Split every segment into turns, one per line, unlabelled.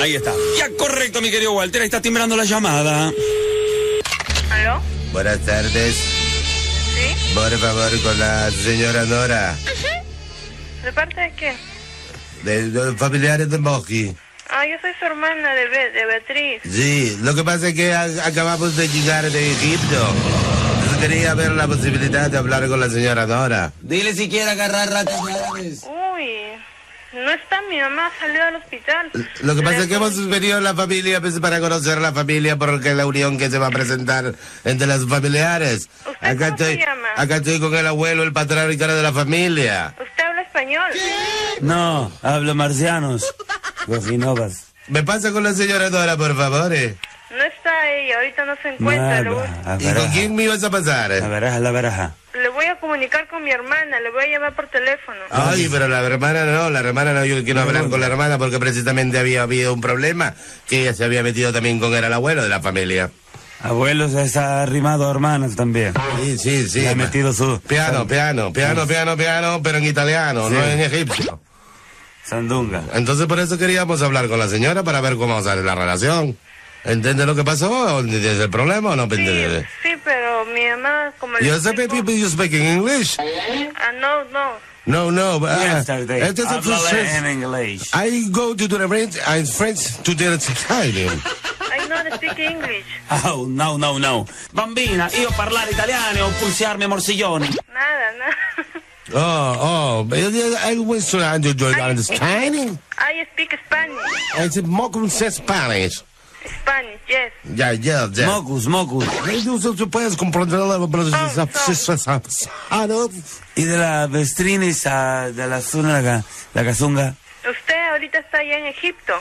Ahí está. Ya correcto, mi querido Walter. Ahí está timbrando la llamada.
¿Aló?
Buenas tardes.
¿Sí?
Por favor, con la señora Nora.
¿De parte de qué?
De los familiares de Moji.
Ah, yo soy su hermana de, Be- de Beatriz.
Sí, lo que pasa es que a- acabamos de llegar de Egipto. Entonces quería ver la posibilidad de hablar con la señora Nora.
Dile si quiere agarrar ratas árabes.
Uy, no está mi mamá, salió al hospital.
Lo que pasa
Le-
es que hemos venido la familia pues, para conocer la familia porque es la unión que se va a presentar entre las familiares.
¿Usted
Acá
cómo se
estoy,
llama?
acá estoy con el abuelo, el patrón y cara de la familia.
¿Usted habla español?
No, hablo marcianos. Gofinovas.
¿Me pasa con la señora Nora, por favor? eh?
No está ella, ahorita no se encuentra. Le voy,
Malva.
¿Y con
Abaraja.
quién me ibas a pasar? eh?
Abaraja, la baraja.
le voy a comunicar con mi hermana, le voy a llamar por teléfono.
Ay, pero la hermana no, la hermana no, yo quiero hablar con la hermana porque precisamente había habido un problema que ella se había metido también con el abuelo de la familia.
Abuelo se está arrimado a hermanas también.
Sí, sí, sí.
Le ha metido su
Piano, piano, piano, piano, piano, pero en italiano,
Sí.
no en egipcio.
sandunga.
Entonces por eso queríamos hablar con la señora para ver cómo sale la relación. ¿Entiendes lo que pasó? ¿Entiendes el problema o no?
Sí,
entiendes?
sí, pero mi mamá, como
pues,
le
Yo sé
explico-
people you speak in English.
Ah, no, no.
No, no. but, ah,
Yesterday.
it is a
Hablaba
process.
en inglés.
I go to the French, I'm French to the Italian.
I don't speak English.
Oh, no, no, no. Bambina, io parlare italiano o pulsarmi a morcilloni.
Nada, nada.
Oh, oh, I was trying to do it understanding.
I speak Spanish.
It's Mocum says Spanish.
Spanish, yes.
Ya, ya, ya.
Mocus, mocus.
Entonces tú puedes comprender la pronunciación
Ah.
Ah,
Y de la vestrinis a, de la zona la, ca- la cazunga.
Usted ahorita está allá en Egipto.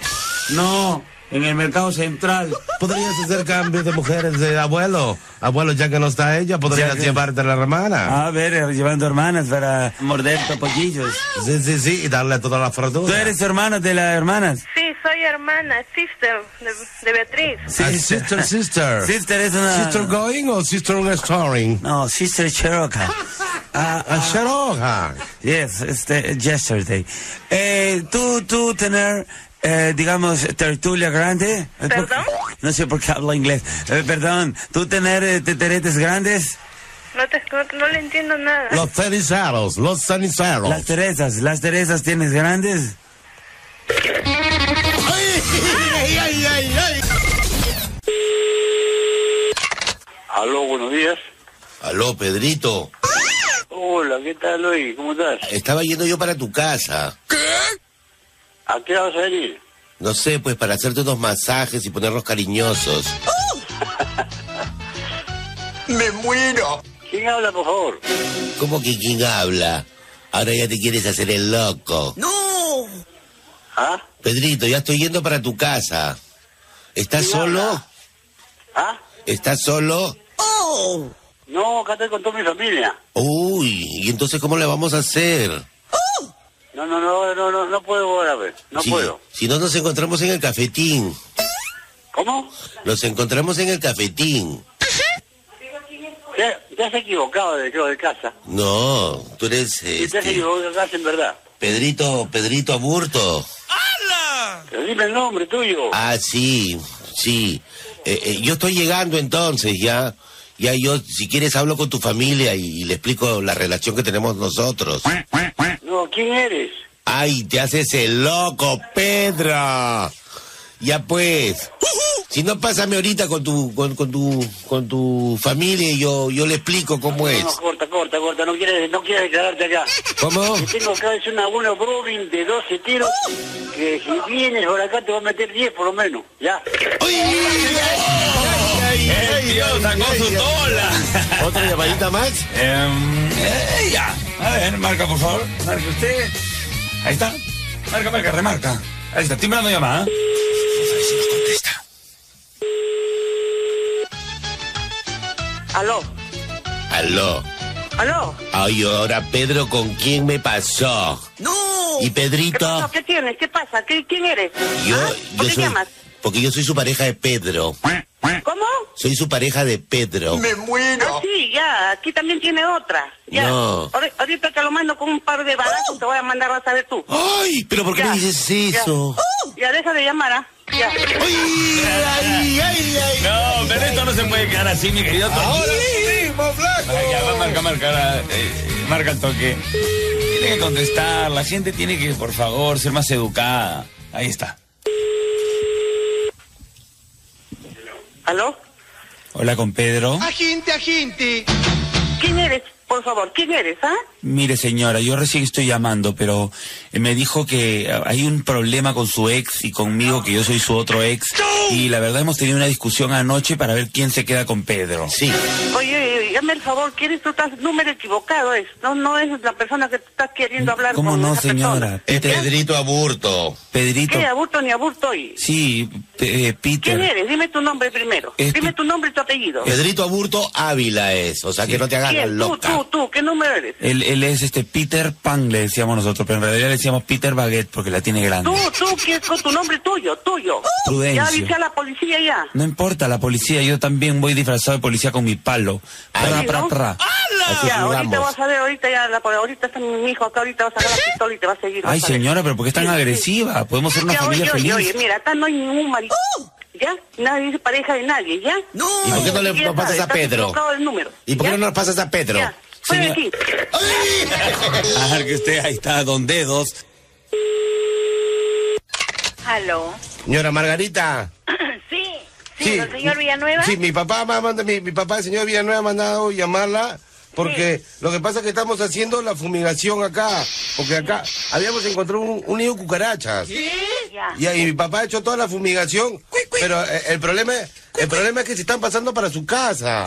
No, en el mercado central.
¿Podrías hacer cambios de mujeres de abuelo? Abuelo, ya que no está ella, podrías
Ya que-
llevarte a la hermana.
A ver, eh, llevando hermanas para morder topollillos.
Sí, sí, sí, y darle toda la
¿Tú
fortuna.
eres hermana de las hermanas?
Sí, soy hermana, sister de, de Beatriz.
Ah, sister, sister.
Sister es una...
Sister going o sister storing?
No, Sister Cherokee. Ah,
A Sharoja.
yes, este, yesterday. Eh, tú, tú tener, eh, digamos, tertulia grande. Eh, por-
¿Perdón?
No sé por qué hablo inglés. Eh, perdón, tú tener eh, teteretes grandes.
No, te, no, no le entiendo nada.
Los ceniceros, los ceniceros.
Las Teresas, las Teresas tienes grandes.
Aló, buenos días.
Aló, Pedrito.
Hola, ¿qué tal hoy? ¿Cómo estás?
Estaba yendo yo para tu casa.
¿A qué hora vas a venir?
No sé, pues para hacerte unos masajes y ponerlos cariñosos.
¿Quién habla, por favor?
¿Cómo que quién habla? Ahora ya te quieres hacer el loco.
¿Ah?
Pedrito, ya estoy yendo para tu casa. ¿Estás solo?
¿Ah?
¿Estás solo?
Oh.
No, acá estoy con toda mi familia.
Uy, ¿y entonces cómo le vamos a hacer?
No, no, no, no, no, no puedo ahora, pues. No
Si-
puedo.
Si no nos encontramos en el cafetín.
¿Cómo?
Nos encontramos en el cafetín.
Te, te has equivocado de, creo, de casa.
No, tú eres
Sí, Te has
este,
equivocado de casa, en verdad.
Pedrito, Pedrito Aburto.
Pero dime el nombre tuyo.
Ah, sí, sí. Eh, eh, yo estoy llegando entonces, ya. Ya yo, si quieres, hablo con tu familia y, y le explico la relación que tenemos nosotros.
No, ¿quién eres?
Ay, te haces el loco, Pedro. Ya pues. Si no, pásame ahorita con tu, con, con tu, con tu familia y yo, yo le explico cómo es.
No, no, corta, corta, corta. No quieres, no quieres declararte acá.
¿Cómo?
Te tengo acá, es una buena Brooklyn de 12 tiros. Que si vienes por acá te va a meter 10 por lo menos. Ya.
El tío sacó su tola.
¿Otra llamadita más?
Em, ya. A ver, marca, por favor. Marca usted. Ahí está. Marca, marca, remarca. Ahí está, timbrando ¿eh? llamada. A ver si nos contesta.
Aló,
Aló.
aló.
Ay, ahora Pedro, ¿con quién me pasó?
No.
Y
¿Qué
Pedrito,
pasó? ¿Qué tienes? ¿Qué pasa? ¿Qué- ¿Quién eres?
yo,
¿Ah?
yo
¿Por qué
soy,
llamas?
porque yo soy su pareja de Pedro.
¿Cómo?
Soy su pareja de Pedro.
Ah, sí, ya. Aquí también tiene otra. Ya.
No. Oh.
Ahori- Ahorita te lo mando con un par de balazos. Te voy a mandar a saber tú.
Ay, pero ¿por qué
Ya,
me dices
ya.
Oh.
eso?
Ya deja de llamar, ¿ah?
día.
¡Uy! ¡Ay, ay, ay!
No, pero esto no se puede quedar así, mi querido Toño.
¡Ahora sí, más flaco!
Ay, ya, va, marca, marca, la- eh, marca el toque. Tiene que contestar, la gente tiene que, por favor, ser más educada. Ahí está.
¿Aló?
Hola con Pedro.
Agente, agente.
¿Quién eres? Por favor, ¿quién eres, ah?
Mire señora, yo recién estoy llamando, pero eh, me dijo que ah, hay un problema con su ex y conmigo, que yo soy su otro ex. Y la verdad hemos tenido una discusión anoche para ver quién se queda con Pedro.
Sí.
Oye, oye, dame el favor, ¿quién es? Tú estás número equivocado, es. No, no es la persona que tú estás queriendo hablar
¿Cómo
con
no,
esa
señora?
persona.
Es
Peter-
Pedrito Aburto.
Pedrito.
¿Qué aburto ni aburto? Y...
Sí, P- eh, Peter.
¿Quién eres? Dime tu nombre primero.
Este-
Dime tu nombre y tu apellido.
Pedrito Aburto Ávila es. O sea, que no te hagas la
¿Quién? Tú,
loca.
tú, tú, ¿qué número eres?
Él, él es este Peter Pan, le decíamos nosotros, pero en realidad le decíamos Peter Baguette porque la tiene grande.
Tú, tú, que es con tu nombre tuyo, tuyo.
Prudencio.
Ya avisé a la policía ya.
No importa, la policía, yo también voy disfrazado de policía con mi palo. Pra,
Ay,
pra,
¿no?
pra. Así
Ya, ahorita
jugamos.
vas a ver, ahorita ya, la, ahorita está mi hijo acá, ahorita vas a sacar la pistola y te va a seguir. vas
Ay,
a ver.
señora, pero ¿por qué es tan agresiva? Podemos ser una
Ya,
familia
oye, oye,
feliz.
oye, mira, acá no hay ningún marido. ¿Ya? Nadie es pareja de nadie, ¿ya?
Oh. No. ¿Y por qué no le
Ya
no pasas
sabes,
a
estás
Pedro?
equivocado del número.
¿Y por qué
¿Ya?
no nos pasas a Pedro?
Ya, fuera de
Señor-
aquí.
Ah, que usted ahí está, don dedos.
¿Aló?
Señora Margarita.
Sí, sí, ¿con el señor Villanueva?
Sí, mi papá, me ha mandado- mi, mi papá, el señor Villanueva, ha mandado llamarla. Porque lo que pasa es que estamos haciendo la fumigación acá. Porque acá habíamos encontrado un, un nido de cucarachas.
Ya.
Y ahí mi papá ha hecho toda la fumigación. Pero eh, el problema, el problema es que se están pasando para su casa.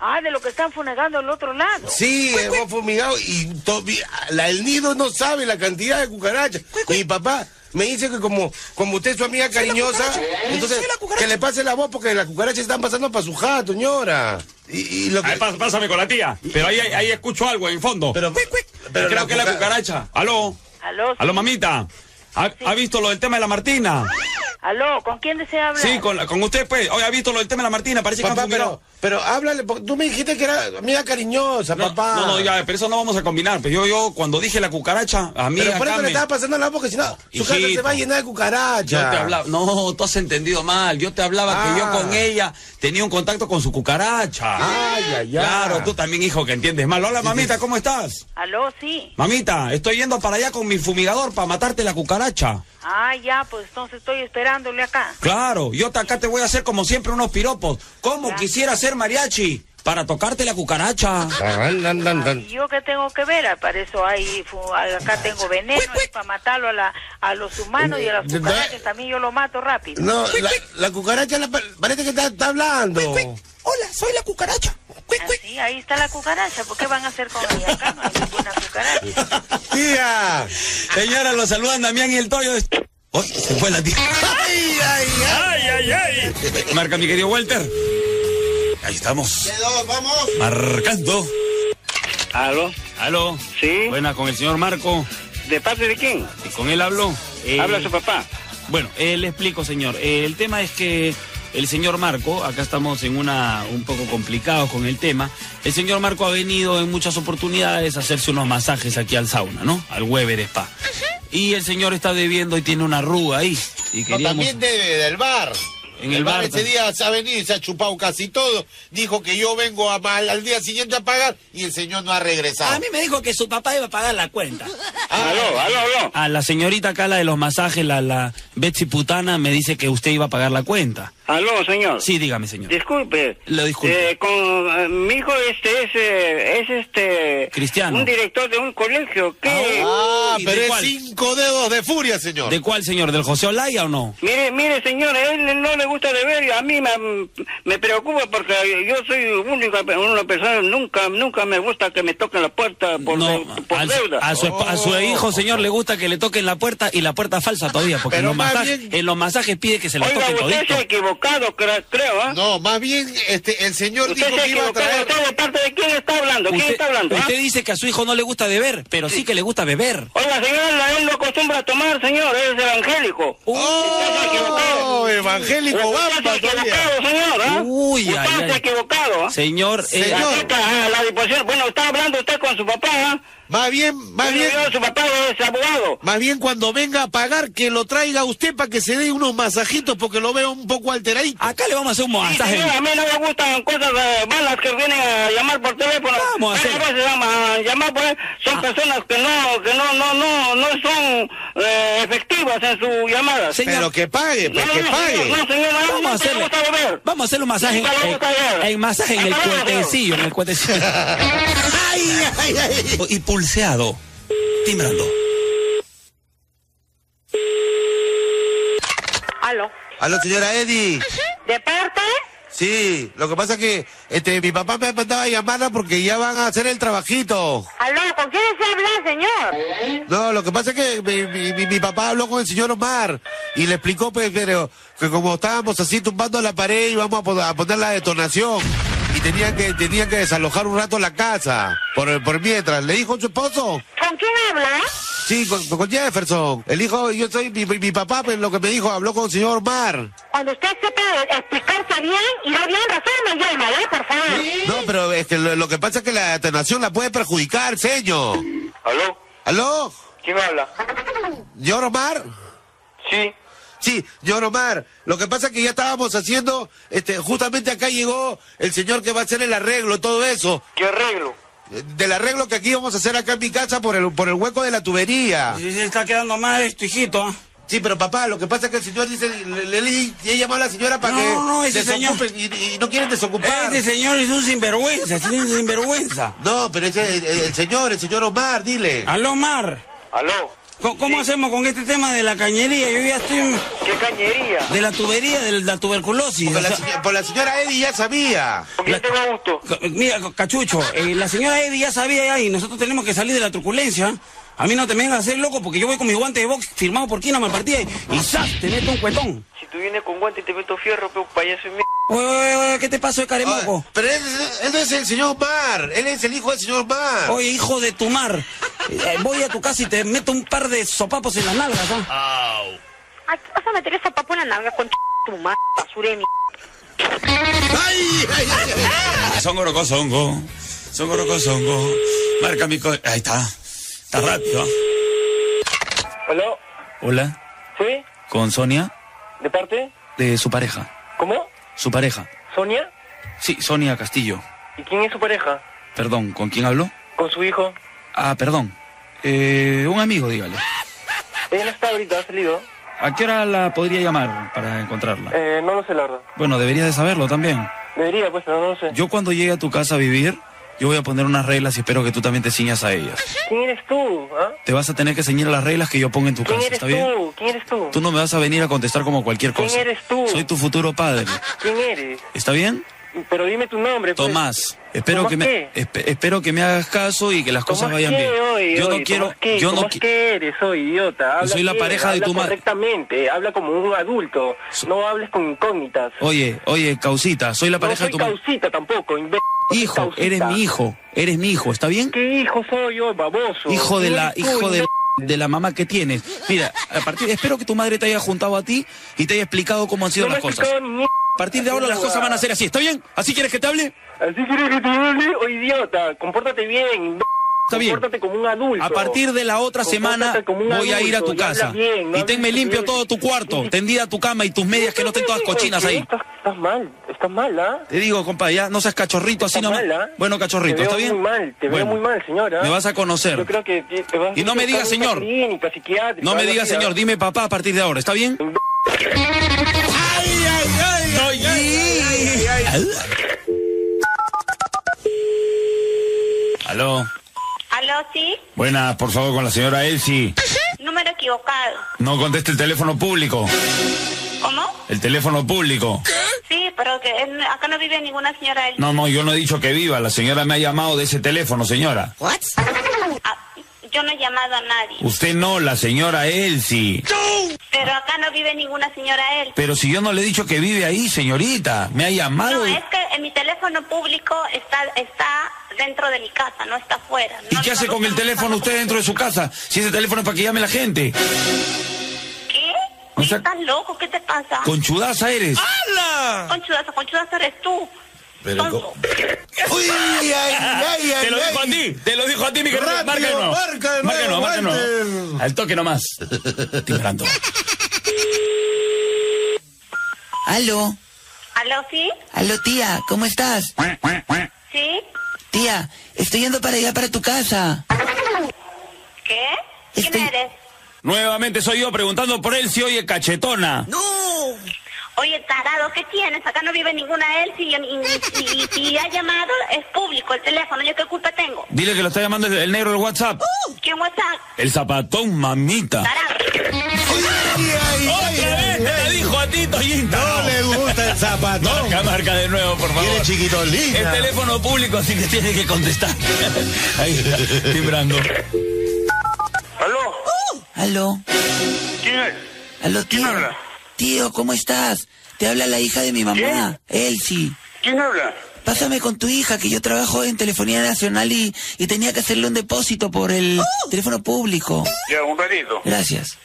Ah, de lo que están funegando al otro lado.
Sí, eh. hemos fumigado y to- vi- la, el nido no sabe la cantidad de cucarachas. Y mi papá me dice que como, como usted es su amiga cariñosa, entonces que le pase la voz porque las cucarachas están pasando para su jato, señora. Y, y lo que...
pásame con la tía. Pero ahí, ahí escucho algo en fondo.
Pero, pero la cuca-
Aló.
Aló,
Aló, mamita. ¿Ha, ha visto lo del tema de la Martina?
aló, ¿con quién desea hablar?
Sí, con, la- con usted, pues. Hoy ha visto lo del tema de la Martina. Parece que
Papá,
han
pero,
fumigado.
pero háblale, porque tú me dijiste que era amiga cariñosa,
No,
papá.
no, no, ya, pero eso no vamos a combinar. Pero yo, yo cuando dije la cucaracha, a mí
Pero por
acá
eso le
me-
estaba pasando la voz porque si no, su casa se
Hijito.
va a llenar de
Yo
cucarachas.
te hablaba, no, tú has entendido mal. Yo te hablaba
Ah.
que yo con ella tenía un contacto con su cucaracha.
Ay, ay, ay.
Claro, tú también, hijo, que entiendes mal. Hola, mamita, ¿cómo estás?
Aló, sí.
Mamita, estoy yendo para allá con mi fumigador para matarte la cucaracha.
Ah, ya, pues entonces estoy esperándole acá.
Claro, yo te- acá te voy a hacer como siempre unos piropos. Como quisiera ser mariachi para tocarte la cucaracha.
Tan, tan, tan, tan.
¿Y yo qué tengo que ver? Ah, Para eso ahí, fu- acá tengo veneno para matarlo a, la, a los humanos y a las
Eh, ¿Verdad?
cucarachas. También yo lo mato rápido.
No, la, la cucaracha la pa- parece que está, está hablando.
Hola, soy la cucaracha.
Así, ahí está la cucaracha. ¿Por qué van a hacer con ella? Acá no hay ninguna cucaracha.
Tía.
Señora, los saludan Damián y el Toyo. Uy, se fue la tía.
Ay, ay, ay.
ay, ay! Marca mi querido Walter. Ahí estamos.
vamos.
Marcando.
¿Aló?
Aló.
Sí.
Buenas, con el señor Marco.
¿De parte de quién?
¿Y con él hablo? Eh,
Habla su papá.
Bueno, eh, le explico, señor. Eh, el tema es que el señor Marco, acá estamos en una un poco complicados con el tema. El señor Marco ha venido en muchas oportunidades a hacerse unos masajes aquí al sauna, ¿no? Al Weber Spa. Y el señor está debiendo y tiene una arruga ahí. Y
No,
queríamos...
también debe del bar.
En el bar
Ese día se ha venido y se ha chupado casi todo. Dijo que yo vengo a, al, al día siguiente a pagar y el señor no ha regresado.
me dijo que su papá iba a pagar la cuenta.
¿Aló, aló, aló?
A la señorita acá, la de los masajes, la, la Betsy Putana, me dice que usted iba a pagar la cuenta.
¿Aló, señor?
Sí, dígame, señor.
Disculpe.
Lo disculpe.
Eh, con, eh, mi hijo este es, eh, es este...
Cristiano.
Un director de un colegio que...
Ah,
Uy,
pero
¿de
es
cuál?
cinco dedos de furia, señor.
¿De cuál, señor? ¿Del José Olaya o no?
Mire, mire, señor, a él no le gusta de ver, a mí me, me preocupa porque yo soy única pe- una persona, nunca nunca me gusta que me toquen la puerta por,
No,
de- por
al-
deuda.
a, su, esp- a su
Oh.
Oh.
hijo, señor, le gusta que le toquen la puerta y la puerta falsa todavía, porque en
Pero
los,
más
masajes,
bien-
en los masajes pide que se la
Oiga,
toquen
usted se
todito.
ha equivocado, cre- creo, ¿ah?
No, más bien este, el señor
Usted
dijo
se ha
que iba a
equivocado,
traer...
¿usted de parte de quién está hablando? ¿Quién
Usted,
está hablando? ah?
usted dice que a su hijo no le gusta beber, pero sí, que le gusta beber.
Oiga, señor, él no acostumbra a tomar, señor, él es evangélico. Usted se ha equivocado.
¡Oh, evangélico
Usted se ha
bamba todavía!
equivocado, señor, ¿ah?
Uy,
Usted
ay,
se ha
ay.
equivocado, ¿ah?
Señor, eh,
Señor.
Aquí está, ah, la disposición. Bueno, está hablando usted con su papá, ¿ah? Más bien, más bien,
Yo, su papá es abogado.
más bien cuando venga a pagar, que lo traiga usted para que se dé unos masajitos, porque lo veo un poco alteradito.
Acá le vamos a hacer un
Sí,
masaje.
señor, a mí no me gustan cosas eh, malas que vienen a llamar por teléfono.
Vamos a
Varias
hacer- Ah.
veces llama- a llamar por son personas que no, que no, no, no, no son eh, efectivas en su llamada.
Señor,
Pero que pague, pues
No,
que
no,
pague.
señor, no, señor, no,
Vamos a
no
hacer,
me gusta beber.
vamos a hacer un masaje en,
Nunca le gusta beber.
en masaje en el
Hasta luego,
cuetecillo, en el cuetecillo.
Ay, ay, ay.
y pulseado, timbrando.
Aló.
Aló, señora Eddie.
¿De parte?
Sí, lo que pasa es que este, mi papá me mandaba a llamarla porque ya van a hacer el trabajito.
Aló, ¿con quién se habla, señor?
No, lo que pasa es que mi, mi- mi- mi papá habló con el señor Omar y le explicó pues, pero, que como estábamos así tumbando la pared íbamos a, po- a poner la detonación y tenían que, tenían que desalojar un rato la casa por, por mientras. ¿Le dijo su esposo?
¿Con quién habla?
Sí, con, con Jefferson. El hijo, yo soy mi, mi- mi papá, pues lo que me dijo, habló con el señor Omar.
Cuando usted sepa explicarse bien y dar bien razón, me llama, ¿eh? Por favor.
No, pero este, lo, lo que pasa es que la detonación la puede perjudicar, señor.
¿Aló?
¿Aló?
¿Quién habla?
¿Señor Omar?
Sí.
Sí, señor Omar, lo que pasa es que ya estábamos haciendo, este, justamente acá llegó el señor que va a hacer el arreglo, todo eso,
¿Qué arreglo?
eh, del arreglo que aquí íbamos a hacer acá en mi casa por el, por el hueco de la tubería.
está quedando mal esto, hijito. ¿ah?
Sí, pero papá, lo que pasa es que el señor dice, le, le- le- le he llamado a la señora para
No,
que
no, ese señor-
desocupen y, y no quieren desocupar.
Este señor es un sinvergüenza, es un sinvergüenza.
No, pero ese el, el señor, el señor Omar, dile.
Aló, Mar.
¿Aló?
¿Cómo, cómo hacemos con este tema de la cañería? Yo ya estoy
¿Qué cañería?
de la tubería, de la tuberculosis.
Porque
o
la,
sea-
señora- por la señora Eddie ya sabía.
¿Con quién tengo gusto?
Ca- Mira, ca- cachucho, eh, la señora Eddie ya sabía ya y nosotros tenemos que salir de la truculencia. A mí no te me vengas a hacer loco porque yo voy con mi guante de box firmado por Kina Malpartida y, y ¡zas! Te meto un cuetón.
Si tú vienes con guante y te meto fierro, pero payaso y mierda.
Oye, oye, oye, ¿qué te pasó de
Ah,
caremoco?
Pero él, él no es el señor Omar, él es el hijo del señor Omar.
Oye, hijo de tu mar, eh, voy a tu casa y te meto un par de sopapos en las nalgas, ¿ah?
Ay, ¿qué vas a meter esa papa en la nalga con tu madre, basura de mi...
Ay, ay, ay, ay.
Songo, roco, songo. Songo, roco, songo. Marca mi co... Ahí está. Está rápido.
¿Aló?
Hola,
¿Sí?
con Sonia,
¿De parte?
de su pareja.
¿Cómo?
Su pareja.
¿Sonia?
Sí, Sonia Castillo.
¿Y quién es su pareja?
Perdón, ¿con quién hablo?
¿Con su hijo?
Ah, perdón. Eh, un amigo, dígale.
Ella no está ahorita, ha salido.
¿A qué hora la podría llamar para encontrarla?
Eh, no lo sé, la verdad.
Bueno, deberías de saberlo también.
Debería, pues, pero no lo sé.
Yo cuando llegue a tu casa a vivir, yo voy a poner unas reglas y espero que tú también te ciñas a ellas.
¿Quién eres tú? ¿Ah?
Te vas a tener que ceñir a las reglas que yo ponga en tu
¿Quién
casa,
eres
¿está bien?
tú? ¿Quién eres tú?
Tú no me vas a venir a contestar como cualquier
¿Quién
cosa.
eres tú?
Soy tu futuro padre.
¿Quién eres?
¿Está bien?
Pero dime tu nombre, pues.
Tomás, espero
¿Tomás
que me
qué?
espe- espero que me hagas caso y que las cosas
¿Tomás
vayan
qué,
bien.
oye,
yo no
oye,
quiero,
¿Tomás qué?
yo no
¿Tomás
qui-
qué eres, soy idiota. Habla
soy la
bien,
pareja de
habla
tu ma-
correctamente, habla como un adulto. No hables con incógnitas.
Oye, oye, causita, soy la
no
pareja
soy
de tu ma-
causita tampoco, imbécil.
hijo,
Causita.
eres mi hijo, eres mi hijo, ¿está bien?
¿Qué hijo soy yo, baboso?
Hijo de
¿Quién
la,
eres tú,
hijo de,
imbécil?
de la mamá que tienes. Mira, a partir espero que tu madre te haya juntado a ti y te haya explicado cómo han sido
No me
las
has
cosas.
explicado ni mierda.
A partir de ahora las cosas van a ser así, ¿está bien? ¿Así quieres que te hable?
¿Así quieres que te hable? Oh, idiota, compórtate bien, imbécil.
Está bien.
Compórtate como un adulto.
A partir de la otra
Compórtate
semana
como un
voy a ir a
adulto
tu
y habla
casa.
bien, no
Y tenme
hables
limpio
bien.
todo tu cuarto, tendida tu cama y tus medias que no estén todas cochinas ahí.
Estás, estás mal, estás mal, ¿ah?
Te digo, compadre, ya no seas cachorrito así
Está
nomás.
mal, ¿ah?
Bueno,
Te
cachorrito,
veo
¿está bien?
muy mal, te veo
Bueno,
muy mal, señora.
Me vas a
Yo
conocer.
creo que te- te vas
Y no me
a
diga,
buscar una
señor.
clínica psiquiátrica,
No me
algo
digas,
así, ¿ah?
señor, dime papá a partir de ahora, ¿está bien? Aló.
Aló, sí.
Buenas, por favor, con la señora Elsie.
Número equivocado.
No conteste el teléfono público.
¿Cómo?
El teléfono público.
Sí, pero que en- acá no vive ninguna señora del...
No, no, yo no he dicho que viva. La señora me ha llamado de ese teléfono, señora.
Ah, yo no he llamado a nadie.
Usted no, la señora Elsie.
Pero acá no vive ninguna señora él.
Pero si yo no le he dicho que vive ahí, señorita. Me ha llamado.
No, es que en mi teléfono público está está dentro de mi casa, no está afuera.
¿Y
No-
qué hace
no
con el
estamos
teléfono
pasando-
usted dentro de su casa? Si ese teléfono es para que llame la gente.
¿Qué?
O sea-
¿Estás loco? ¿Qué te pasa?
Conchudaza eres.
Conchudazo, conchudazo eres tú.
Pero,
Tonto.
¡Uy, ay, ay, ay!
Te lo
ay.
dijo a ti, te lo dijo a ti, mi querido.
Rápido,
Marca de nuevo.
marca de
Marca
nuevo,
marca de nuevo.
Walter.
Al toque nomás. Timbrando.
Aló,
¿Aló, sí?
aló tía, ¿cómo estás?
¿Sí?
Tía, estoy yendo para allá, para tu casa.
¿Qué? ¿Quién
Estoy-
eres?
Nuevamente soy yo preguntando por él si oye cachetona.
Oye, tarado, ¿qué tienes? Acá no vive ninguna él. Si, y, y- y- y ha llamado, es público el teléfono. ¿Yo qué culpa tengo?
Dile que lo está llamando el negro del WhatsApp.
¿Quién WhatsApp?
El zapatón, mamita.
Tarado.
¡Ay, ay, ay,
Otra
ay,
vez te la
ay!
dijo a ti, Toyita.
No le gusta el zapatón.
Marca, marca de nuevo, por favor.
Tiene chiquitolina.
Es teléfono público, así que tiene que contestar. Ahí está, timbrando.
¿Aló?
Uh. Aló,
¿Quién es?
aló tío.
¿Quién habla?
Tío, ¿cómo estás? Te habla la hija de mi mamá, Elsie.
¿Quién habla?
Pásame con tu hija, que yo trabajo en Telefonía Nacional y, y tenía que hacerle un depósito por el
¡Oh!
teléfono público.
Ya, un ratito.
Gracias.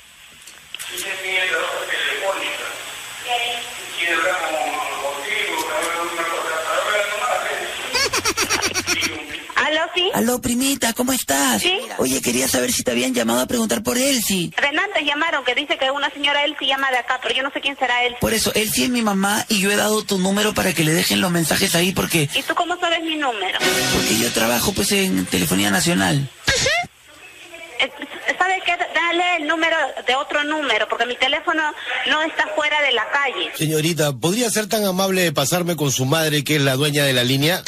¿Aló, sí?
Aló, primita, ¿cómo estás?
Sí.
Oye, quería saber si te habían llamado a preguntar por Elsie.
Renan, te llamaron, que dice que una señora él se llama de acá, pero yo no sé quién será él.
Por eso, Elsie es mi mamá y yo he dado tu número para que le dejen los mensajes ahí porque,
¿Y tú cómo sabes mi número?
porque yo trabajo pues en Telefonía Nacional.
Eh, ¿Sabes qué? Dale el número de otro número, porque mi teléfono no está fuera de la calle.
Señorita, ¿podría ser tan amable de pasarme con su madre, que es la dueña de la línea?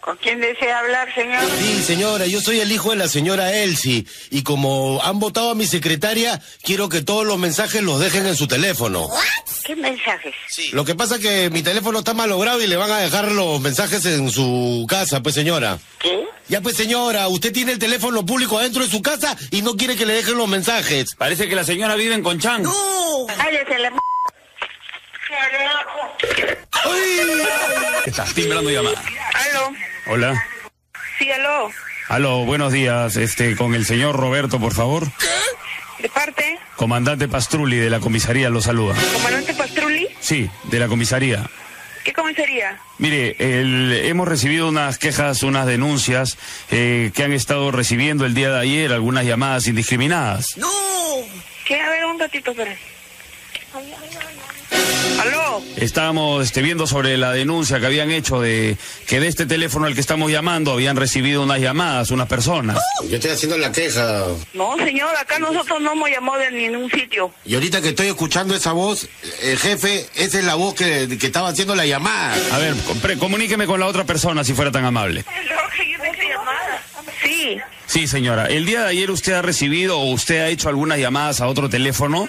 ¿Con quién desea hablar, señor?
Sí, señora, yo soy el hijo de la señora Elsie. Y como han votado a mi secretaria, quiero que todos los mensajes los dejen en su teléfono.
¿Qué mensajes?
Lo que pasa es que mi teléfono está malogrado y le van a dejar los mensajes en su casa, pues señora.
¿Qué?
Ya pues señora, usted tiene el teléfono público adentro de su casa y no quiere que le dejen los mensajes.
Parece que la señora vive en Conchán.
Cállese la... m-
Estás timbrando llamada.
¿Aló?
Hola.
Sí, aló.
Aló, buenos días. Este, con el señor Roberto, por favor.
¿De parte?
Comandante Pastrulli de la comisaría lo saluda.
¿Comandante Pastrulli?
Sí, de la comisaría.
¿Qué comisaría?
Mire, el- hemos recibido unas quejas, unas denuncias eh, que han estado recibiendo el día de ayer, algunas llamadas indiscriminadas.
¿Qué? A ver, un ratito, espera. ¿Aló?
Estábamos este, viendo sobre la denuncia que habían hecho de que de este teléfono al que estamos llamando habían recibido unas llamadas, unas personas.
Yo estoy haciendo la queja.
No, señor, acá nosotros no hemos llamado de ningún sitio.
Y ahorita que estoy escuchando esa voz, el jefe, esa es la voz que, que estaba haciendo la llamada.
A ver, compre- comuníqueme con la otra persona si fuera tan amable.
Sí,
Sí, señora. El día de ayer usted ha recibido o usted ha hecho algunas llamadas a otro teléfono.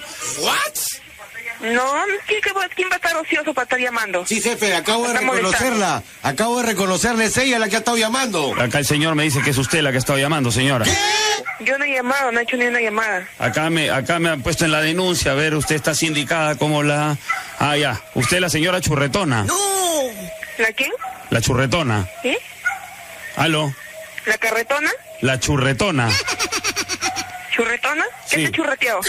no, ¿quién, qué va- quién va a estar ocioso para estar llamando?
Sí, jefe, acabo de
Está molestando.
reconocerla. Acabo de reconocerla, es ella la que ha estado llamando.
Acá el señor me dice que es usted la que ha estado llamando, señora.
Yo no he llamado, no he hecho ni una llamada.
Acá me, acá me han puesto en la denuncia. A ver, usted está sindicada como la... Ah, ya. Usted es la señora churretona.
¿La quién?
La churretona.
¿Eh?
¿Sí?
Aló.
¿La carretona?
La churretona.
¿Churretona? ¿Qué
Sí.
te churreteó?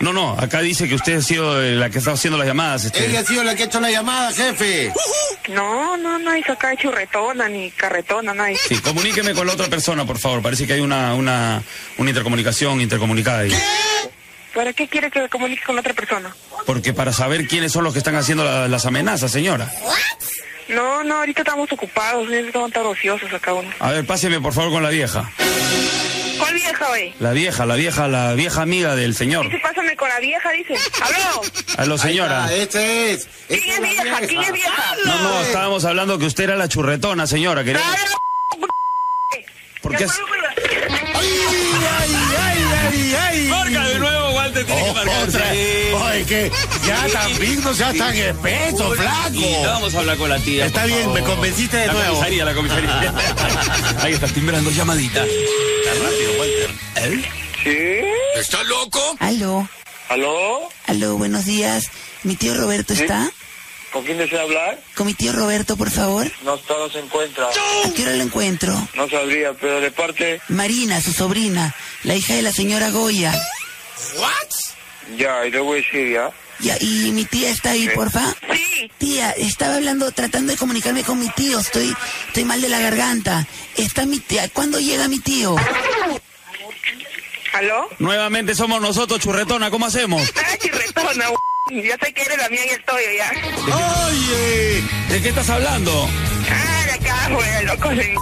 No, no, acá dice que usted ha sido eh, la que está haciendo las llamadas. este.
Ella ha sido la que ha hecho la llamada, jefe.
No, no, no hay acá de churretona ni carretona, no hay.
Sí, comuníqueme con la otra persona, por favor. Parece que hay una, una, una intercomunicación intercomunicada ahí.
¿Para qué quiere que me comunique con otra persona?
Porque para saber quiénes son los que están haciendo la- las amenazas, señora.
No, no, ahorita estamos ocupados, no estamos tan ociosos acá uno.
A ver, páseme por favor con la vieja.
¿Cuál vieja, güey?
La vieja, la vieja, la vieja amiga del señor.
Dice, pásame con la vieja, dice. ¡Aló!
Aló, señora.
Ah, esta es.
¿Quién
Esa
es
la
vieja? ¿Quién es vieja?
No, no, estábamos hablando que usted era la churretona, señora. Queríamos- ¿Por qué? Marca de nuevo, Walter, tiene que marcar.
Oye, que ya tan digno, ya tan espeso, flaco.
vamos a hablar con la tía.
Está bien, me convenciste de
La
nuevo.
comisaría, la comisaría. Ahí estás timbrando llamadita.
¿Sí?
Aló,
¿Aló?
aló, buenos días. ¿Mi tío Roberto está?
¿Con quién desea hablar?
Con mi tío Roberto, por favor.
No está, no se encuentra.
¿A qué hora lo encuentro?
No sabría, pero de parte...
Marina, su sobrina, la hija de la señora Goya.
Ya, y le voy a decir, ¿ya?
Ya, ¿Y mi tía está ahí, porfa?
Sí,
sí.
Tía, estaba hablando, tratando de comunicarme con mi tío. Estoy, estoy mal de la garganta. Está mi tía. ¿Cuándo llega mi tío?
¿Aló?
Nuevamente somos nosotros, churretona, ¿cómo hacemos?
Ay, chirretona, Yo sé que eres la mía en el toyo ya.
¡Oye! ¿De qué estás hablando?
Ah, la cago, el loco de...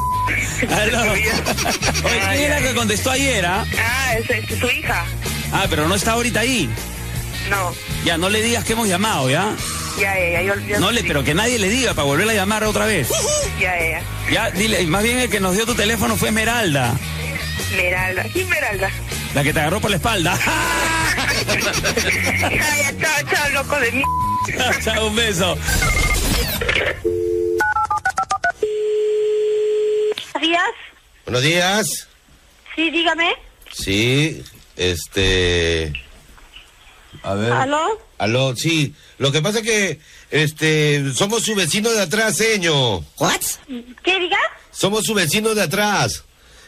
Aló.
Ay,
Oye, ¿quién era
ay.
que contestó ayer, ah?
Ah, es, es su hija.
Ah, pero no está ahorita ahí.
No,
Ya, no le digas que hemos llamado, ¿ya?
ya ella, yo... yo-
No le, pero que nadie le diga para volver a llamar otra vez.
Ya ella.
Ya, dile, más bien el que nos dio tu teléfono fue Esmeralda,
Meralda. ¿Quién Meralda?
la que te agarró por la espalda.
Ay, ya, chao, chao, loco de mí.
Chao, un beso.
¿Días?
Buenos días.
Sí, dígame.
Sí, este. A ver.
¿Aló?
Aló, sí. Lo que pasa es que este, somos su vecino de atrás, señor.
¿What?
¿Qué diga?
Somos su vecino de atrás.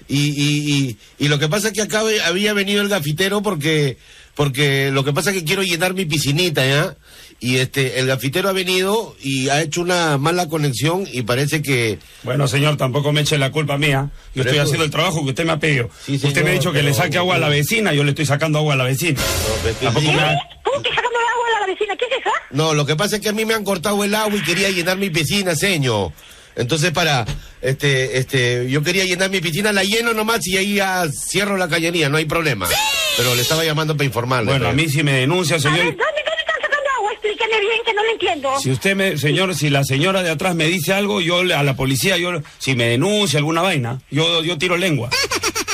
Y, y, y, y lo que pasa es que acá ve- había venido el gafitero porque, porque lo que pasa es que quiero llenar mi piscinita, ¿ya? Y este, el gafitero ha venido y ha hecho una mala conexión y parece que...
Bueno, señor, tampoco me eche la culpa mía. Yo
Pero
estoy
es
haciendo
tu-
el trabajo que usted me ha pedido.
Sí,
usted me ha
señor,
dicho que le
pero-
saque agua a la vecina, yo le estoy sacando agua a la vecina. Tampoco me ha-
¿Cómo que sacando el agua a la vecina? ¿Qué es esa?
No, lo que pasa es que a mí me han cortado el agua y quería llenar mi piscina, señor. Entonces para, este, este, yo quería llenar mi piscina, la lleno nomás y ahí ya cierro la cañería, no hay problema. Pero le estaba llamando para informarle. pues.
Bueno, a
pero-
mí si me denuncia,
A ver,
señor.
¿dónde, dónde están sacando agua? Explíqueme bien que no lo entiendo.
Si usted me, señor, si la señora de atrás me dice algo, yo le- a la policía, yo, si me denuncia alguna vaina, yo, yo tiro lengua.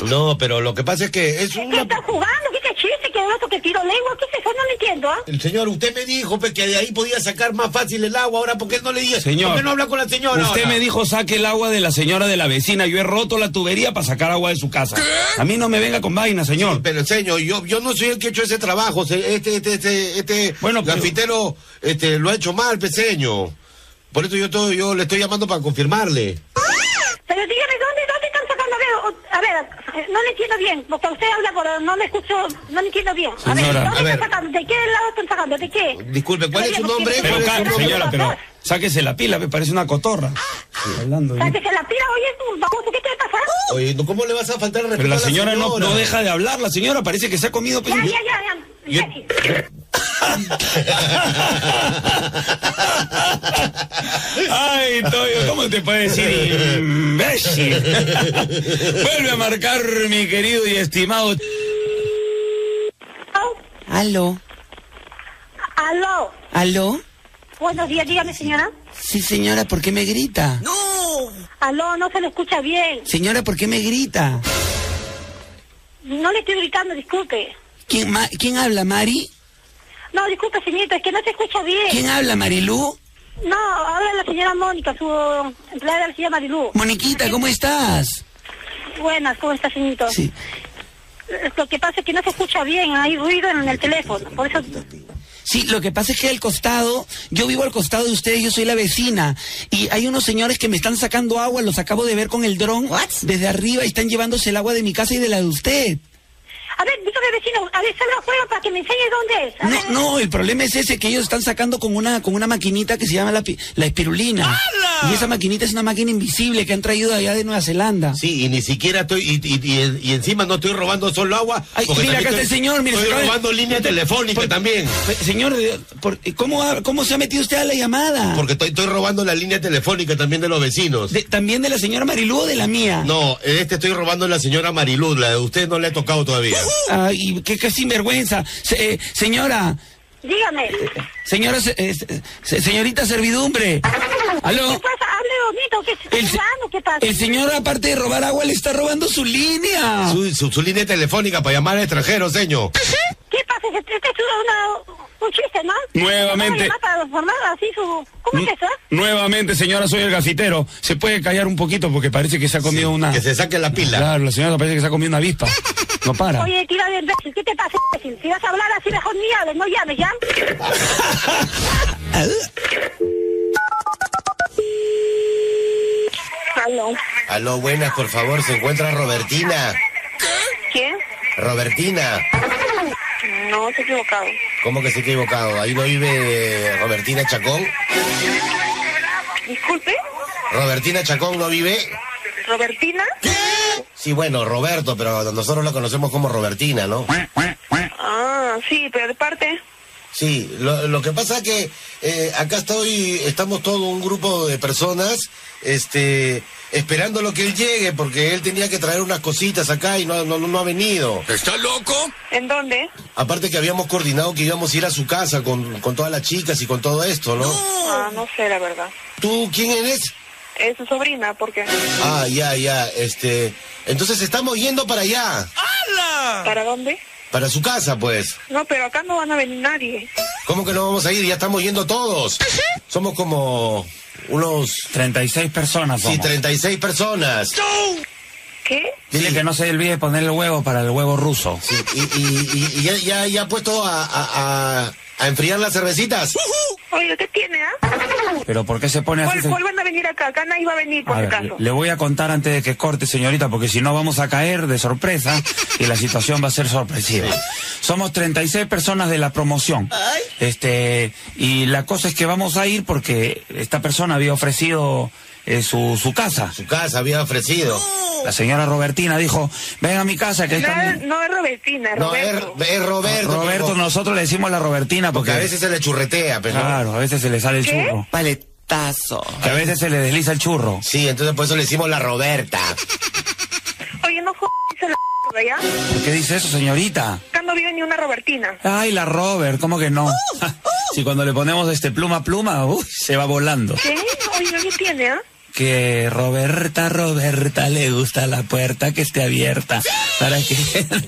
No, pero lo que pasa es que es
¿Qué
una...
están jugando? ¿Qué, qué chiste? ¿Qué otro que tiro lengua? ¿Qué es eso? No lo entiendo, ¿ah?
El señor, usted me dijo pues, que de ahí podía sacar más fácil el agua, ahora ¿por qué no le dice?
Señor.
¿Por qué no habla con la señora?
Usted
ahora?
me dijo saque el agua de la señora de la vecina. Yo he roto la tubería para sacar agua de su casa. A mí no me venga con
Ah,
vaina, señor.
Pero señor, yo, yo no soy el que ha hecho ese trabajo, se- este, este, este, este
Bueno, pero-
gafitero este, lo ha hecho mal, peseño. Por eso yo, to- yo le estoy llamando para confirmarle.
Pero dígame, ¿dónde, dónde están sacando? A ver, o- a ver, no le entiendo bien, porque usted habla, pero no le escucho, no le entiendo bien. A ver,
Señora,
¿dónde
a ver.
están sacando? ¿De qué lado están sacando? ¿De qué?
Disculpe, ¿cuál es su
Oye,
nombre?
porque-
¿Cuál
Pero,
es su
ca-
nombre?
señora, pero sáquese la pila, me parece una cotorra. Hablando,
Para
¿no?
que se la pida, oye, tú, baboso, ¿qué te pasa?
Oye, ¿no- ¿cómo le vas a faltar el respeto
Pero la
a
señora no, no deja de hablar, la señora parece que se ha comido... pues,
Ya,
pe-
ya, ya, ya. Jessy.
Ay, Toyo, ¿cómo te puede decir imbécil? Vuelve a marcar mi querido y estimado...
Au.
Aló.
Aló.
¿Aló?
Buenos días, dígame, señora.
Sí, señora, ¿por qué me grita?
Aló, no se lo escucha bien.
Señora, ¿por qué me grita?
No le estoy gritando, disculpe.
¿Quién, ma- ¿quién habla, Mari?
No, disculpe, señorita, es que no se escucha bien.
¿Quién habla, Marilú?
No, habla la señora Mónica, su empleada, la señora Marilú.
Moniquita, ¿cómo estás?
Buenas, ¿cómo está, señorito?
Sí.
Lo que pasa es que no se escucha bien, hay ruido en el teléfono. Por eso,
Sí, lo que pasa es que al costado, yo vivo al costado de ustedes, yo soy la vecina, y hay unos señores que me están sacando agua, los acabo de ver con el dron desde arriba y están llevándose el agua de mi casa y de la de usted.
a ver, dígame vecino, a ver, salga afuera para que me enseñe dónde es. A
No,
ver.
no, el problema es ese que ellos están sacando con una con una maquinita que se llama la, pi- la espirulina. Y esa maquinita es una máquina invisible que han traído de allá de Nueva Zelanda.
Sí, y ni siquiera estoy, y, y- y- y encima no estoy robando solo agua.
Ay,
porque también
mira, acá está el
estoy-
señor, mira,
Estoy
señor.
robando línea telefónica también.
Pe- Señor, de- por- eh, ¿cómo, ha- ¿cómo se ha metido usted a la llamada?
Porque estoy, estoy robando la línea telefónica también de los vecinos.
De- ¿También de la señora Marilú o de la mía?
No, este estoy robando la señora Mariluz, la de usted no le ha tocado todavía.
Ay, qué, qué sinvergüenza. Se- eh, señora,
Dígame.
señora, se- eh, se- señorita servidumbre.
¿Qué
¿Aló?
pasa? Hable bonito, que se
El, se-
está ¿qué pasa?
el señor, aparte de robar agua, le está robando su línea.
Su, su- su línea telefónica para llamar al extranjero, señor.
¿Qué pasa? Este este es una, un chiste, ¿no?
Nuevamente.
¿Cómo para formar así su... ¿Cómo es eso?
Nuevamente, señora, soy el gafitero. ¿Se puede callar un poquito? Porque parece que se ha comido una...
Que se saque la pila.
Claro, la señora parece que se ha comido una avispa. No para.
Oye, tira de imbécil, ¿qué te pasa, imbécil? Si vas a hablar así, mejor ni hables, no llames, ¿ya? Aló.
Aló, buenas, por favor, se encuentra Robertina.
¿Quién?
Robertina.
No, estoy equivocado.
¿Cómo que se ha equivocado? Ahí no vive eh, Robertina Chacón.
Disculpe,
Robertina Chacón no vive.
Robertina.
Sí, bueno, Roberto, pero nosotros la conocemos como Robertina, ¿no?
Ah, sí, pero de parte.
Sí, lo, lo que pasa que eh, acá estoy, estamos todo un grupo de personas, este, esperando lo que él llegue, porque él tenía que traer unas cositas acá y no, no, no ha venido.
¿Está loco?
¿En dónde?
Aparte que habíamos coordinado que íbamos a ir a su casa con, con todas las chicas y con todo esto, ¿no?
Ah, no sé, la verdad.
¿Tú quién eres?
Es su sobrina, porque
Ah, ya, ya, este, entonces estamos yendo para allá,
¿Para dónde?
para su casa, pues.
No, pero acá no van a venir nadie.
¿Cómo que no vamos a ir? Ya estamos yendo todos. Somos como unos...
36 personas.
Sí,
somos.
36 personas.
¿Qué?
Dile que no se olvide poner el huevo para el huevo ruso.
Sí, y, y- y- y ya, ya, ya ha puesto a, a- a- a enfriar las cervecitas.
Oye, ¿qué tiene, ah?
Pero ¿por qué se pone así?
¿Cuál, cuál van a venir acá? Acá nadie va a venir, por
A
si
ver,
acaso.
le voy a contar antes de que corte, señorita, porque si no vamos a caer de sorpresa y la situación va a ser sorpresiva. Somos 36 personas de la promoción. Este, y la cosa es que vamos a ir porque esta persona había ofrecido eh, su, su casa.
Su casa había ofrecido.
La señora Robertina dijo, ven a mi casa que ahí
No,
está mi-".
es- no es Robertina, es
No, es,
Roberto.
es Roberto.
Roberto,
pero-
nosotros le decimos la Robertina
Porque
porque
a veces se le churretea, pero...
Claro, a veces se le sale el
¿Qué?
churro.
Paletazo.
Que a veces se le desliza el churro.
Sí, entonces por eso le decimos la Roberta.
Oye, no jodas la mierda, ¿ya?
¿Por qué dice eso, señorita?
Acá no vive ni una Robertina.
Ay, la Robert, ¿cómo que no? Si cuando le ponemos este pluma pluma, uy, se va volando.
¿Qué? Oye, ¿qué tiene, ah?
Que Roberta, Roberta, le gusta la puerta que esté abierta. Para que.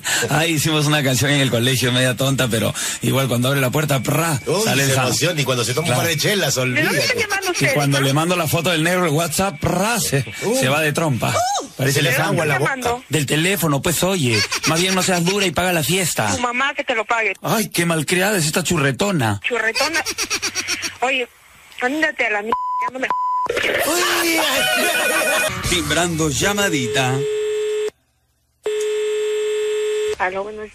Ay, hicimos una canción en el colegio media tonta, pero igual cuando abre la puerta, prra,
Uy,
sale el
se
ja.
emociona y cuando se toma
Claro.
un par de chelas,
¿De dónde están
olvídate.
llamando
Y
ustedes?
cuando
ah?
le mando la foto del negro el WhatsApp, prra, se, se va de trompa. Parece
Se le
elefante.
agua la boca.
llamando?
Del teléfono, pues oye. Más bien no seas dura y paga la fiesta.
Tu mamá que te lo pague.
Ay, qué malcriada es esta churretona.
Churretona. Oye, ándate a la mierda, ya no me
Timbrando llamadita.
Aló, buenos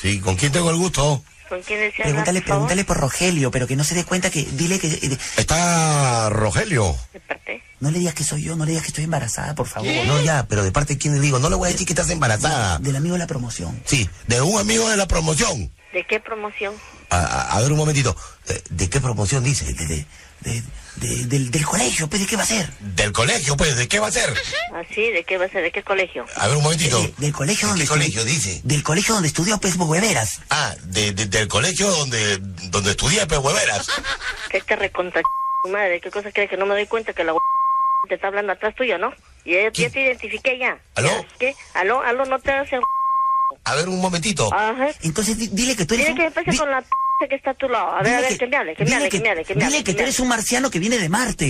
Sí, ¿con quién tengo el gusto?
¿Con quién desea hablar,
Pregúntale,
por favor?
pregúntale por Rogelio, pero que no se dé cuenta que. Dile que. eh,
Está Rogelio.
De parte.
No le digas que soy yo, no le digas que estoy embarazada, por favor.
No, ya, pero de parte de quién le digo, no le voy a decir que estás embarazada.
Del amigo de la promoción.
Sí, de un amigo de la promoción.
¿De qué promoción?
A, a- a ver un momentito, ¿de, de qué promoción dice?
De, de- de- de- del, del colegio, pues, ¿de qué va a ser?
Del colegio, pues, ¿de qué va a ser?
¿Ah, sí? ¿De qué va a ser? ¿De qué colegio?
A ver un momentito.
De- del colegio donde
¿De qué
estu-
Eh, colegio dice?
Del colegio donde estudió, pues, hueveras.
Ah, de- de- del colegio donde, donde estudié, pues, hueveras.
¿Qué te recontra tu madre? ¿Qué cosa crees que no me doy cuenta que la te está hablando atrás tuyo, no? Y ya, ya te identifiqué ya.
¿Aló?
¿Ya? ¿Qué? ¿Aló? ¿Aló? No te hagas el...
A ver un momentito.
Ajá.
Entonces, di- dile que tú eres.
Dile que me pase
di-
con la p- que está a tu lado. A ver,
dile
a ver, que me hable, que me
dile
hable, que me hable, que me hable.
Dile que
me
tú eres
hable.
un marciano que viene de Marte.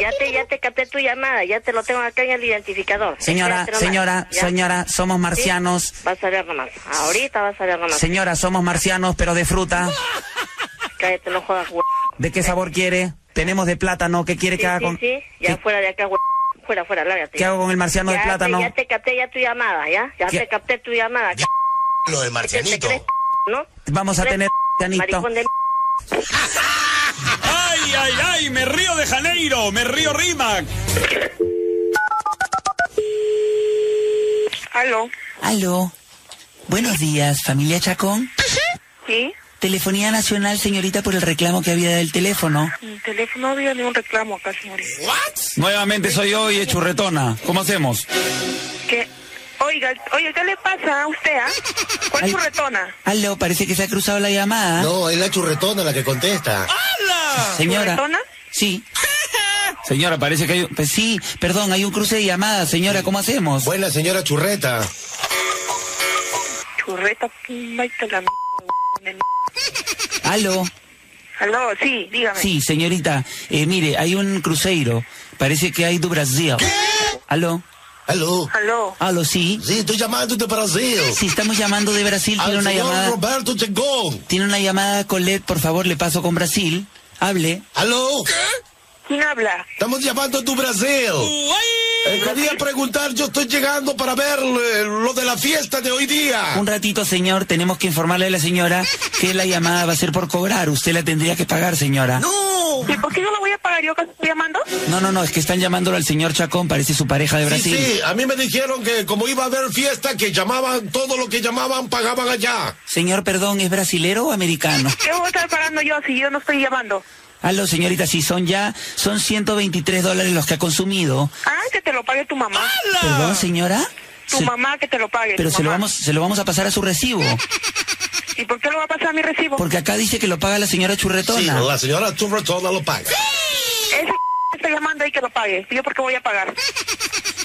Ya te, ya te capté tu llamada, ya te lo tengo acá en el identificador.
Señora,
Espérate nomás,
señora,
¿ya?
señora, somos marcianos.
Vas a ver nomás. Ahorita vas a ver nomás.
Señora, somos marcianos, pero de fruta.
Cállate, no jodas, güey.
¿De qué sabor quiere? Tenemos de plátano. ¿Qué quiere
Sí,
que haga
sí,
con.?
sí, ya
¿Qué,
fuera de acá, güey. Fuera, fuera, lárgate.
qué hago con el marciano
ya,
de plátano?
Te, ya te capté ya tu llamada, ¿ya? Ya
¿Qué?
te capté tu llamada.
Ya, Lo del
¿Qué te
marcianito.
crees, no?
Vamos a
¿Crees,
tener. Marcianito.
Maricón de...
¡Ay, ay, ay! ¡Me río de Janeiro! ¡Me río Rimac!
Aló,
Aló. Buenos días, familia Chacón.
¿sí?
Telefonía Nacional, señorita, por el reclamo que había del teléfono.
Mi teléfono no había ningún reclamo acá, señorita.
Nuevamente soy yo y es churretona. ¿Cómo hacemos?
¿Qué? Oiga, oiga, ¿qué le pasa a usted, ah? ¿Cuál
Ay.
es su retona?
Aló, parece que se ha cruzado la llamada.
No, es la churretona la que contesta.
Señora.
¿Retona?
Sí. Señora, parece que hay... un- Pues sí, perdón, hay un cruce de llamadas, señora, ¿cómo hacemos?
Buena señora churreta.
Churreta, maita la m-
Aló.
Aló, sí, dígame.
Sí, señorita, eh, mire, hay un cruceiro. Parece que hay do Brasil. Aló.
Aló.
Aló,
Aló, sí.
Sí, estoy llamando de Brasil.
Sí, estamos llamando de Brasil,
Al
tiene una
señor
llamada...
Roberto Chacón.
Tiene una llamada, Colette, por favor, le paso con Brasil. Hable.
Aló.
¿quién habla?
Estamos llamando de Brasil.
¡Uy!
Eh, quería preguntar, yo estoy llegando para ver eh, lo de la fiesta de hoy día.
Un ratito, señor, tenemos que informarle a la señora que la llamada va a ser por cobrar. Usted la tendría que pagar, señora.
No. ¿Y por qué yo la voy a pagar yo que estoy llamando?
No, no, no, es que están llamándolo al señor Chacón, parece su pareja de
Sí,
Brasil.
sí, a mí me dijeron que como iba a haber fiesta, que llamaban, todo lo que llamaban pagaban allá.
Señor, perdón, ¿es brasilero o americano?
¿Qué voy a estar pagando yo si yo no estoy llamando?
Aló, señorita, si son ya, son 123 dólares los que ha consumido.
Ah, que te lo pague tu mamá.
Perdón, señora.
Tu
Se-
mamá que te lo pague.
Pero
tu
se lo,
mamá.
vamos, se lo vamos a pasar a su recibo,
¿Y por qué lo va a pasar a mi recibo?
porque acá dice que lo paga la señora
Sí,
Churretona.
la señora Turretona lo paga.
Ese que está llamando ahí que lo pague. ¿Yo por qué voy a pagar?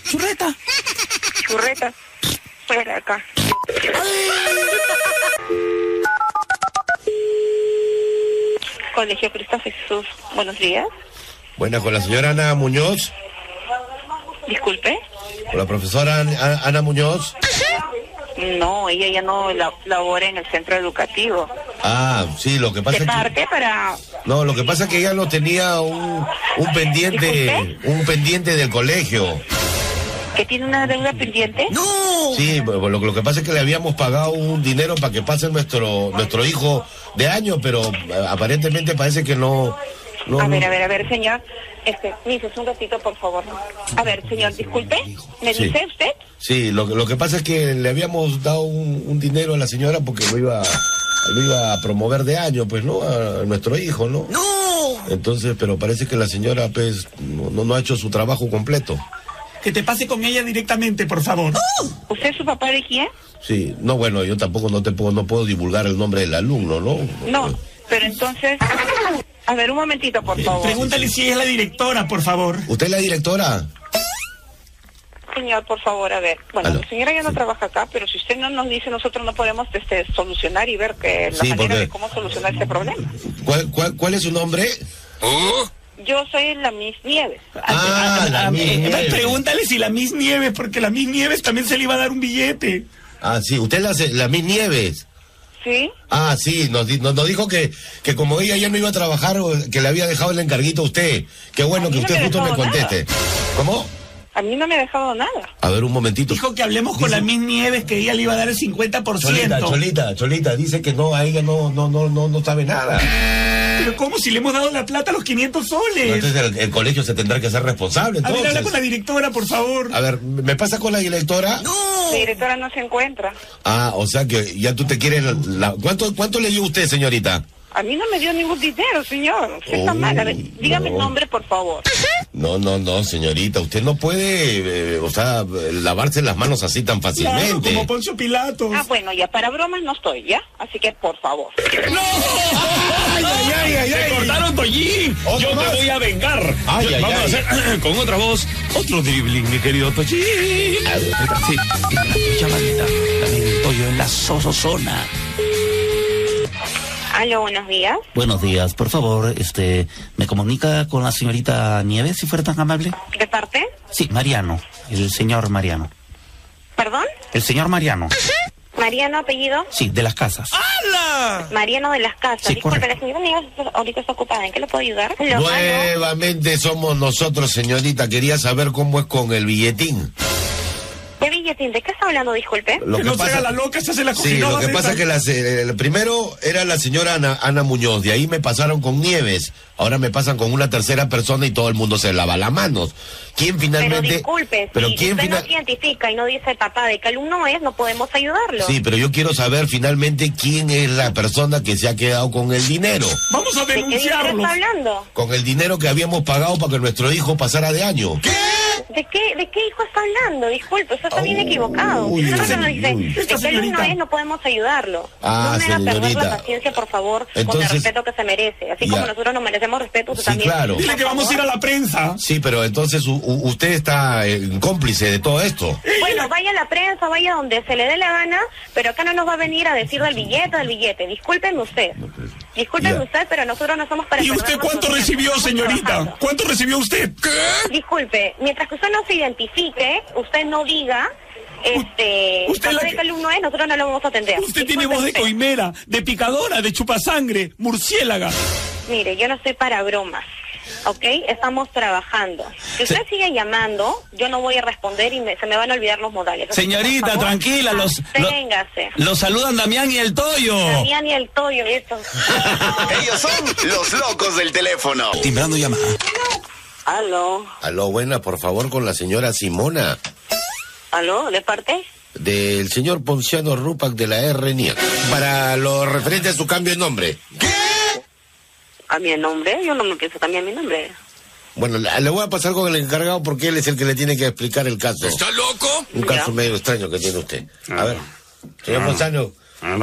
Churreta.
Churreta. Fuera de acá. Colegio Cristo Jesús, buenos días.
Bueno, con la señora Ana Muñoz,
Disculpe.
con la profesora An- A- Ana Muñoz.
No, ella ya no la- labora en el centro educativo.
Ah, sí, lo que pasa
¿De
es que...
parte para...?
No, lo que pasa es que ella no tenía un, un pendiente, un pendiente del colegio.
¿Que tiene una deuda pendiente?
Sí, lo, lo que pasa es que le habíamos pagado un dinero para que pase nuestro nuestro hijo de año, pero eh, aparentemente parece que no. no-
A ver, a ver, a ver, señor. Este, me dices un ratito, por favor. A ver, señor, disculpe. ¿Me
Sí.
dice usted?
Sí, lo, que- lo que pasa es que le habíamos dado un, un dinero a la señora porque lo iba, lo iba a promover de año, pues, ¿no? A, a nuestro hijo, ¿no? Entonces, pero parece que la señora, pues, no- no- no ha hecho su trabajo completo.
Que te pase con ella directamente, por favor.
¿Usted es su papá de quién?
Sí, no, bueno, yo tampoco no te puedo, no puedo divulgar el nombre del alumno, ¿no?
No, pero entonces... A ver, un momentito, por favor.
Pregúntale si es la directora, por favor.
¿Usted es la directora?
Señor, por favor, a ver. Bueno,
Aló.
la señora ya no trabaja acá, pero si usted no nos dice, nosotros no podemos este, solucionar y ver que la
Sí,
manera
porque-
de cómo solucionar este problema.
¿Cuál, cuál, cuál es su nombre?
Yo soy la Miss Nieves. eh,
Ah, la Miss
Eh.
Nieves.
Pregúntale si la Miss Nieves, porque la Miss Nieves también se le iba a dar un billete.
Ah, sí, usted es la, se- la Miss Nieves.
¿Sí?
Ah, sí, nos, di- nos, nos dijo que, que como ella ya no iba a trabajar, o que le había dejado el encarguito a usted. Qué bueno
A mí
que
no
usted
me
justo me
dejó
conteste. ¿Cómo?
A mí no me ha dejado nada.
A ver, un momentito.
Dijo que hablemos con la Miss Nieves, que ella le iba a dar el 50%.
Cholita, Cholita, Cholita, dice que no, a ella no, no, no, no, no sabe nada.
Pero ¿cómo? Si le hemos dado la plata a los 500 soles.
Entonces el, el colegio se tendrá que ser responsable,
a ver, habla con la
entonces.
directora, por favor.
A ver, ¿me pasa con la directora?
La directora no se encuentra.
Ah, o sea que ya tú te quieres la, la- ¿cuánto, ¿Cuánto le dio usted, señorita?
A mí no me dio ningún dinero, señor. Usted
Oh,
está mal. A ver, dígame
no.
el nombre, por favor.
No, no, no, señorita, usted no puede, eh, o sea, lavarse las manos así tan
Claro,
fácilmente.
como Poncio Pilatos.
Ah, bueno, ya para bromas no estoy, ¿ya? Así que, por favor.
¡Ay, ay, ay! ¡Se cortaron Tollín!
¿Otro
Yo
más?
te voy a vengar.
Ay,
Yo-
ay,
vamos
ay.
a hacer con otra voz otro dribbling, mi querido Tollín.
Sí, y la escucha maldita, también estoy yo en la sosozona.
Aló, buenos días.
Buenos días, por favor, este, ¿me comunica con la señorita Nieves, si fuera tan amable?
¿De parte?
Sí, Mariano, el señor Mariano.
¿Perdón?
El señor Mariano,
Mariano, apellido.
sí, de las casas.
Ah, Mariano de las Casas.
Sí,
Disculpe,
correcto.
la señora Nieves ahorita está ocupada. ¿En qué le puedo ayudar? Aló, aló.
Nuevamente somos nosotros, señorita. Quería saber cómo es con el billetín.
¿Qué billetín? ¿De qué está hablando? Disculpe.
Lo
Que no se haga la loca, se hace la
Sí, lo que pasa es que las, eh, el primero era la señora Ana, Ana Muñoz, de ahí me pasaron con Nieves, ahora me pasan con una tercera persona y todo el mundo se lava las manos. ¿Quién
Pero
finalmente?
disculpe,
pero
si
quién
usted
final-
no se identifica y no dice papá de qué alumno es, no podemos ayudarlo.
Sí, pero yo quiero saber finalmente quién es la persona que se ha quedado con el dinero,
Vamos a
¿De qué dinero
denunciarlo.
está hablando?
con el dinero que habíamos pagado para que nuestro hijo pasara de año.
¿De qué, ¿De qué hijo está hablando? Disculpe, eso está bien
Uy,
equivocado.
uy,
Si usted no
uy,
nos dice,
uy.
¿de
Esta
qué alumno
señorita.
es? No podemos ayudarlo.
Ah,
no me haga perder
señorita.
la paciencia, por favor, con
Entonces-
el respeto que se merece. Así
Ya.
como nosotros nos merecemos respeto, usted
Sí,
también.
claro.
Dile que vamos a ir a la prensa.
Sí, pero entonces u- u- usted está eh, cómplice de todo esto.
Bueno, vaya a la prensa, vaya donde se le dé la gana, pero acá no nos va a venir a decir del billete, del billete. Discúlpenme usted. Discúlpenme
Ya.
usted, pero nosotros no somos para...
¿Y usted
perdernos
cuánto
su tiempo.
recibió,
Estamos
señorita?
trabajando.
¿Cuánto recibió usted?
Disculpe, mientras que usted no se identifique, usted no diga... Este,
usted la
papá de
que-
qué alumno es, nosotros no lo vamos a atender.
Usted tiene
Disculpe
voz de
usted.
coimera, de picadora, de chupasangre, murciélaga.
Mire, yo no estoy para bromas.
¿ok? Estamos trabajando. Si usted sigue llamando, yo no voy a responder y me- se me van a olvidar los modales. Así que, por
Señorita,
favor,
tranquila, los- lo-
absténgase.
Los saludan Damián y el Toyo.
Damián y el Toyo, eso.
Ellos son los locos del teléfono.
Timbrando llamada.
Aló,
Aló, buena, por favor, con la señora Simona,
aló, ¿de parte?
del señor Ponciano Rupac de la RNIA. Para lo referente a su cambio de nombre.
A mi nombre, yo no me pienso cambiar mi nombre.
Bueno, le le voy a pasar con el encargado porque él es el que le tiene que explicar el caso. ¿Está loco? Un caso
Ya.
medio extraño que tiene usted. A ver,
Ah,
señor Ponciano,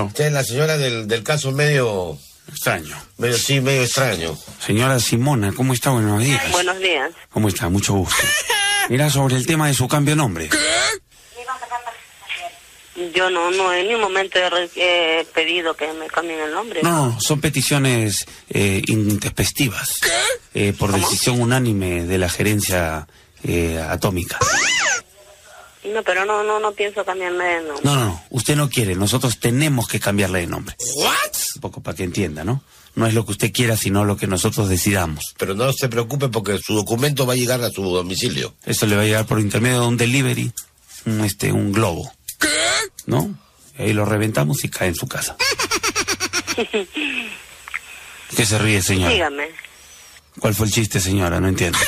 usted es la señora del, del caso medio...
Extraño.
Medio, sí, medio extraño.
Señora Simona, ¿cómo está? Buenos días.
Buenos días.
¿Cómo está? Mucho gusto. Mira, sobre el tema de su cambio de nombre.
Yo no, no, en ningún momento he, re- he pedido que me cambien el nombre.
No, no, son peticiones eh, intempestivas. eh, por decisión unánime de la gerencia eh, atómica.
No, pero no, no, no pienso cambiarme de nombre.
No, no, no. Usted no quiere. Nosotros tenemos que cambiarle de nombre. Un poco para que entienda, ¿no? No es lo que usted quiera, sino lo que nosotros decidamos.
Pero no se preocupe porque su documento va a llegar a su domicilio.
Eso le va a llegar por intermedio de un delivery, un, este, un globo. ¿No? Y ahí lo reventamos y cae en su casa. ¿Qué se ríe, señora?
Dígame,
¿Cuál fue el chiste, señora? No entiendo.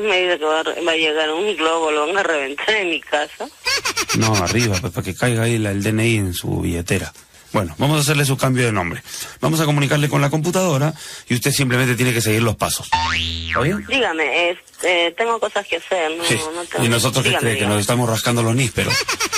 me dice que va a, re- va a llegar un globo, lo van a reventar en mi casa.
No, arriba, pues, para que caiga ahí la- el DNI en su billetera. Bueno, vamos a hacerle su cambio de nombre. Vamos a comunicarle con la computadora y usted simplemente tiene que seguir los pasos. ¿Está bien?
Dígame, es- eh, tengo cosas que hacer, no,
Sí.
no tengo...
Y nosotros que
dígame,
cree que
dígame.
nos estamos rascando los nísperos.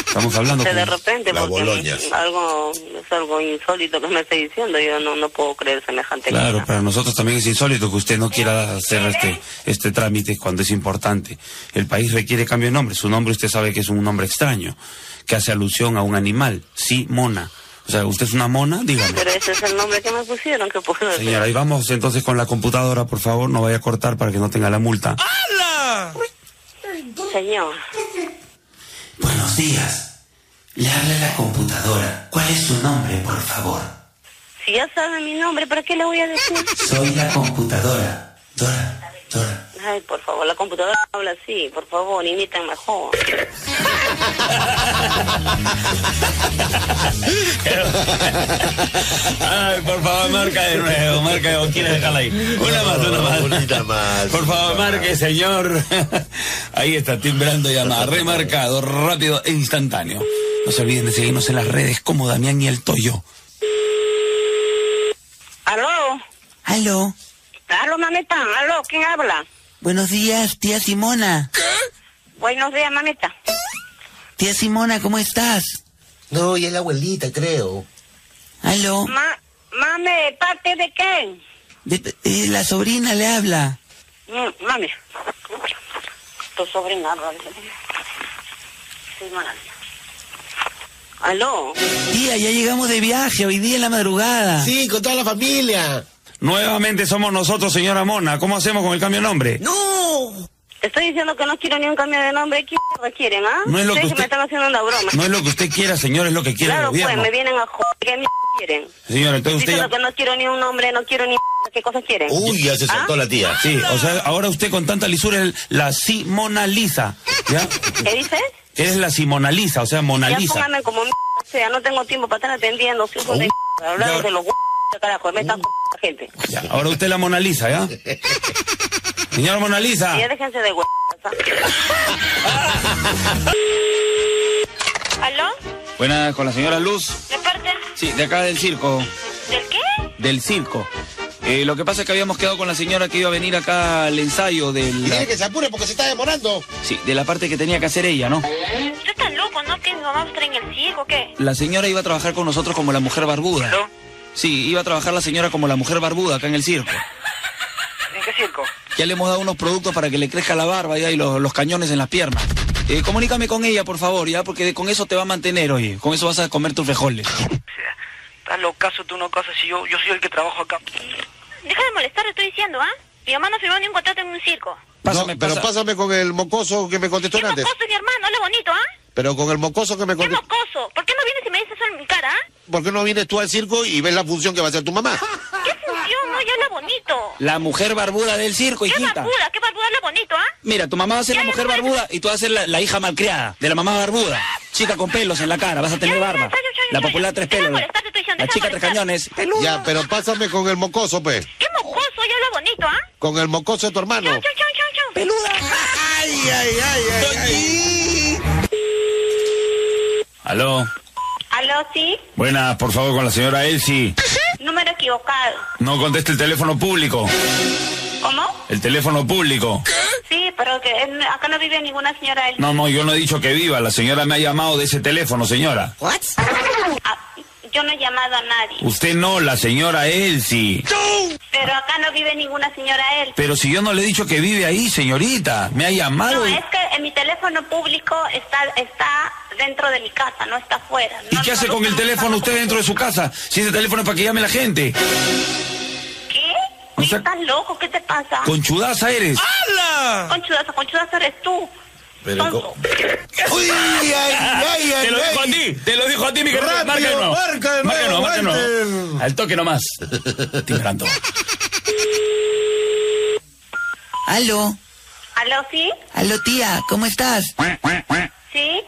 Estamos hablando
Usted de
con...
repente,
La
porque
Boloña.
es algo, es algo insólito que me está diciendo, yo no, no puedo creer semejante
Claro,
cosa.
para nosotros también es insólito que usted no quiera hacer este, este trámite cuando es importante. El país requiere cambio de nombre. Su nombre usted sabe que es un nombre extraño, que hace alusión a un animal. Sí, mona. O sea, ¿usted es una mona? Dígame.
Pero ese es el nombre que me pusieron, que puedo decir?
Señora, ahí vamos entonces con la computadora, por favor, no vaya a cortar para que no tenga la multa.
Señor,
Buenos días. Le habla la computadora. ¿Cuál es su nombre, por favor?
si ya sabe mi nombre, ¿para qué le voy a decir?
Soy la computadora. Dora, Dora.
Ay, por favor, la computadora no habla así, por favor, imiten mejor.
Ay, por favor, marca de nuevo, marca de nuevo. Quiere dejarla ahí. Una más, una más.
Bonita más.
Por favor, marque, señor. Ahí está, timbrando llamada. Remarcado, rápido e instantáneo.
No se olviden de seguirnos en las redes como Damián y el Toyo.
¿Aló?
Aló.
¿Aló, mamita? ¿Aló? ¿Quién habla?
Buenos días, tía Simona.
Buenos días, mamita.
Tía Simona, ¿cómo estás?
No, y es la abuelita, creo.
Aló.
Ma mame, ¿de parte de quién?
De- eh, la sobrina le habla.
Mm, mami. Tu sobrina habla. dice. Sí, mami. ¿Aló?
Tía, ya llegamos de viaje hoy día en la madrugada.
Sí, con toda la familia.
Nuevamente somos nosotros, señora Mona. ¿Cómo hacemos con el cambio de nombre?
Te estoy diciendo que no quiero ni un cambio de nombre. ¿Qué mierda quieren, ah?
No es lo que
Ustedes
usted-
me están haciendo una broma.
No es lo que usted quiera, señor, es lo que quiere
claro,
el
pues,
gobierno.
me vienen a joder. ¿Qué mierda quieren?
Señora, entonces usted
Diciendo
ya...
que no quiero ni un nombre, no quiero ni mierda. ¿Qué cosas quieren? ¿Ah?
Uy, ya se soltó la tía.
Sí, o sea, ahora usted con tanta lisura es la Simona Lisa, ¿ya?
¿Qué dices?
Que es la Simona Lisa, o sea, Mona
Ya
Lisa.
póngame como mierda sea, no tengo tiempo para estar atendiendo, si
Oh,
hijo de mierda, hablando de los hue- carajo, me están con gente.
Ya, ahora usted es la Mona Lisa, ¿ya? Señora Mona Lisa.
Ya déjense de hue- ¿Aló?
Buenas, con la señora Luz.
¿De parte?
Sí, de acá del circo.
¿Del qué?
del circo. Eh, lo que pasa es que habíamos quedado con la señora que iba a venir acá al ensayo de la,
que se apure porque se está demorando.
sí, de la parte que tenía que hacer ella, ¿no?
¿Usted está loco? ¿No tienes mamá estar en el circo o qué?
La señora iba a trabajar con nosotros como la mujer barbuda.
¿Aló?
Sí, iba a trabajar la señora como la mujer barbuda acá en el circo.
¿En qué circo?
Ya le hemos dado unos productos para que le crezca la barba ya, y los, los cañones en las piernas. Eh, comunícame con ella, por favor, ya, porque con eso te va a mantener, oye. Con eso vas a comer tus frijoles.
Estás locazo, tú no casas y yo, yo soy el que trabajo acá.
Deja de molestar, estoy diciendo, ¿ah? Mi mamá no firmó ni un contrato en un circo.
Pásame,
pero
pasa-
pásame con el mocoso que me contestó
¿Qué
antes.
mocoso es mi hermano? Habla bonito, ¿ah?
Pero con el mocoso que me
¿Qué
contestó.
mocoso? ¿Por qué no vienes y me dices eso en mi cara, ah?
¿Por qué no vienes tú al circo y ves la función que va a hacer tu mamá?
¿Qué función? No yo hablo bonito.
La mujer barbuda del circo,
¿Qué
hijita.
barbuda? ¿Qué barbuda habla bonito, ah?
Mira, tu mamá va a ser la mujer barbuda y tú vas a ser la, la hija malcriada de la mamá barbuda. Chica con pelos en la cara, vas a tener barba. La popular tres pelos. La chica tres cañones.
Ya, pero pásame con el mocoso, pues.
¿Qué mocoso? Yo hablo bonito, ¿ah?
Con el mocoso de tu hermano.
Chau, chau, chau, chau.
Peluda.
Ay, ay, ay, ay,
Aló.
¿Aló, sí?
Buenas, por favor, con la señora Elsie.
Número equivocado.
No conteste el teléfono público.
¿Cómo?
El teléfono público.
¿Eh? Sí, pero que en- acá no vive ninguna señora del...
No, no, yo no he dicho que viva. La señora me ha llamado de ese teléfono, señora.
Ah, yo no he llamado a nadie.
Usted no, la señora Elsie.
Pero acá no vive ninguna señora él.
Pero si yo no le he dicho que vive ahí, señorita. Me ha
No,
llamado. y-
es que en mi teléfono público está está dentro de mi casa, no está afuera.
¿Y qué hace con el teléfono usted dentro de su casa? Si ese teléfono es para que llame la gente.
¿Qué?
O sea-
¿Estás loco? ¿Qué te pasa?
Conchudaza eres.
Conchudazo, conchudazo eres tú. Tonto.
ay, ay, ay,
te lo
ay.
dijo a ti, te lo dijo a ti, mi querido.
Rápido,
Marca de nuevo.
marca de
Marca de
nuevo,
nuevo, marca de nuevo. Al toque nomás. Timbrando.
Aló,
¿Aló, sí?
aló tía, ¿cómo estás?
¿Sí?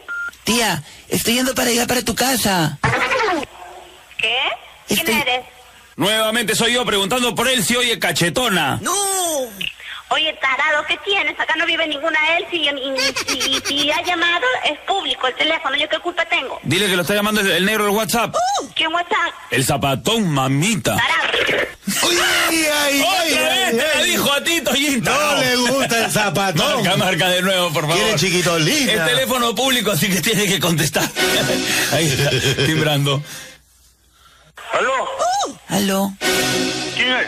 Tía, estoy yendo para allá para tu casa.
¿Qué? ¿Quién
Estoy-
eres?
Nuevamente soy yo preguntando por él si oye cachetona.
¡No!
Oye, tarado, ¿qué tienes? Acá no vive ninguna él. Si, y, y- y- si ha llamado, es público el teléfono. ¿Yo qué culpa tengo?
Dile que lo está llamando el- el negro del WhatsApp.
Uh.
¿Quién WhatsApp?
El zapatón, mamita.
Tarado.
Ay, ay,
Otra
ay,
vez
ay,
te
ay.
lo dijo a ti, Toyita.
No le gusta el zapatón.
Marca, marca de nuevo, por favor.
Quiere
Es
chiquitolina.
teléfono público, así que tiene que contestar. Ahí está, timbrando.
¿Aló?
Uh. Aló,
¿Quién es?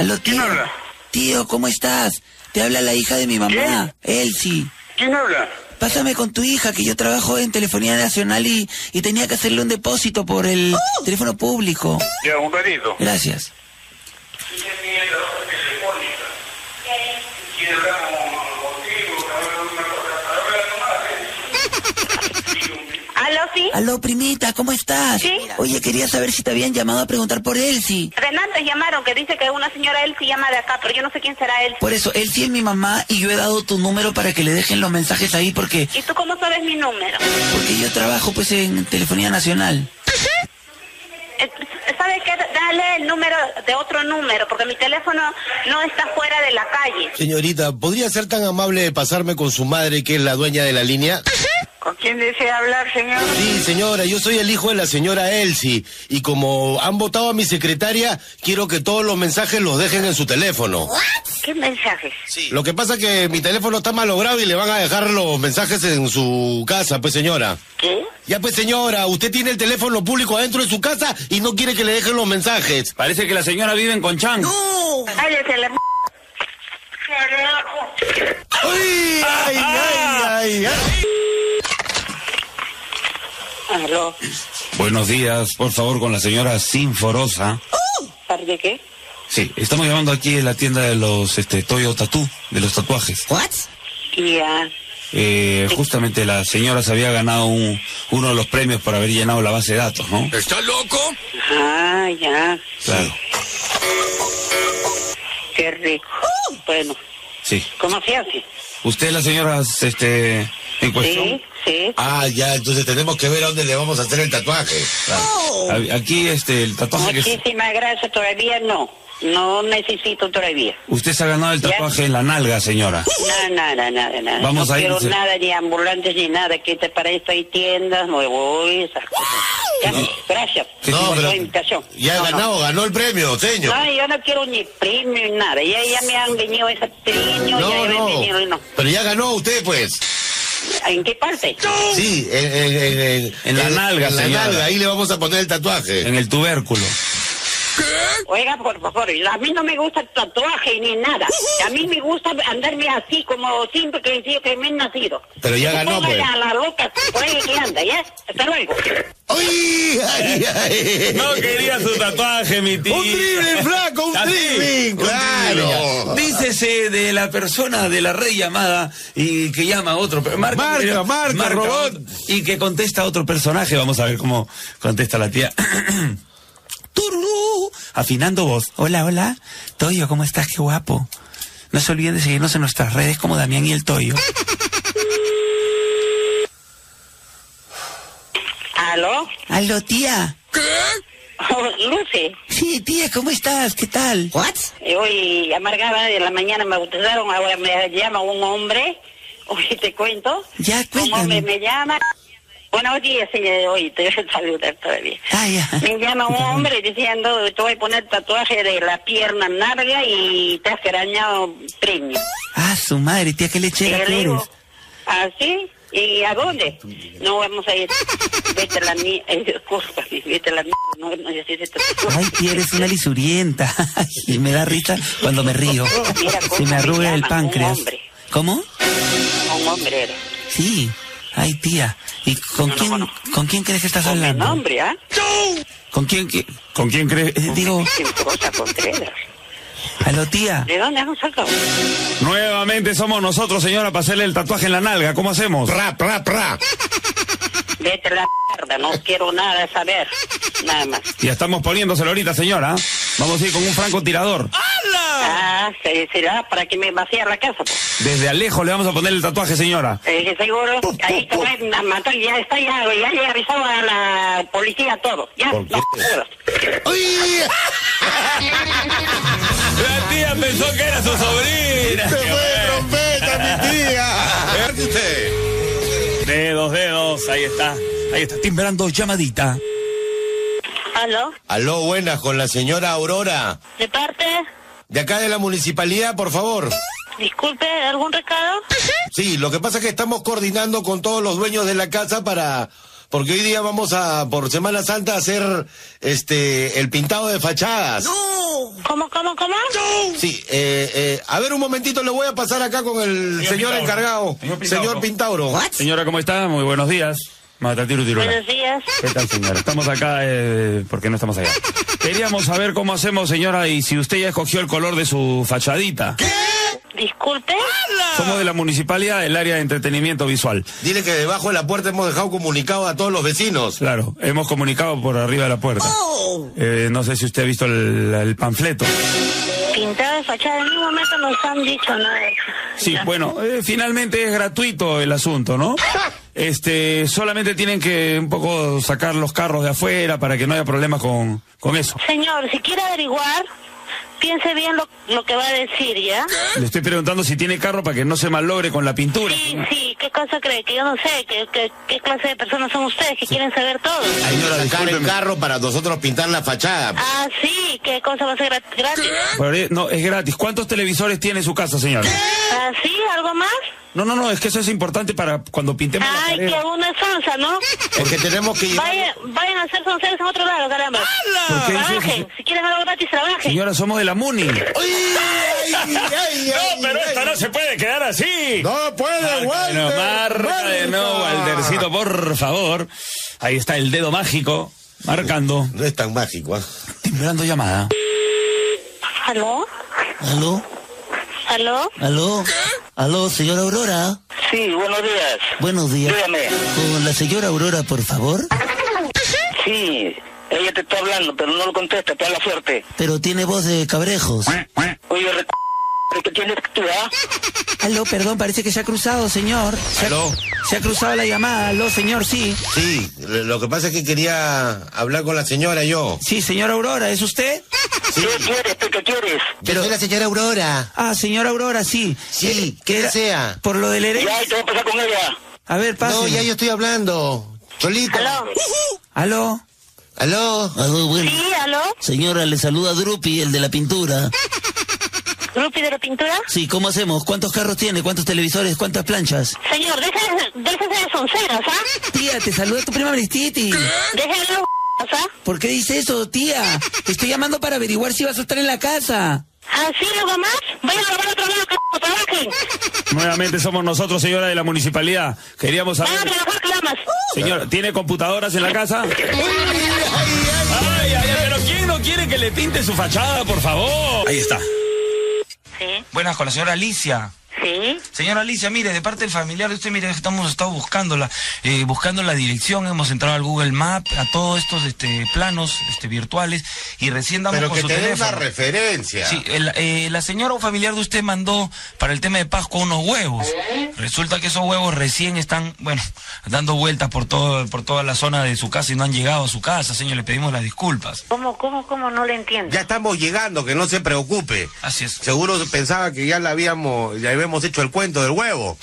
aló tío.
¿Quién habla?
Tío, ¿cómo estás? Te habla la hija de mi mamá, Elsie.
¿Quién habla?
Pásame con tu hija, que yo trabajo en Telefonía Nacional y, y tenía que hacerle un depósito por el
¡Oh!
teléfono público.
Ya, un carito.
Gracias.
Oh, ¿Aló, sí?
Aló, primita, ¿cómo estás?
Sí.
Oye, quería saber si te habían llamado a preguntar por Elsie.
Renato llamaron que dice que una señora Elsie llama de acá, pero yo no sé quién será Elsie.
Por eso, Elsie es mi mamá y yo he dado tu número para que le dejen los mensajes ahí porque,
¿Y tú cómo sabes mi número?
porque yo trabajo pues en Telefonía Nacional.
Eh, ¿Sabes qué? Dale el número de otro número, porque mi teléfono no está fuera de la calle.
Señorita, ¿podría ser tan amable de pasarme con su madre, que es la dueña de la línea?
¿Con quién desea hablar, señor?
Sí, señora, yo soy el hijo de la señora Elsie. Y como han votado a mi secretaria, quiero que todos los mensajes los dejen en su teléfono.
¿Qué mensajes?
Lo que pasa es que mi teléfono está malogrado y le van a dejar los mensajes en su casa, pues señora.
¿Qué?
Ya pues señora, usted tiene el teléfono público adentro de su casa y no quiere que le dejen los mensajes.
Parece que la señora vive en Conchán.
Cállate la... m-
¡Ay, ay, ay, ay! ay.
¿Aló?
Buenos días, por favor, con la señora Sinforosa.
¿De qué?
Sí, estamos llamando aquí en la tienda de los este, Toyo Tatú, de los tatuajes.
¿What?
Ya.
Eh, justamente la señora se había ganado un- uno de los premios por haber llenado la base de datos, ¿no?
Ah, ya.
Claro,
Qué rico. Bueno,
sí.
¿cómo se hace?
¿Usted es la señora este, en cuestión?
Sí, sí.
pues Ah, ya, entonces tenemos que ver a dónde le vamos a hacer el tatuaje.
A- Aquí este, el tatuaje que...
Muchísimas gracias, todavía no. No necesito todavía.
Usted se ha ganado el
Ya.
tatuaje en la nalga, señora.
Nada, nada, nada, nada.
Vamos
no
a ir,
quiero
dice.
nada, ni ambulantes, ni nada. Que te para esto hay tiendas, me voy, esas cosas. Ya, Gracias
No,
por
pero-
la invitación.
Ya ha
No, no.
ganado, ganó el premio, señor.
No, yo no quiero ni premio ni nada. Ya, ya me han venido esas triños, ya
No,
me han venido y
no.
no.
Pero ya ganó usted, pues.
¿En qué parte?
Sí, en, en- en- en-
En la nalga,
En la
señora.
nalga, ahí le vamos a poner el tatuaje.
En el tubérculo.
Oiga, por favor, a mí no me gusta el tatuaje ni nada. A mí me gusta andarme así, como siempre que he sido, que me he nacido.
Pero ya
Que
ganó,
pongan
pues.
a la loca por ahí que anda, ¿ya? Hasta luego.
¡Ay, ay, ay!
No quería su tatuaje, mi tío.
¡Un drible, flaco! ¡Un
Así,
drible!
un
¡Claro!
Dícese de la persona de la red llamada y que llama a otro. pero Marca,
Marca,
primero,
marca, robot.
Y que contesta a otro personaje. Vamos a ver cómo contesta la tía. Tururú,
afinando voz. Hola, hola. Toyo, ¿cómo estás? Qué guapo. No se olviden de seguirnos en nuestras redes como Damián y el Toyo.
¿Aló? Oh,
Aló, tía.
Luce.
Sí, tía, ¿cómo estás? ¿Qué tal? ¿What?
Eh, Hoy, amargada de la mañana me bautizaron, ahora me llama un hombre. Hoy te cuento.
Ya,
Un hombre me llama. Buenos días, señor. Hoy te voy a saludar todavía. Me llama un hombre diciendo, te voy a poner tatuaje de la pierna larga y te has arañado premio.
Ah, su madre, tía, qué lechera
Te
que eres.
digo. ¿Así? ¿Ah, ¿Y a dónde? No vamos a ir. Vete a la mía. Discúlpame, vete a la mía. No, no, yo sí te-
Ay, tía, eres una lisurienta. y me da risa cuando me río.
Mira,
Se
¿cómo
me
me
arruga el
llaman? Un
páncreas.
hombre.
¿Cómo?
Un hombre eres.
Sí. Ay, tía. ¿Y con quién con quién crees que estás hablando?
Hombre, ¿ah?
¿Con quién qué- con quién crees? Eh, digo,
Qué cosa Contreras.
aló, tía.
¿De dónde han sacado?
Nuevamente somos nosotros, señora, para hacerle el tatuaje en la nalga. ¿Cómo hacemos? Pra, pra, pra.
Vete a la mierda, no quiero nada saber. Nada más.
Ya estamos poniéndoselo ahorita, señora. Vamos a ir con un francotirador.
Ah, se- será para que me vacíe la casa, pues.
Desde Alejo le vamos a poner el tatuaje, señora.
Eh, que seguro, ahí te van a matar, ya está, ya, ya le avisaba a la policía todo. Ya, no, seguro.
La tía pensó que era su sobrina. Se fue de trompeta, mi tía. Dedos, dedos, ahí está.
Ahí está timbrando llamadita.
¿Aló?
Aló, buenas, con la señora Aurora.
¿De parte?
De acá de la municipalidad, por favor.
Disculpe, ¿algún recado?
Sí, lo que pasa es que estamos coordinando con todos los dueños de la casa para... Porque hoy día vamos a, por Semana Santa, a hacer este el pintado de fachadas.
¿Cómo, cómo, cómo?
Sí, eh, eh, a ver un momentito, le voy a pasar acá con el señor,
Pintauro.
encargado,
Señor Pintauro.
señor Pintauro.
Señora, ¿cómo está? Muy buenos días. Matatiru Tirola.
Buenos días.
¿Qué tal, señora? Estamos acá eh, porque no estamos allá. Queríamos saber cómo hacemos, señora, y si usted ya escogió el color de su fachadita.
Disculpe.
Somos de la municipalidad del área de entretenimiento visual.
Dile que debajo de la puerta hemos dejado comunicado a todos los vecinos.
Claro, hemos comunicado por arriba de la puerta. Eh, no sé si usted ha visto el, el panfleto.
Pintada de fachada, en ningún momento nos han dicho nada.
Sí, bueno, eh, finalmente es gratuito el asunto, ¿no? Este, solamente tienen que un poco sacar los carros de afuera para que no haya problemas con, con eso.
Señor, si quiere averiguar, piense bien lo, lo que va a decir, ¿ya?
Le estoy preguntando si tiene carro para que no se malogre con la pintura.
Sí, sí, ¿qué cosa cree? Que yo no sé, ¿qué, qué, qué clase de personas son ustedes que quieren saber todo?
Señora, sacar el carro para nosotros pintar la fachada.
Ah, sí, ¿qué cosa va a ser grat- gratis?
Pero, eh, No, es gratis. ¿Cuántos televisores tiene en su casa, señora?
Ah, sí, ¿algo más?
No, no, no, es que eso es importante para cuando pintemos
Ah,
la
Ay,
pared.
que una sonza, ¿no?
Porque tenemos que
Vayan, vayan a hacer sonceros en otro lado, caramba.
¿Por qué dices
Trabajen, si quieren algo gratis, trabajen.
Señora, somos de la MUNI.
no,
pero esta no se puede quedar así.
No puede,
Walter. No, marca de no, Waltercito, por favor. Ahí está el dedo mágico marcando.
No es tan mágico, ¿ah?
Timbrando llamada.
¿Aló?
¿Aló?
¿Aló?
¿Aló? ¿Aló, señora Aurora?
¿Ah? Sí, buenos días.
Buenos días.
Dígame.
Con la señora Aurora, por favor.
Sí, ella te está hablando, pero no lo contesta, te habla fuerte.
Pero tiene voz de cabrejos.
Oye, re... ¿qué tienes tú, ah?
Aló, perdón, parece que se ha cruzado, señor. Se ha,
Aló.
se ha cruzado la llamada. Aló, señor, sí.
Sí, le- lo que pasa es que quería hablar con la señora yo.
Sí, señora Aurora, ¿es usted?
¿Qué quieres, tú, qué quieres?
Pero soy la señora Aurora.
Ah, señora Aurora, sí. Eh,
Sí, ¿qué
era-
desea?
Por lo del
Ya,
herencia.
te voy a pasar con ella.
A ver, pase.
No, ya yo estoy hablando. Solita.
¿Aló?
Aló.
Aló.
Aló, Ah, bueno.
Sí, ¿aló?
Señora, le saluda Drupi, el de la pintura.
¿Grupi de la pintura?
Sí, ¿cómo hacemos? ¿Cuántos carros tiene? ¿Cuántos televisores? ¿Cuántas planchas?
Señor, déjese déjese de sonceros, ¿ah?
Tía, te saluda tu prima Aristiti.
Déjese de los ¿ah?
¿Por qué dice eso, tía? Te estoy llamando para averiguar si vas a estar en la casa.
¿Ah, sí, algo más? Vayan a robar otro lado, c***o, trabajen.
Nuevamente somos nosotros, señora de la municipalidad. Queríamos
Van a
saber.
trabajar clamas.
Señora, ¿tiene computadoras en la casa? Ay, ay, ay, pero ¿quién no quiere que le pinte su fachada, por favor? Ahí está.
Sí,
Buenas, con la señora Alicia.
sí.
Señora Alicia, mire, de parte del familiar de usted, mire, estamos estado buscándola, eh, buscando la dirección, hemos entrado al Google Map, a todos estos este, planos este, virtuales y recién damos
Pero
con
que
su
te den
teléfono.
la referencia.
Sí, el- eh, la señora o familiar de usted mandó para el tema de Pascua unos huevos. Resulta que esos huevos recién están, bueno, dando vueltas por todo, por toda la zona de su casa y no han llegado a su casa, señor. Le pedimos las disculpas.
¿Cómo, cómo, cómo? No le entiendo.
Ya estamos llegando, que no se preocupe.
Así es.
Seguro pensaba que ya la habíamos, ya habíamos hecho el cuento del huevo.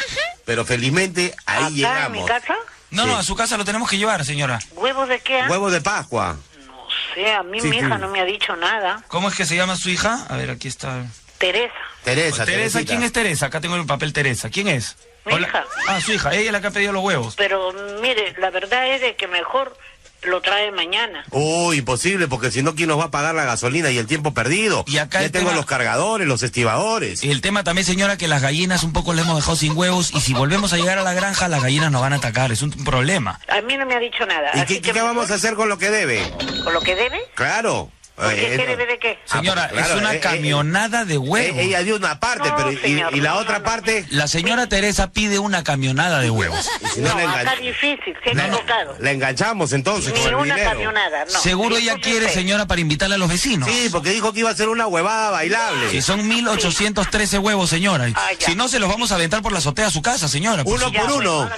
Pero felizmente ahí
¿Acá en mi
llegamos.
casa?
No, no, a su casa lo tenemos que llevar, señora.
¿Huevos de qué? ah?
Huevo de Pascua.
O sea, a mí
Sí,
mi hija
sí.
no me ha dicho nada.
¿Cómo es que se llama su hija? A ver, aquí está.
Teresa.
Teresa,
Teresa, ¿quién es Teresa? Acá tengo el papel Teresa. ¿Quién es?
Mi hija.
Ah, su hija. Ella es la que ha pedido los huevos.
Pero mire, la verdad es de que mejor lo trae mañana.
Oh, imposible, porque si no, ¿quién nos va a pagar la gasolina y el tiempo perdido? Y acá ya tengo los cargadores, los estibadores.
El tema también, señora, que las gallinas un poco le hemos dejado sin huevos y si volvemos a llegar a la granja, las gallinas nos van a atacar. Es un problema.
A mí no me ha dicho nada.
¿Y
así
qué, qué vamos a hacer con lo que debe?
¿Con lo que debe?
Claro.
Eh,
¿Qué, qué debe de
Ah,
qué?
pues,
Señora, es
eh,
una camionada de huevos.
ella dio una parte,
No,
pero y-
señor,
y, la otra parte.
La señora Teresa pide una camionada de huevos.
si no, la, engan-
Acá difícil, se ha
No, no.
equivocado.
la enganchamos entonces
Ni
con el
una
dinero.
camionada, no.
Seguro ella quiere, señora, para invitarle a los vecinos.
Sí, porque dijo que iba a ser una huevada bailable.
Si son 1813 huevos, señora.
Ah,
si no, se los vamos a aventar por la azotea a su casa, señora.
Uno por
pues,
pues,
uno.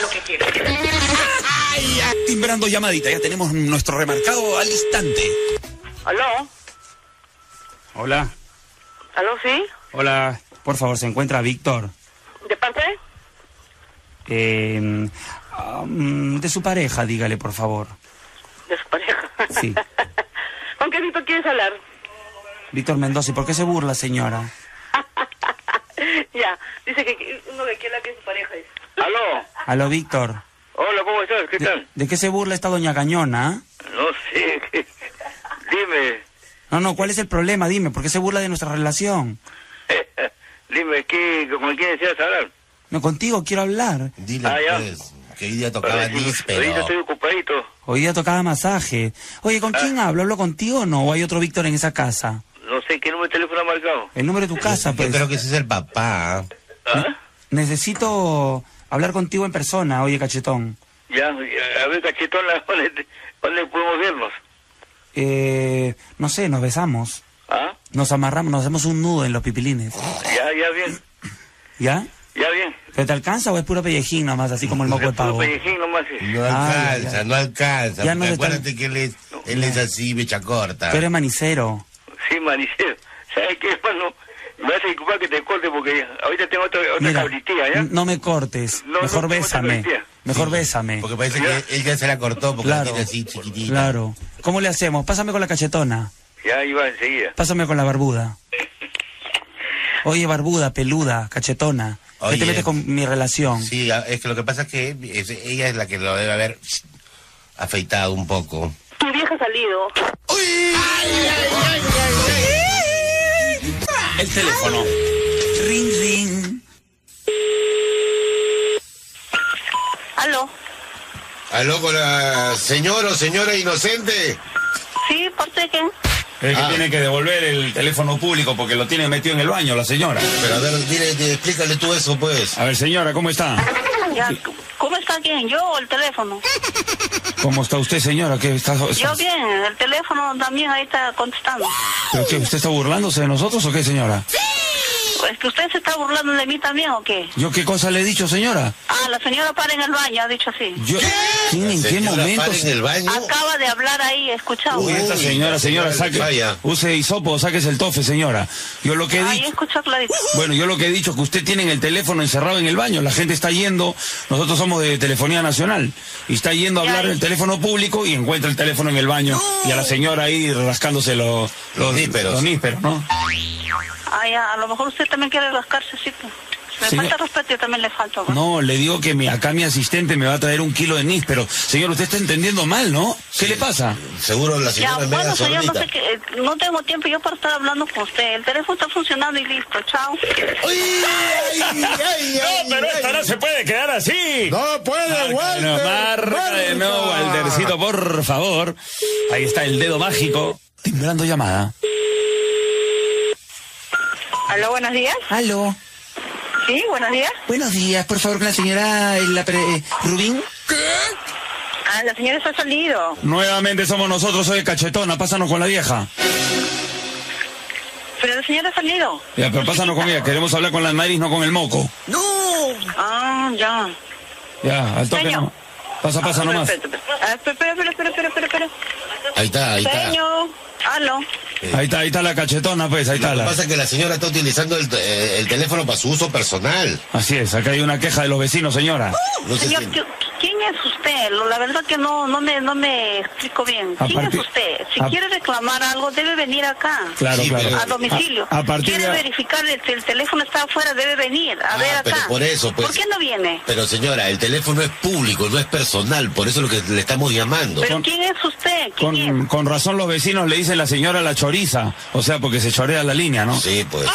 Ay, ya, timbrando llamadita, ya tenemos nuestro remarcado al instante.
¿Aló?
Hola,
¿Aló, sí?
hola, por favor, se encuentra Víctor.
¿De parte?
Eh, um, de su pareja, dígale, por favor.
De su pareja.
Sí.
¿Con qué tú quieres hablar?
Víctor Mendoza, ¿y por qué se burla, señora?
ya, dice que uno de quiere la que es su pareja. dice.
Aló,
Aló, Víctor.
hola, ¿cómo estás? ¿Qué
¿De,
tal?
de qué se burla esta doña Cañona? ah?
No sé, dime,
No, no, ¿cuál es el problema? Dime, ¿por qué se burla de nuestra relación?
dime, ¿qué, ¿con quién deseas hablar?
No, contigo quiero hablar.
Dile,
Ah, ya.
que hoy día
tocaba díspero. Ahorita estoy ocupadito.
Hoy día tocaba masaje. Oye, ¿con quién hablo? ¿Hablo contigo o no? ¿O hay otro Víctor en esa casa?
No sé qué número de teléfono ha marcado.
El número de tu casa, pues.
creo que ese es el papá.
Ah,
Necesito hablar contigo en persona, oye, cachetón.
Ya, a ver, cachetón, la- ¿dónde, dónde podemos vernos?
Eh, no sé, nos besamos.
¿Ah?
Nos amarramos, nos hacemos un nudo en los pipilines.
Ya, ya bien,
¿Ya?
ya bien.
¿Pero te alcanza o es puro pellejín nomás, así como el moco de pavo?
Pellejín nomás.
No
Ah,
alcanza,
ya, ya.
no alcanza.
Ya
Ya
no se
acuérdate que él es, él es así, mecha corta.
Tú eres manicero.
Sí, manicero. ¿Sabes qué, hermano? Me vas a disculpar que te corte porque ahorita tengo otra, otra
Mira,
cabritía, ¿ya?
n- no me cortes.
No, no
Mejor
tengo
bésame.
cabritía.
Mejor bésame.
Porque parece que él ya se la cortó porque
Claro.
la tiene así chiquitita.
Claro. ¿Cómo le hacemos? Pásame con la cachetona.
Ya iba enseguida.
Pásame con la barbuda. Oye, barbuda, peluda, cachetona. ¿Qué
Oye.
te metes con mi relación?
Sí, a- es que lo que pasa es que es- ella es la que lo debe haber afeitado un poco.
Tu vieja ha salido.
El teléfono. Ring, ring.
¿Aló?
¿Aló con la señora o señora inocente?
Sí, ¿parte de quién?
Es que
Ah.
tiene que devolver el teléfono público porque lo tiene metido en el baño la señora.
Pero a ver, dile, dile, explícale tú eso, pues.
A ver, señora, ¿cómo está?
Ya, ¿Cómo está quién? ¿Yo o el teléfono?
¿Cómo está usted, señora? ¿Qué está,
Yo bien, el teléfono también ahí está contestando.
¿pero qué, ¿Usted está burlándose de nosotros o qué, señora?
Pues que usted se está burlando de mí también o qué?
¿Yo qué cosa le he dicho, señora?
Ah, la señora para en el baño, ha dicho así.
Yo, ¿Quién, ¿En qué
Señora,
momento?
pare en el baño.
Acaba de hablar ahí, he escuchado.
Uy, esta señora,
la
señora,
señora
saque,
falla.
use hisopo, saques el tofe, señora. Yo lo que he
Ahí
dicho,
escuchó clarito.
bueno, yo lo que he dicho es que usted tiene el teléfono encerrado en el baño, la gente está yendo, nosotros somos de Telefonía Nacional, y está yendo a hablar del teléfono público y encuentra el teléfono en el baño y a la señora ahí rascándose los, los nísperos. Los nísperos, ¿no?
Ah, ya, a lo mejor usted también quiere rascarse, sí. pues. Me
Señor-
falta respeto, yo también le falto. ¿no?
No, le digo que mi, acá mi asistente me va a traer un kilo de níspero. Señor, usted está entendiendo mal, ¿no? ¿Qué le pasa?
Seguro la
Ya,
señora es
bueno,
mega
señor, no,
sordita.
sé qué- eh, no tengo tiempo yo para estar hablando con usted. El teléfono está funcionando y listo, chao.
no, pero esta no se puede quedar así.
No puede,
No,
Walter.
marca de nuevo, Waltercito, por favor. Ahí está el dedo mágico. Timbrando llamada.
Aló, buenos días.
Aló.
Sí, buenos días.
Buenos días, por favor, con la señora eh, la pre- eh, Rubín.
Ah, la señora se ha salido.
Nuevamente somos nosotros, soy cachetona, pásanos con la vieja.
Pero la señora ha salido.
Ya, pero pásanos con ella, queremos hablar con la nariz, no con el moco.
No. Ah, ya.
Ya, al toque
Señor.
no. Pasa, pasa
Ah,
nomás.
espera, espera, espera, espera, espera, espera, espera.
Ahí está, ahí está. Eh,
Señor, aló.
Ahí está, ahí está la cachetona, pues, ahí está
Lo que
la.
pasa es que la señora está utilizando el, eh, el teléfono para su uso personal.
Así es, acá hay una queja de los vecinos, señora.
No sé
Señor,
si-
¿qui- ¿quién es usted? Lo- La verdad que no, no me, no me explico bien.
A
¿Quién
partir-
es usted? Si
a-
quiere reclamar algo, debe venir acá.
Claro,
Sí,
claro.
pero-
A domicilio.
A, a partir
Quiere
de.
verificar si el teléfono está afuera, debe venir. A ver acá.
Ah, pero por eso, pues.
¿Por qué no viene?
Pero señora, el teléfono es público, no es personal, por eso es lo que le estamos llamando.
¿Pero quién es usted? ¿Quién es?
Con, con razón los vecinos le dicen la señora la choriza, o sea, porque se chorea la línea, ¿no?
Sí, pues.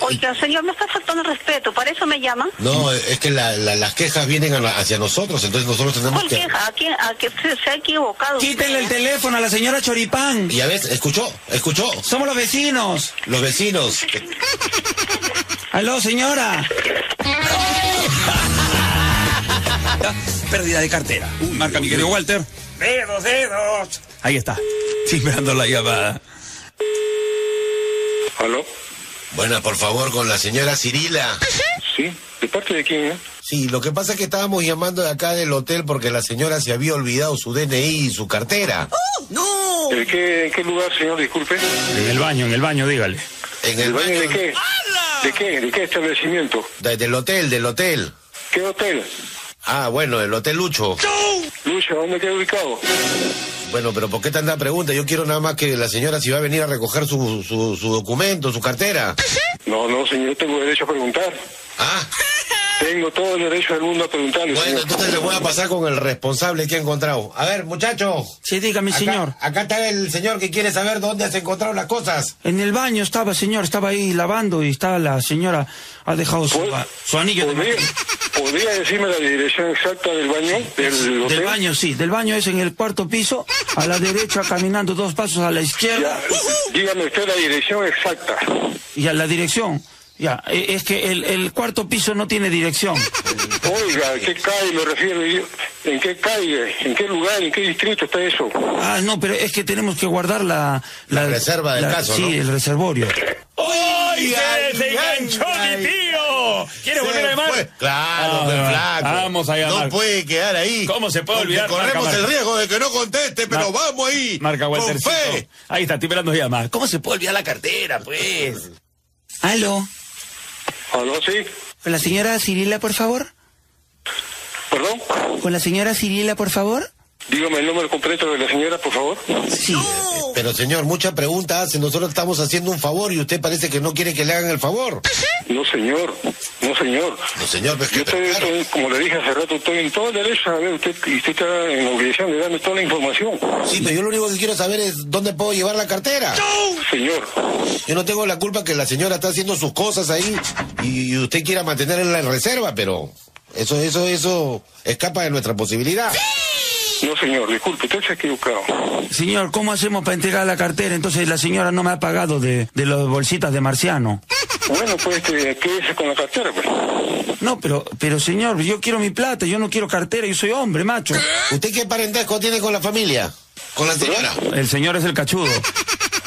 Oiga, señor, me está faltando el respeto. ¿Para eso me llaman?
No, es que la- la- las quejas vienen a la- hacia nosotros, entonces nosotros tenemos
¿Cuál
que...
queja? ¿A quién? ¿A que se, se ha equivocado?
Quítenle el
usted?
teléfono a la señora Choripán.
Y a veces, escuchó, escuchó,
Somos los vecinos.
los vecinos.
Aló, señora.
Pérdida de cartera. Marca mi querido Walter. Dedos, dedos. Ahí está, timbrando la llamada.
¿Aló?
Bueno, por favor, con la señora Cirila.
Sí, ¿de parte de quién, eh?
Sí, lo que pasa es que estábamos llamando de acá del hotel porque la señora se había olvidado su DNI y su cartera.
¿De qué, ¿En qué lugar, señor? Disculpe.
En el baño, en el baño, dígale.
En
¿El
el
baño de
baño
qué? ¿De qué? ¿De qué establecimiento?
de- del hotel, del hotel.
¿Qué hotel?
Ah, bueno, el hotel Lucho.
Lucha, ¿dónde queda ubicado?
Bueno, pero ¿por qué tanta pregunta? Yo quiero nada más que la señora si va a venir a recoger su, su, su documento, su cartera.
No, no, señor, tengo derecho a preguntar.
Ah,
Tengo todo el derecho del mundo a preguntarle,
bueno,
señor.
entonces le voy a pasar con el responsable que he encontrado. A ver, muchacho.
Sí, dígame,
Acá-
señor.
Acá está el señor que quiere saber dónde has encontrado las cosas.
En el baño estaba, señor, estaba ahí lavando y estaba la señora, ha dejado su,
¿Pod-
Su anillo de
¿Podría, podría decirme la dirección exacta del baño? ¿Del hotel?
Del baño, sí, del baño es en el cuarto piso, a la derecha caminando dos pasos a la izquierda
Ya, dígame usted la dirección exacta.
y a la dirección. Ya, e- es que el, el cuarto piso no tiene dirección.
Oiga, ¿a qué calle me refiero? yo? ¿En qué calle? ¿En qué lugar? ¿En qué distrito está eso?
Ah, no, pero es que tenemos que guardar la... La,
reserva del caso,
Sí,
¿no?
el reservorio.
¡Oiga, se enganchó
ay.
mi tío! ¿Quiere volver a llamar?
Fue. Claro,
Ah,
pues,
bueno,
flaco.
vamos a llamar.
No puede quedar ahí.
¿Cómo se puede
Porque
olvidar?
Corremos
Marca,
el
marca.
riesgo de que no conteste, pero
Mar-
vamos ahí.
Marca
con
Waltercito.
fe.
Ahí está, timbrando llamadas. ¿Cómo se puede olvidar la cartera, pues?
Aló,
¿Aló, sí?
con la señora Cirila, por favor.
¿Perdón?
Con la señora Cirila, por favor.
Dígame el número completo de la señora, por favor.
Sí.
Pero señor, mucha pregunta hace. Nosotros estamos haciendo un favor y usted parece que no quiere que le hagan el favor.
No, señor. No, señor.
No, señor, pues,
Yo
pero
estoy,
claro.
estoy- como le dije hace rato, estoy en todo el derecho. A ver, usted, y usted está en la obligación de darme toda la información.
Sí, pero yo lo único que quiero saber es dónde puedo llevar la cartera.
Señor,
Yo no tengo la culpa que la señora está haciendo sus cosas ahí y, y usted quiera mantenerla en reserva, pero eso, eso, eso escapa de nuestra posibilidad.
no, señor, disculpe, usted se ha equivocado.
Señor, ¿cómo hacemos para entregar la cartera? Entonces la señora no me ha pagado de, de las bolsitas de marciano.
Bueno, pues, este, quédese con la cartera, pues.
No, pero, pero señor, yo quiero mi plata, yo no quiero cartera, yo soy hombre, macho.
¿Usted qué parentesco tiene con la familia? Con la señora.
El señor es el cachudo.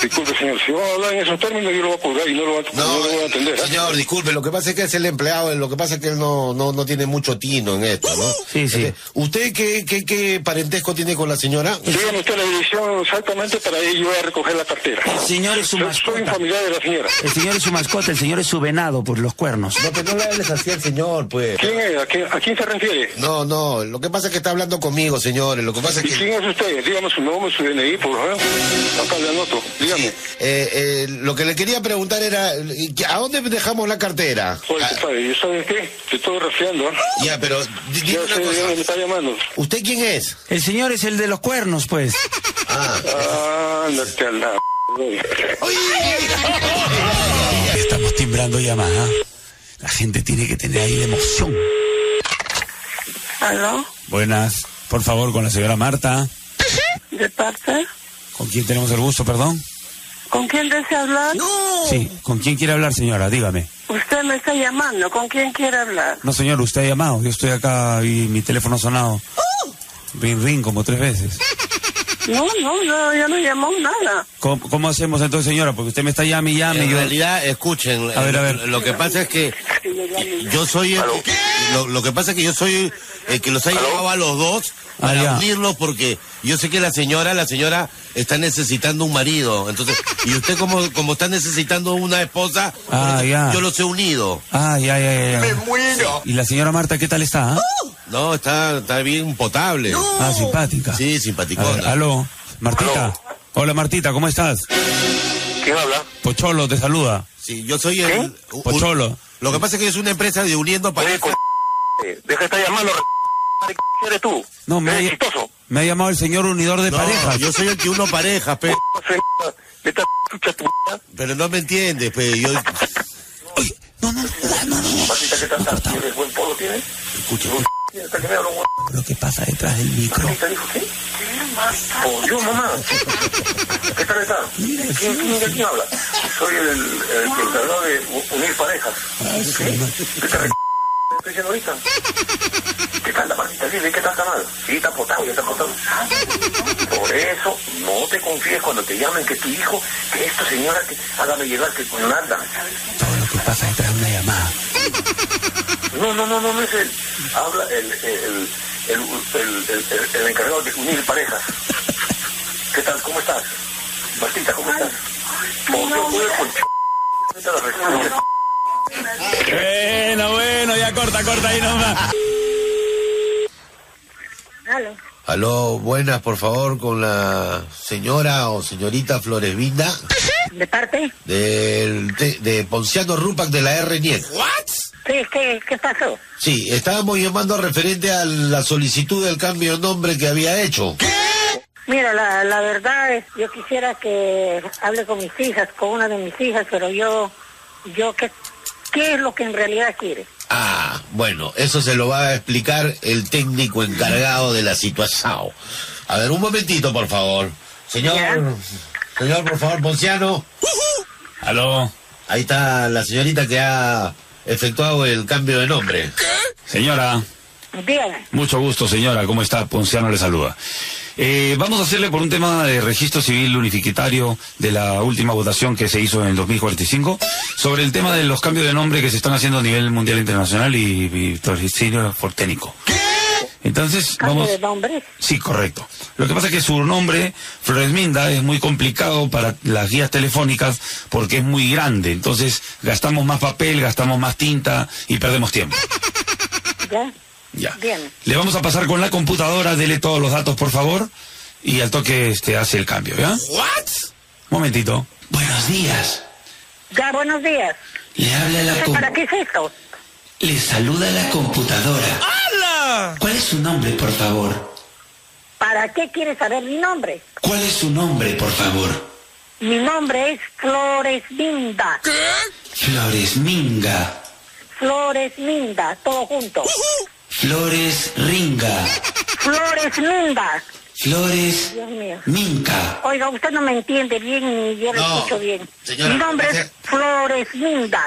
Disculpe, señor, si vamos a hablar en esos términos, yo lo voy a colgar y no lo, va- no lo voy a atender. ¿ah?
señor, disculpe, lo que pasa es que es el empleado, lo que pasa es que él no, no, no tiene mucho tino en esto, ¿no?
Sí, sí.
Este, ¿Usted qué, qué, qué parentesco tiene con la señora?
Dígame usted la dirección exactamente para ir yo a recoger la cartera.
señor es su
Yo soy un
mascota.
familiar de la señora.
El señor es su mascota, el señor es su venado por los cuernos.
No, que no le hables así al señor, pues.
¿Quién es? ¿A quién, a quién se refiere?
No, no, lo que pasa es que está hablando conmigo, señores. Lo que pasa es
¿Y
que...
quién es usted? Dígame su nombre, su DNI, por favor. Acá le anoto. Dígame.
Eh, eh, lo que le quería preguntar era, ¿y qué- ¿a dónde dejamos la cartera?
Oye,
Ah,
compadre, ¿y sabes qué? Te estoy resfriando, ¿ah?
ya, pero di- dime
Ya
una
sé de dónde me
cosa.
está llamando.
¿Usted quién es?
El señor es el de los cuernos, pues.
Ah,
Ándate a la...
Estamos timbrando llamadas. La gente tiene que tener ahí la emoción.
¿Aló?
Buenas. Por favor, con la señora Marta.
¿De parte?
¿Con quién tenemos el gusto, perdón?
¿Con quién desea hablar?
Sí, ¿con quién quiere hablar, señora? Dígame.
Usted me está llamando. ¿Con quién quiere hablar?
No, señor, usted ha llamado. Yo estoy acá y mi teléfono ha sonado.
¡Oh!
Ring, ring, como tres veces.
No, no, no, ya no llamó nada.
¿Cómo, cómo hacemos entonces, señora? Porque usted me está llame y llame.
En
yo-
realidad, escuchen,
A ver, a
eh,
ver.
lo que pasa es que yo soy el, lo, lo que pasa es que yo soy el que los ha llevado a los dos
Ah,
para
ya.
unirlos porque yo sé que la señora, la señora está necesitando un marido, entonces y usted como como está necesitando una esposa,
Ah,
por eso
ya.
yo los he unido.
Ah, ya, ya, ya. ya.
Me muero. ¡Oh!
¿Y la señora Marta qué tal está? ah?
No, está está bien potable.
Ah, simpática.
Sí,
A ver,
simpaticona.
aló, Martita. Hola, Martita, ¿cómo estás?
¿Quién habla?
Pocholo te saluda.
Sí, yo soy el un-
Pocholo.
Lo que pasa es que es una empresa de uniendo para
Deja de estar llamando, eres tú?
No, me ha, ll- me ha llamado el señor unidor de parejas.
Yo soy el que uno parejas, pe. Pero no me entiendes, pe. Yo...
Lo que pasa detrás del micro.
Oh, yo, mamá. ¿Qué tal está? ¿Quién, quién, de quién habla? Soy el, el encargado de u- unir parejas. ¿Qué tal el estoy diciendo ahorita? ¿Qué tal la manita? Dime, ¿qué tal está mal? Sí, está potado, ya está potado. Por eso, no te confíes cuando te llamen que tu hijo, que esta señora, que hágame llegar, que con nada.
Lo que pasa detrás de una llamada.
No, no, no, no, no es él. Habla el, el, el, el- el- el- el encargado de unir parejas. ¿Qué tal? ¿Cómo estás? Martita, ¿cómo estás? Oh, yo voy con ch- Vete a la recámara.
Bueno, bueno, ya corta, corta ahí nomás.
Aló, buenas, por favor, con la señora o señorita Flores Vinda.
¿De parte?
Del, de, de Ponciano Rupac de la R-NIEC.
¿Qué, qué, qué pasó?
Sí, estábamos llamando referente a la solicitud del cambio de nombre que había hecho.
Mira, la, la verdad es, yo quisiera que hable con mis hijas, con una de mis hijas, pero yo, yo, ¿qué, qué es lo que en realidad quiere?
Ah, bueno, eso se lo va a explicar el técnico encargado de la situación. A ver, un momentito, por favor. Señor, señor, por favor, Ponciano.
Aló.
Ahí está la señorita que ha efectuado el cambio de nombre.
Señora.
Dígame.
Mucho gusto, señora. ¿Cómo está? Ponciano le saluda. Eh, vamos a hacerle por un tema de registro civil unificatario de la última votación que se hizo en el 2045 sobre el tema de los cambios de nombre que se están haciendo a nivel mundial internacional y, y torricidio forténico. Entonces,
¿Cambio
vamos...
de nombre?
Sí, correcto. Lo que pasa es que su nombre, Floresminda, es muy complicado para las guías telefónicas porque es muy grande. Entonces, gastamos más papel, gastamos más tinta y perdemos tiempo.
¿Ya?
Ya.
Bien.
Le vamos a pasar con la computadora, dele todos los datos, por favor. Y al toque este, hace el cambio, ¿ya?
¿What?
Momentito. Buenos días.
Ya, buenos días.
Le habla la com-
¿Para qué es esto?
Le saluda la computadora.
¡Hala!
¿Cuál es su nombre, por favor?
¿Para qué quiere saber mi nombre?
¿Cuál es su nombre, por favor?
Mi nombre es Flores Minda.
Flores Minga.
Flores Minda, todo junto.
Flores Ringa.
Flores Minda.
Flores
Dios mío.
Minca.
Oiga, usted no me entiende bien ni yo lo
No,
escucho bien.
señora,
Mi nombre
ese-
es Flores Minda.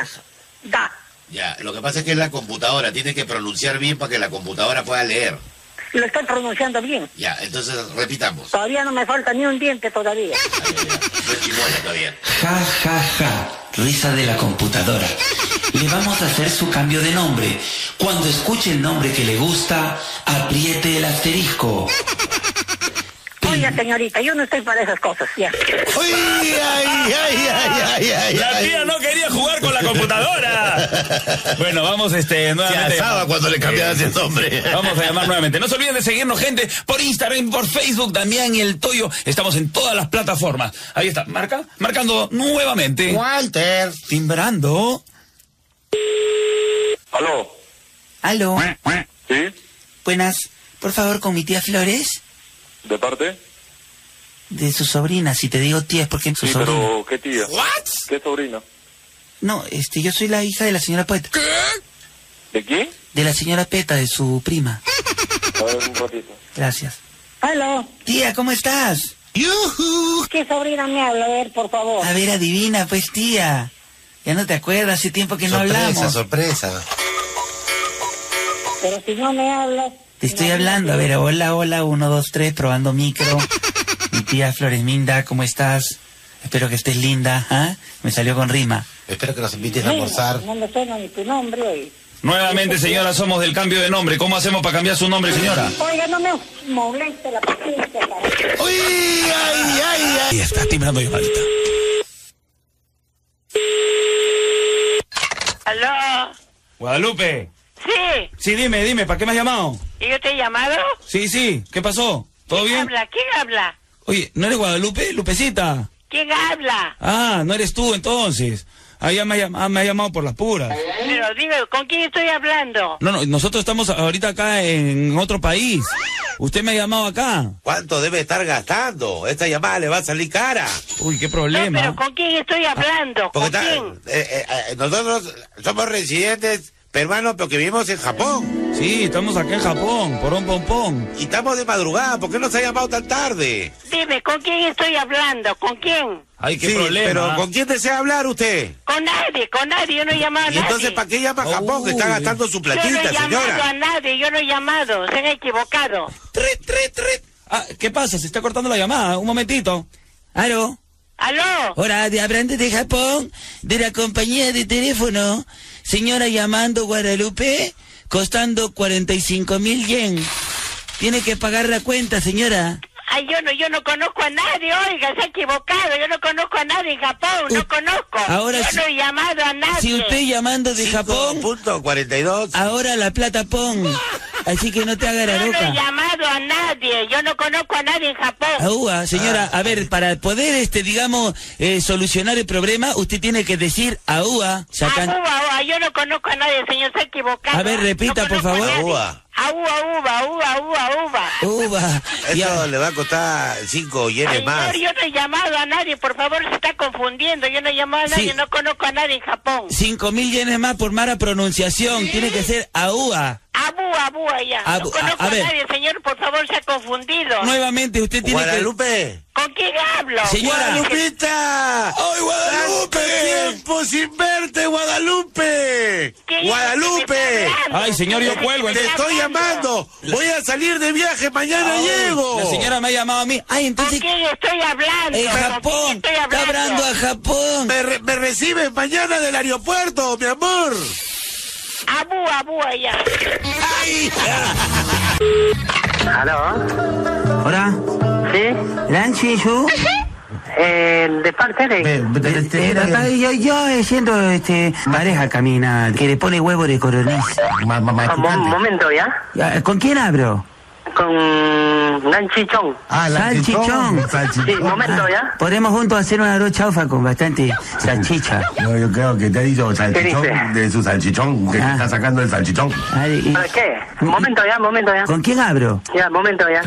Da.
Ya, lo que pasa es que es la computadora, tiene que pronunciar bien para que la computadora pueda leer.
Lo estoy pronunciando bien.
Ya, entonces repitamos.
Todavía no me falta ni un diente todavía.
No es chimuela todavía.
Ja, ja, ja, risa de la computadora. Le vamos a hacer su cambio de nombre. Cuando escuche el nombre que le gusta, apriete el asterisco.
Oiga, señorita, yo no estoy para esas cosas. Ya.
¡Ay, ay, ay, ay, ay!
La tía no quería jugar con la computadora. Bueno, vamos este, nuevamente.
asaba cuando le cambiabas el nombre.
Vamos a llamar nuevamente. No se olviden de seguirnos, gente, por Instagram, por Facebook, Damián El Toyo. Estamos en todas las plataformas. Ahí está, marca, marcando nuevamente.
Walter.
Timbrando.
Aló.
Aló.
¿Sí?
Buenas. Por favor, con mi tía Flores.
¿De parte?
De su sobrina, si te digo tía es porque es su
Sí,
sobrina.
pero ¿qué tía? ¿Qué sobrina?
No, este, yo soy la hija de la señora Peta.
¿De quién?
De la señora Peta, de su prima.
A ver, un ratito.
Gracias.
Aló.
Tía, ¿cómo estás? ¿Qué sobrina me habla? A ver, por favor.
A ver, adivina, pues tía. Ya no te acuerdas, hace tiempo que no
Sorpresa,
hablamos.
sorpresa.
Pero si no me hablas...
Te estoy hablando, a ver, hola, hola, uno, dos, tres, probando micro. Mi tía Floresminda, ¿cómo estás? Espero que estés linda, ¿ah? Me salió con rima.
Espero que nos invites
Mira, No me suena ni tu nombre hoy.
Nuevamente, señora, somos del cambio de nombre. ¿Cómo hacemos para cambiar su nombre, señora?
Oiga, no me moleste la paciencia. para-
Y está timbrando llamadita.
¿Aló?
Guadalupe.
Sí,
Sí, dime, dime, ¿para qué me has llamado?
¿y yo te he llamado?
Sí, sí, ¿qué pasó? ¿Todo bien?
Habla, ¿quién habla?
Oye, ¿no eres Guadalupe? Lupecita.
¿Quién habla?
Ah, no eres tú entonces. Ah, ya me, ha llam- ah, me ha llamado por las puras.
Pero digo, ¿con quién estoy hablando?
No, no, nosotros estamos ahorita acá en otro país. Usted me ha llamado acá.
¿Cuánto debe estar gastando? Esta llamada le va a salir cara.
Uy, qué
No,
problema.
pero ¿con quién estoy hablando? ¿Con
Porque está-
quién?
eh, eh, eh, nosotros somos residentes peruanos, pero que vivimos en Japón.
Sí, estamos acá en Japón, por un pompón.
Y estamos de madrugada, ¿por qué nos ha llamado tan tarde?
Dime, ¿con quién estoy hablando? ¿Con quién?
Ay,
qué problema. Pero ¿con quién desea hablar usted?
Con nadie, con nadie, yo no he
Ah,
llamado a
Y
nadie.
entonces, ¿para qué llama a Japón
Oh,
que
eh.
está gastando su platita,
Yo no he llamado a
señora?
nadie, yo no he llamado, se han equivocado.
Ah, ¿qué pasa? Se está cortando la llamada. Un momentito.
¿Aló?
¿Aló?
Hola, de hablante de Japón, de la compañía de teléfono. Señora llamando Guadalupe, costando 45 mil yen. Tiene que pagar la cuenta, señora.
Ay, yo no, yo no conozco a nadie, oiga, se ha equivocado, yo no conozco a nadie en Japón, no conozco.
ahora
yo
sí-
no he llamado a nadie.
Si usted llamando de Japón,
Punto 42.
ahora la plata pon. Así que no te haga la
Yo no he
loca.
llamado a nadie, yo no conozco a nadie en Japón.
Aúa, señora, a ver, para poder, este, digamos, eh, solucionar el problema, usted tiene que decir aúa, sacan...
Ah,
Aúba, aúba, yo no conozco a nadie, señor, se ha equivocado.
A ver, repita, por favor.
Uva.
Aúba, uva, uva, uva, uva.
Uva.
Eso le va a costar 5 yenes más.
Señor, yo no he llamado a nadie, por favor, se está confundiendo. Yo no he llamado a nadie, no conozco a nadie en Japón.
Cinco mil yenes más por mala pronunciación. Tiene que ser AUA.
Abu, abu, allá.
Abu,
no
a-
conozco a,
a ver.
nadie, señor, por favor, se ha confundido.
Nuevamente, usted tiene
Guadalupe.
¿Con quién hablo?
Señora.
Guadalupita. ¡Ay, Guadalupe! tiempo sin verte, Guadalupe! ¡Guadalupe!
Ay, señor, yo cuelgo.
Te
entonces-
estoy llamando. Voy a salir de viaje, mañana llego.
La señora me ha llamado a mí.
Ay,
entonces... ¿Con quién estoy hablando?
En
¿Con quién
Japón,
estoy
está
hablando?
hablando a
Japón.
Me, re- me recibes mañana del aeropuerto, mi amor.
Abu, abu, allá.
¡Ay!
¿Aló? Hola. ¿Sí? ¿Lanchi, yo?
El de parte
Eh, yo, yo siendo este pareja camina que le pone huevo de codorniz.
Un momento, ¿ya?
Ya, ¿Con quién hablo?
Con Nanchi Chong.
Ah, salchichón.
Sí, momento, ¿ya?
Podemos juntos hacer una arroz chaufa con bastante salchicha.
No, yo creo que te ha dicho salchichón
¿Qué dice?
de su salchichón, que
Ah.
está sacando el salchichón.
¿Para qué? Momento, ¿ya? Momento, ¿ya?
¿Con quién hablo?
Ya, momento, ¿ya?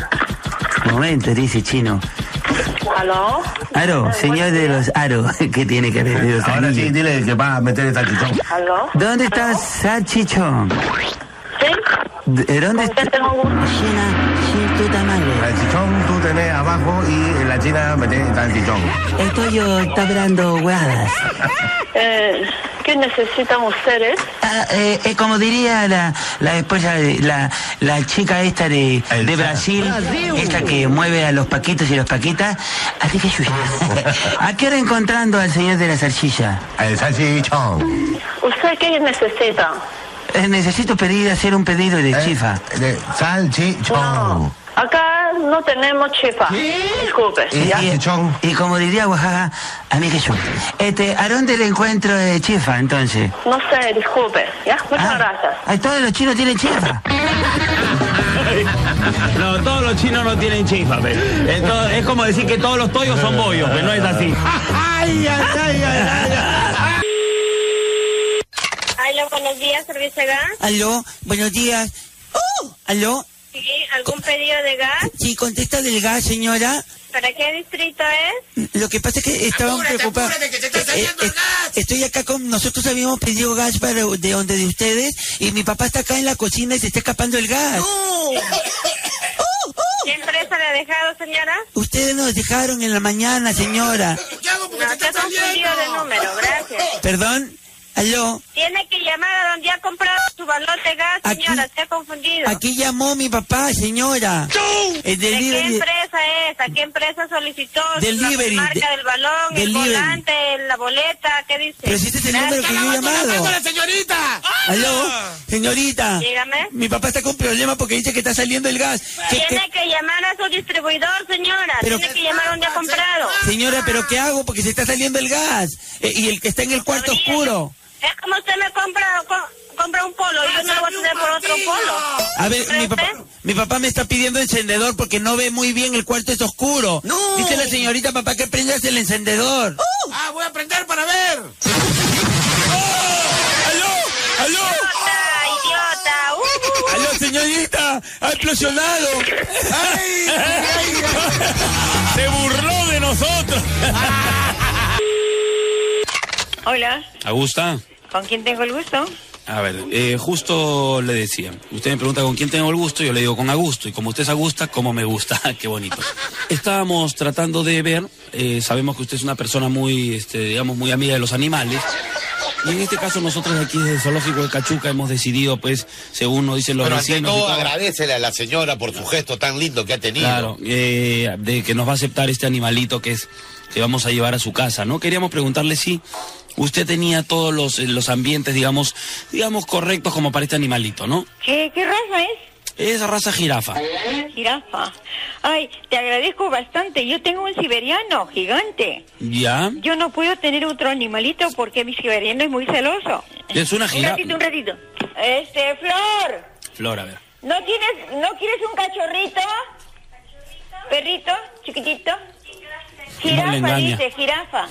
Momento, dice chino.
¿Aló?
Aro, señor de los aros, ¿qué tiene que ver de los
Ahora sí,
anillos?
dile que va a meter el salchichón.
¿Aló?
¿Dónde está salchichón?
¿Sí?
¿De dónde está?
Salchichón tú tenés abajo y en la china metés salchichón.
Estoy yo, está hablando huevadas.
Eh, ¿Qué necesitan ustedes?
Ah, eh, eh, como diría la, la esposa, de- la, la chica esta de, de Brasil, esta que mueve a los paquitos y las paquitas, así que yo... ¿A qué hora encontrando al señor de la salchicha?
El salchichón.
¿Usted qué necesita?
Eh, necesito pedir, hacer un pedido
Eh,
de chifa.
salchichón.
Acá no tenemos chifa. Disculpe,
Y,
¿ya?
y- y como diría Oaxaca, a mí que yo. Este, ¿A dónde le encuentro de chifa entonces?
No sé, disculpe, ¿ya? Muchas gracias.
Ah, Ay, todos los chinos tienen chifa.
No, todos los chinos no tienen chifa, pe. Esto- es como decir que todos los toyos son bollos, pero no es así.
Ay, ay, ay, ay,
Aló, buenos días, servicio de gas.
Aló, buenos días. ¡Oh! ¿Aló?
Sí, ¿algún pedido de gas?
Sí, contesta del gas, señora.
¿Para qué distrito es?
Lo que pasa es que estaban preocupados. Eh, eh, Estoy acá con nosotros habíamos pedido gas para de donde de ustedes y eh, mi papá está acá en la cocina y se está escapando el gas.
¿Qué empresa le
dejado, señora?
Ustedes nos dejaron en la mañana, señora.
No, se ha confundido de número, gracias.
Perdón. Aló.
Tiene que llamar a donde ha comprado su valor de gas,
Aquí-
señora, se ha confundido.
Aquí llamó mi papá, señora. El
¿De qué
delivery.
empresa es? ¿A qué empresa solicitó?
Delivery,
¿La marca
de-
del balón,
delivery.
el volante, la boleta? ¿Qué dice?
Pero si este es el número que yo he llamado.
señorita!
Aló. Señorita.
Dígame.
Mi papá está con problemas porque dice que está saliendo el gas. ¿Qué- qué-
Tiene que llamar a su distribuidor, señora.
Pero-
Tiene que llamar donde ha comprado.
Señora, pero ¿qué hago? Porque se está saliendo el gas. Eh, y el que está en el cuarto oscuro.
Es como usted me compra, co- compra un polo y yo no lo voy a tener por otro polo.
A ver, mi papá, mi papá me está pidiendo encendedor porque no ve muy bien, el cuarto es oscuro. Dice la señorita papá que prendas el encendedor.
Uh.
Ah, voy a aprender para ver.
¡Aló!
¡Idiota!
¡Aló, señorita! ¡Ha explosionado!
¡Se burló de nosotros!
Hola,
Augusta,
¿con quién tengo el gusto?
a ver, eh, justo le decía, usted me pregunta con quién tengo el gusto, yo le digo con Augusto, y como usted es Augusta, como me gusta, qué bonito. Estábamos tratando de ver, eh, sabemos que usted es una persona muy, este, digamos, muy amiga de los animales, y en este caso nosotros aquí desde el Zoológico de Cachuca hemos decidido, pues, según nos dicen los
Pero ante
vecinos... y
todo,
todo,
agradecele a la señora por su gesto tan lindo que ha tenido.
Claro, eh, de que nos va a aceptar este animalito que es que vamos a llevar a su casa, ¿no? Queríamos preguntarle si usted tenía todos los, eh, los ambientes, digamos, digamos correctos como para este animalito, ¿no?
¿Qué, qué raza es?
Es raza jirafa.
Jirafa. Ay, te agradezco bastante. Yo tengo un siberiano gigante.
¿Ya?
Yo no puedo tener otro animalito porque mi siberiano es muy celoso.
Es una jirafa.
un ratito. Este, Flor,
Flor, a ver.
¿no quieres, ¿no quieres un cachorrito? ¿Perrito? ¿Chiquitito?
No le
Jirafa,
engaña.
dice, jirafa.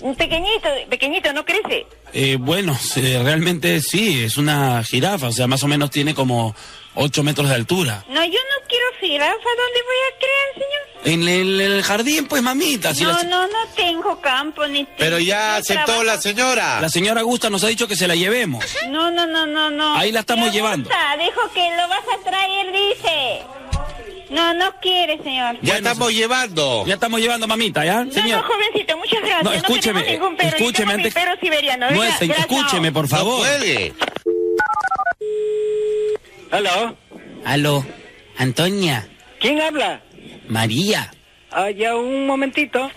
Un pequeñito, pequeñito, no crece.
Eh, bueno, sí, realmente sí, es una jirafa, o sea, más o menos tiene como 8 metros de altura.
No, yo no quiero jirafa. ¿Dónde voy a creer, señor?
En el, el jardín, pues, mamita. si
no,
la-
no, no tengo campo ni tengo trabajo.
señora. La señora Augusta nos ha dicho que se la llevemos.
No, no, no, no, no.
Ahí la estamos
Pregunta,
llevando.
Dijo que lo vas a traer, dice. No, no quiere, señor.
Ya estamos llevando. Ya estamos llevando, mamita, ¿ya?
No,
Señor.
no, jovencito, muchas gracias.
No, escúcheme,
tenemos ningún perro. Yo
escúcheme
tengo mi
antes-
perro siberiano.
No,
Venga,
es-
gracias.
escúcheme, por favor.
¿Aló?
Aló, Antonia,
¿Quién habla?
María,
Ah, ya un momentito.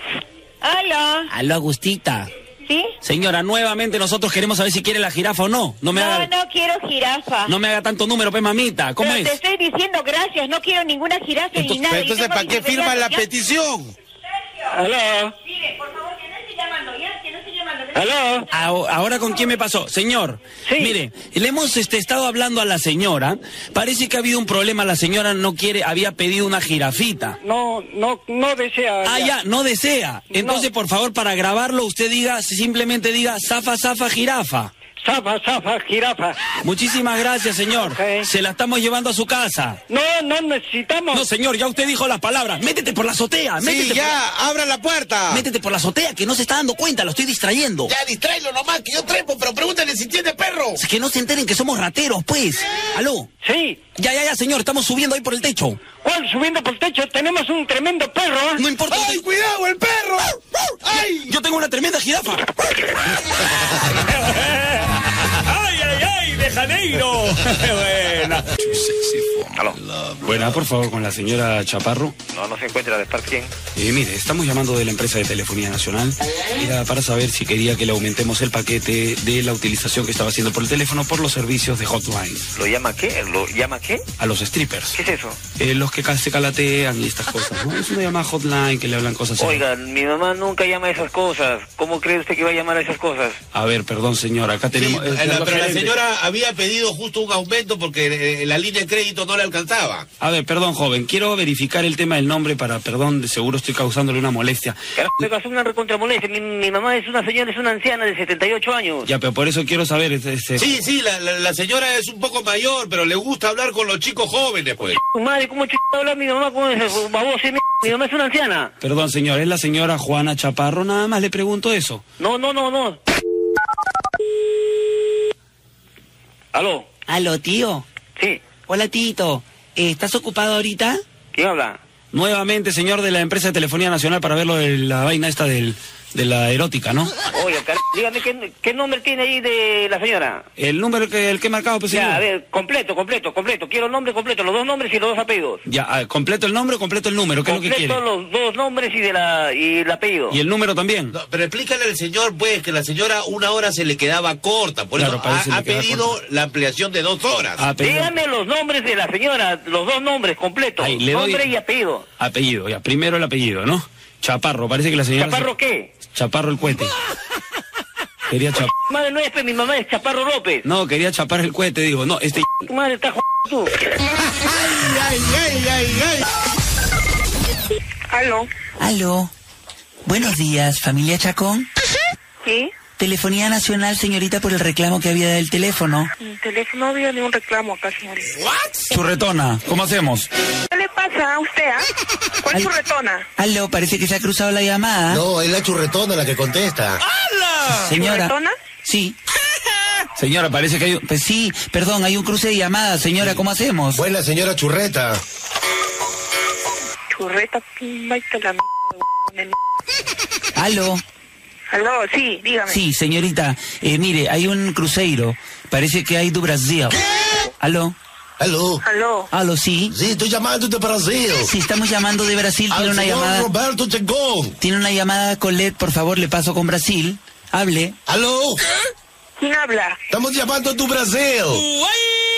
Hola.
aló, Agustita.
¿Sí?
Señora, nuevamente nosotros queremos saber si quiere la jirafa o no. No me
No,
haga,
no quiero jirafa.
no me haga tanto número, pues, mamita. ¿Cómo
Pero
es?
Te estoy diciendo gracias, no quiero ninguna jirafa ni nada. Yo tengo mis siberianos, ¿ya?
Aló. Aló. Ahora con quién me pasó, señor. Mire, le hemos este, estado hablando a la señora. Parece que ha habido un problema. La señora no quiere, había pedido una jirafita.
No, no, no desea.
Ah, ya, no desea. Entonces, por favor, para grabarlo, usted diga, simplemente diga, zafa, zafa, jirafa.
Zafa, zafa, jirafa.
Muchísimas gracias, señor. Se la estamos llevando a su casa.
No, no necesitamos.
No, señor, ya usted dijo las palabras. Métete por la azotea.
Sí,
métete
ya,
abra la puerta. Métete por la azotea, que no se está dando cuenta, lo estoy distrayendo.
Ya,
distráelo nomás, que yo trepo, pero pregúntale si tiene perro. que no se enteren que somos rateros, pues. ¿Aló?
Sí.
Ya, ya, ya, señor, estamos subiendo ahí por el techo.
¿Cuál subiendo por el techo? Tenemos un tremendo perro.
¿eh?
No importa.
¡Ay, cuidado, el perro!
¡Ay! Yo tengo una tremenda jirafa.
¡Ay, ay, ay! ¡De Janeiro!
Buena. Buena, por favor, con la señora Chaparro.
No, no se encuentra de parte quién.
Eh, mire, estamos llamando de la empresa de telefonía nacional era para saber si quería que le aumentemos el paquete de la utilización que estaba haciendo por el teléfono por los servicios de hotline
¿Lo llama qué? ¿Lo llama qué?
a los strippers.
¿Qué es eso?
Eh, los que ca- se calatean y estas cosas, ¿no? Es una llamada hotline que le hablan cosas. así.
Oiga, mi mamá nunca llama a esas cosas. ¿Cómo cree usted que va a llamar a esas cosas?
A ver, perdón, señora, acá tenemos.
Eh,
eh,
la-
los
pero la
gerentes.
señora había pedido justo un aumento porque eh, la línea de crédito no le alcanzaba.
A ver, perdón, joven, quiero verificar el tema del nombre para, perdón, de seguro estoy causándole una molestia.
Carajo, me causó una recontramolestia. Mi, mi mamá es una señora, es una anciana de 78 años.
Ya, pero por eso quiero saber, este, este-
Sí, sí, la, la- la señora es un poco mayor, pero le gusta hablar con los chicos jóvenes, pues.
Tu madre, ¿cómo chucha habla mi mamá con esa babosa? de mierda? Mi mamá es una anciana.
Perdón, señor, es la señora Juana Chaparro, nada más le pregunto eso.
No, no, no, no.
Aló.
Aló, tío.
Sí.
Hola, Tito. Eh, ¿Estás ocupado ahorita?
¿Quién habla?
Nuevamente, señor de la empresa de Telefonía Nacional, para ver lo de la vaina esta del, de la erótica, ¿no?
Oye, car- dígame, ¿qué, qué nombre tiene ahí de la señora?
El número que, el que he marcado, pues, señor.
Ya, a ver, completo, completo, completo. Quiero el nombre completo, los dos nombres y los dos apellidos.
Ya, a ver, completo el nombre o completo el número, ¿qué es lo que
completo
quiere?
los dos nombres y de la y el apellido.
Y el número también.
pero explícale al señor, pues, que la señora una hora se le quedaba corta. Por
Claro,
eso
parece
ha,
le
ha
queda
pedido la ampliación de dos horas.
Ah, perdón.
Dígame los nombres de la señora, los dos nombres completos,
Ahí, le doy-
nombre y apellido.
Apellido, ya, primero el apellido, ¿no? Chaparro, parece que la señora...
¿Chaparro qué?
Chaparro el cohete. Quería chapar...
Madre no es, pe, mi mamá es Chaparro López.
No, quería chapar el cohete, digo, no, este...
Tu madre está jod- tú.
ay, ay, ay, ay.
Aló. Aló. Buenos días, familia Chacón.
Sí,
Telefonía Nacional, señorita, por el reclamo que había del teléfono.
el teléfono no había ningún reclamo acá, señorita.
Churretona, ¿cómo hacemos?
¿Qué le pasa a usted, ah? ¿Cuál churretona?
Aló, parece que se ha cruzado la llamada.
No, es la churretona la que contesta.
Señora.
¿Churretona?
Sí. Señora, parece que hay un... Pues sí, perdón, hay un cruce de llamadas, señora, ¿cómo hacemos?
Pues la señora churreta.
Churreta, mm, vete a la mierda,
Aló.
Aló, sí, dígame.
Sí, señorita, eh, mire, hay un cruceiro. Parece que hay do Brasil. Aló.
Aló.
Aló.
Aló, sí.
Sí, estoy llamando de Brasil.
Sí, estamos llamando de Brasil.
Al
Tiene una
señor
llamada.
Roberto
Tiene una llamada Colette, por favor, le paso con Brasil. Hable.
Aló.
¿Quién habla?
Estamos llamando a tu Brasil.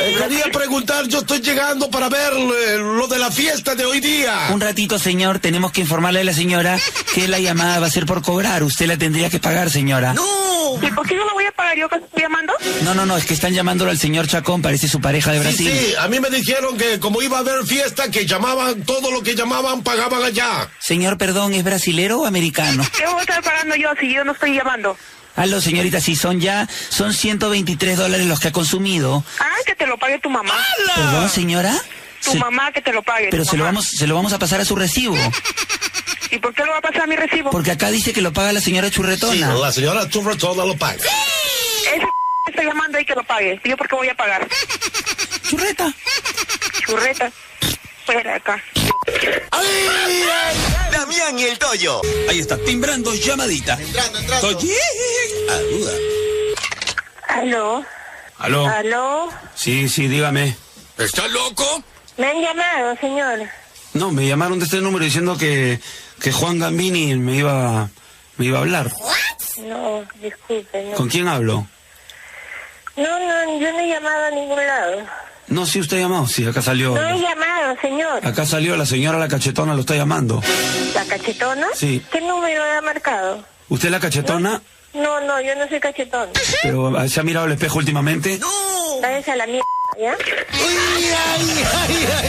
Eh, quería preguntar, yo estoy llegando para ver eh, lo de la fiesta de hoy día.
Un ratito, señor, tenemos que informarle a la señora que la llamada va a ser por cobrar. Usted la tendría que pagar, señora.
¡No! ¿Y por qué no lo voy a pagar yo que estoy llamando?
No, no, no, es que están llamándolo al señor Chacón, parece su pareja de
Sí,
Brasil.
sí, a mí me dijeron que como iba a haber fiesta, que llamaban, todo lo que llamaban pagaban allá.
Señor, perdón, ¿es brasilero o americano?
¿Qué voy a estar pagando yo si yo no estoy llamando?
Ah, Aló, señorita, si son ya, son 123 dólares los que ha consumido.
Ah, que te lo pague tu mamá.
Perdón, señora.
Tu
Se-
mamá que te lo pague.
Pero
tu
se lo,
mamá.
vamos, se lo vamos a pasar a su recibo.
¿Y por qué lo va a pasar a mi recibo?
Porque acá dice que lo paga la señora Churretona.
la señora Churretona lo paga.
Ese está llamando ahí que lo pague. ¿Y yo por qué voy a pagar?
Churreta.
Churreta. Fuera de acá.
Damián y el Toyo.
Ahí está, timbrando llamadita. Toyi. Ah, duda.
Aló.
Aló.
Ah. Aló.
Sí, sí, dígame.
¿Estás loco?
Me han llamado, señor.
No, me llamaron de este número diciendo que, que Juan Gambini me iba, me iba a hablar.
No, disculpe, no.
¿Con quién hablo?
No, no, yo no he llamado a ningún lado.
No, sí, usted llamó. Sí, acá salió.
No he llamado, señor.
Acá salió la señora la cachetona, lo está llamando.
¿La cachetona?
Sí.
¿Qué número ha marcado?
¿Usted es la cachetona?
No, no, yo no soy cachetón.
Pero ¿se ha mirado al espejo últimamente?
Váyase a la mierda, ¿ya?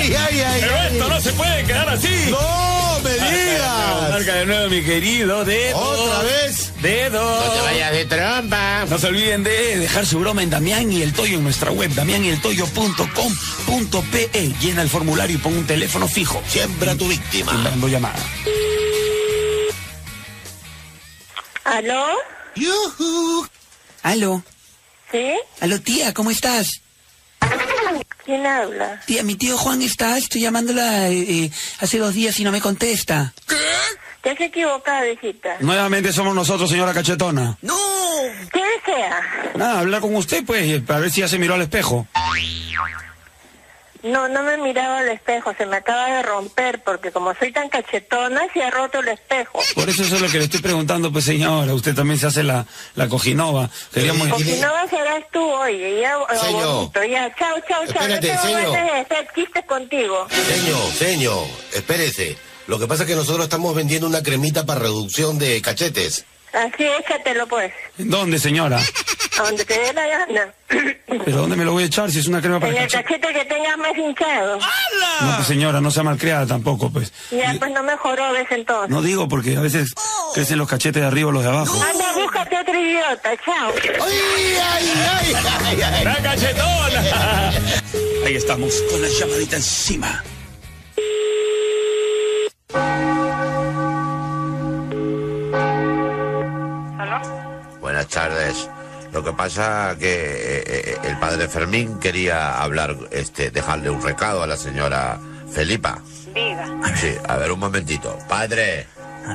Pero esto no se puede quedar así.
¡No me digas!
Marca de nuevo, mi querido dedo.
¿Otra vez?
Dedo.
No te vayas de trompa.
No se olviden de dejar su broma en Damián y el Toyo en nuestra web, damianyeltoyo.com.pe. Llena el formulario y pon un teléfono fijo.
Siembra tu víctima.
Timbrando llamada.
¿Aló?
Yujú. Aló.
¿Sí?
Aló, tía, ¿cómo estás?
¿Quién habla?
Tía, mi tío Juan está, estoy llamándola eh, eh, hace dos días y no me contesta.
Te has equivocado, hijita.
Nuevamente somos nosotros, señora cachetona.
¡No! ¿Qué desea?
Nada, hablar con usted, pues, para ver si ya se miró al espejo.
No, no me miraba al espejo, se me acaba de romper porque como soy tan cachetona se ha roto el espejo.
Por eso eso es lo que le estoy preguntando, pues, señora. Usted también se hace la, la cojinova. Queríamos...
O si no serás tú, oye, ya eh,
Señor.
bonito, ya, chao, chao, chao, no
Espérate,
te voy
señor.
a hacer chistes contigo.
Señor, señor, espérese. Lo que pasa es que nosotros estamos vendiendo una cremita para reducción de cachetes.
Así échatelo pues,
¿Dónde, señora?
a donde te dé la gana.
¿Pero dónde me lo voy a echar si es una crema para
En el
cachete?
cachete que tengas más hinchado.
Ah.
No, pues, señora, no sea malcriada tampoco, pues.
Ya, pues no mejoró ves entonces.
No digo porque a veces crecen los cachetes de arriba o los de abajo.
Anda, búscate otro idiota, chao.
La cachetona.
Ahí estamos, con la llamadita encima.
Buenas tardes. Lo que pasa que eh, eh, el padre Fermín quería hablar, este, dejarle un recado a la señora Felipa.
Diga.
Sí, a ver un momentito. Padre,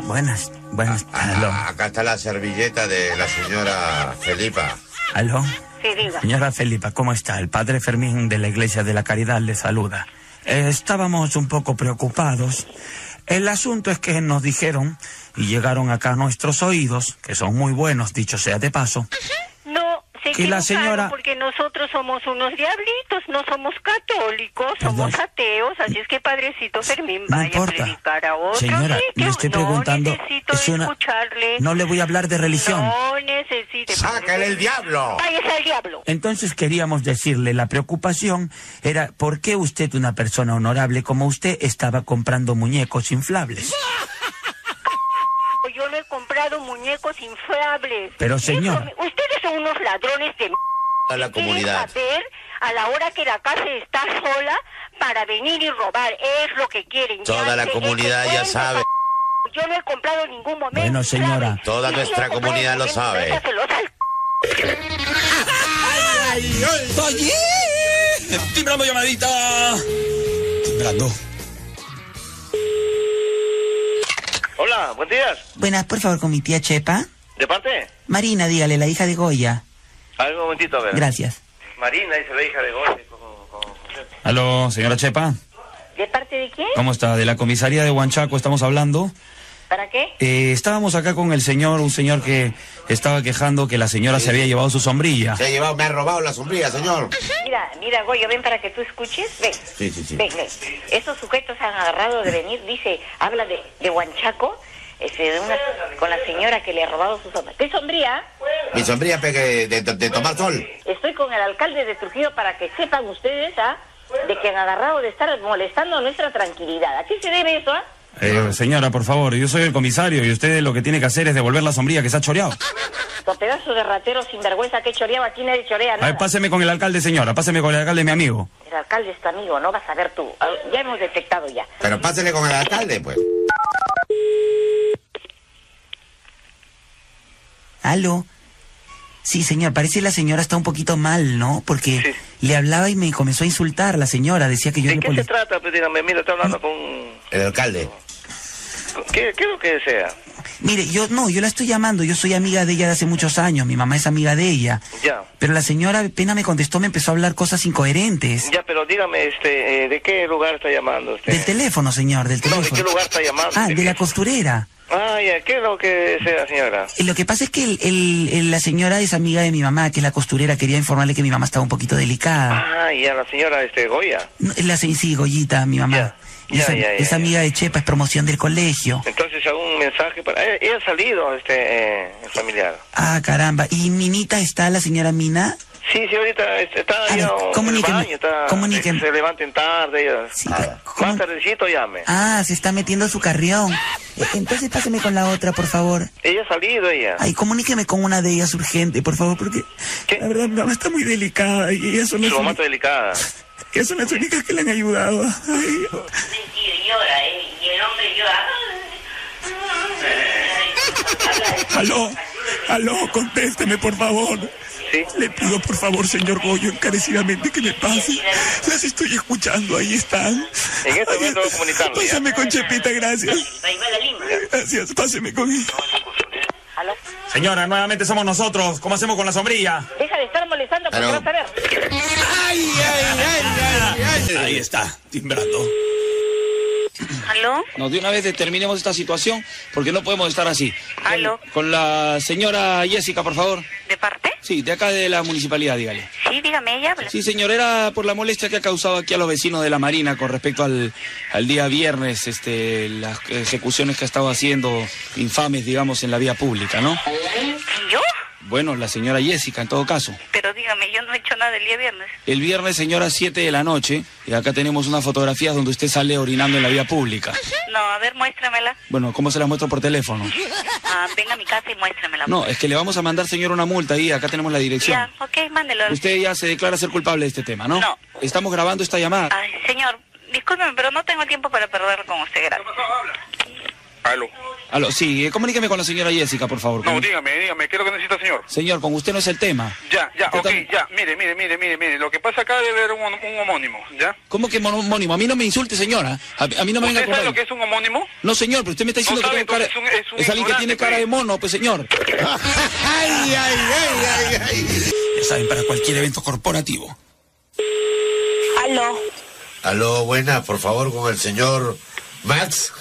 Buenas, buenas. aló,
a- acá está la servilleta de la señora Felipa.
aló.
Sí, diga.
Señora Felipa, ¿cómo está? El padre Fermín de la Iglesia de la Caridad le saluda. Eh, estábamos un poco preocupados. El asunto es que nos dijeron y llegaron acá a nuestros oídos, que son muy buenos, dicho sea de paso,
No, se
Que la
equivocaron
señora-
porque nosotros somos unos diablitos, no somos católicos, somos
Perdón.
ateos, así es que Padrecito Fermín
no
vaya
importa.
a predicar a otro
Señora,
sitio.
le estoy preguntando,
No necesito
es una-
escucharle.
no le voy a hablar de religión.
No necesite.
¡Sácale el diablo!
¡Váyase al diablo!
Entonces queríamos decirle, la preocupación era por qué usted, una persona honorable como usted, estaba comprando muñecos inflables.
pues Yo no he comprado muñecos inflables.
Pero, señor.
Dígame, Ustedes son unos ladrones de... m-
A la
quieren
comunidad.
saber a la hora que la casa está sola para venir y robar. Es lo que quieren.
Toda
Ya
la
sé,
comunidad
es que
ya
cuentan,
sabe.
Yo no he comprado en ningún momento.
Bueno, señora.
Toda nuestra comunidad lo sabe.
¡Oye! ¡Timbrando llamadita!
Timbrando.
Hola, buen día.
Buenas, por favor, con mi tía Chepa.
¿De parte?
Marina, dígale, la hija de Goya.
A ver, un momentito, a ver.
Gracias.
Marina dice la hija de Goya.
Aló, señora Chepa.
¿De parte de quién?
¿Cómo está? De la comisaría de Huanchaco estamos hablando.
¿Para qué?
Eh, estábamos acá con el señor, un señor que estaba quejando que la señora se había llevado su sombrilla.
Se ha llevado, me ha robado la sombrilla, señor.
Mira, mira, Goyo, ven para que tú escuches. Ven.
Sí, sí, sí.
Ven, ven. Estos sujetos han agarrado de venir, dice, habla de, de Huanchaco, este, de una- con la señora que le ha robado su sombra. ¿Qué sombría?
Mi sombrilla pegue de, de- de tomar sol.
Estoy con el alcalde de Trujillo para que sepan ustedes, ¿ah? De que han agarrado de estar molestando nuestra tranquilidad. ¿A qué se debe eso, ah?
Eh, señora, por favor, yo soy el comisario y usted lo que tiene que hacer es devolver la sombrilla que se ha choreado.
Con pedazo de ratero sinvergüenza que choreaba, aquí nadie chorea
A
nada.
ver, páseme con el alcalde, señora, páseme con el alcalde, mi amigo.
El alcalde es tu amigo, no vas a ver tú. Ah, Ya hemos detectado ya.
Pero pásele con el alcalde, pues.
Aló. Sí, señor, parece que la señora está un poquito mal, ¿no? Porque le hablaba y me comenzó a insultar la señora, decía que yo
¿De
le
qué se
molest-
trata? Pues dígame, mira, está hablando con...
El alcalde.
¿Qué, qué es lo que desea?
Mire, yo no, yo la estoy llamando, yo soy amiga de ella de hace muchos años, mi mamá es amiga de ella.
Ya.
Pero la señora apenas me contestó, me empezó a hablar cosas incoherentes.
Ya, pero dígame, este, eh, ¿de qué lugar está llamando usted?
Del teléfono, señor, del
No,
teléfono.
¿de qué lugar está llamando?
Ah, de la costurera.
Ah, ya, ¿qué es lo que desea, señora?
Eh, Lo que pasa es que el- el- el- la señora es amiga de mi mamá, que es la costurera, quería informarle que mi mamá estaba un poquito delicada.
Ah, ya, la señora, este, Goya.
No, La se- sí, Goyita, mi mamá.
Ya,
es, am-
ya, ya,
es
ya.
amiga de Chepa, es promoción del colegio.
Entonces, ¿algún mensaje para...? Eh, ¿Ella ha salido, este, eh, el familiar?
Ah, caramba. ¿Y Minita está la señora Mina?
Sí, sí, ahorita este, está
A
ya
ver,
en el
comuníqueme,
baño, está, este,
comuníqueme.
se levanten tarde. Ya.
Ah,
más tardecito llame.
Ah, se está metiendo su carrión. Eh, Entonces páseme con la otra, por favor.
Ella ha salido, ella.
Ay, comuníqueme con una de ellas urgente, por favor, porque la verdad mi mamá está muy delicada y ellas son las,
Su mamá
uni-
está delicada.
ellas son las únicas que le han ayudado. Ay,
Y llora, ¿eh? Y el hombre llora. ah.
Aló, aló, contésteme, por favor. Le pido, por favor, señor Goyo, encarecidamente que me pase. Las estoy escuchando, ahí están.
En este momento voy a comunicarle. ya.
Pásame con Chepita, gracias. Gracias, páseme con ella.
Señora, nuevamente somos nosotros. ¿Cómo hacemos con la sombrilla?
Deja de estar molestando porque
Aló.
vas a ver.
¡Ay, ay, ay, ay!
Ahí está, timbrando.
¿Aló?
No, de una vez determinemos esta situación porque no podemos estar así. ¿Aló? Con, la señora Jessica, por favor.
¿De parte?
Sí, de acá de la municipalidad, dígale.
Sí, dígame, ella habla.
Sí, señor, era por la molestia que ha causado aquí a los vecinos de la Marina con respecto al, al día viernes, este, las ejecuciones que ha estado haciendo infames, digamos, en la vía pública, ¿no?
¿Yo?
Bueno, la señora Jessica, en todo caso.
Pero dígame, yo no he hecho nada el día viernes.
El viernes, señora, 7 de la noche, y acá tenemos unas fotografías donde usted sale orinando en la vía pública.
No, a ver, muéstramela.
Bueno, ¿cómo se las muestro por teléfono?
Ah, venga a mi casa y muéstramela.
No, es que le vamos a mandar, señor, una multa ahí, acá tenemos la dirección.
Ya, ok, mándelo.
Usted ya se declara ser culpable de este tema, ¿no?
No.
Estamos grabando esta llamada.
Ay, señor, discúlpeme, pero no tengo tiempo para perder con usted, gracias.
Aló.
Aló, sí, eh, comuníqueme con la señora Jessica, por favor.
No,
Con-
dígame, dígame, ¿qué es lo que necesita, señor?
Señor, con usted no es el tema.
Ya, ya, ok,
Total-
ya, mire, mire, mire, mire, mire, lo que pasa acá debe haber un, un homónimo, ¿ya?
¿Cómo que homónimo? A mí no me insulte, señora. A, a mí no me venga
¿Usted
con
sabe
rollo.
lo que es un homónimo?
No, señor, pero usted me está diciendo
No
que
sabe,
tengo cara...
entonces es un- es un
alguien que tiene
ignorante,
cara
pues.
de mono, pues, señor.
Ay, ay, ay, ay, ay.
Ya saben, para cualquier evento corporativo.
Aló,
Aló, buenas, por favor, con el señor Max.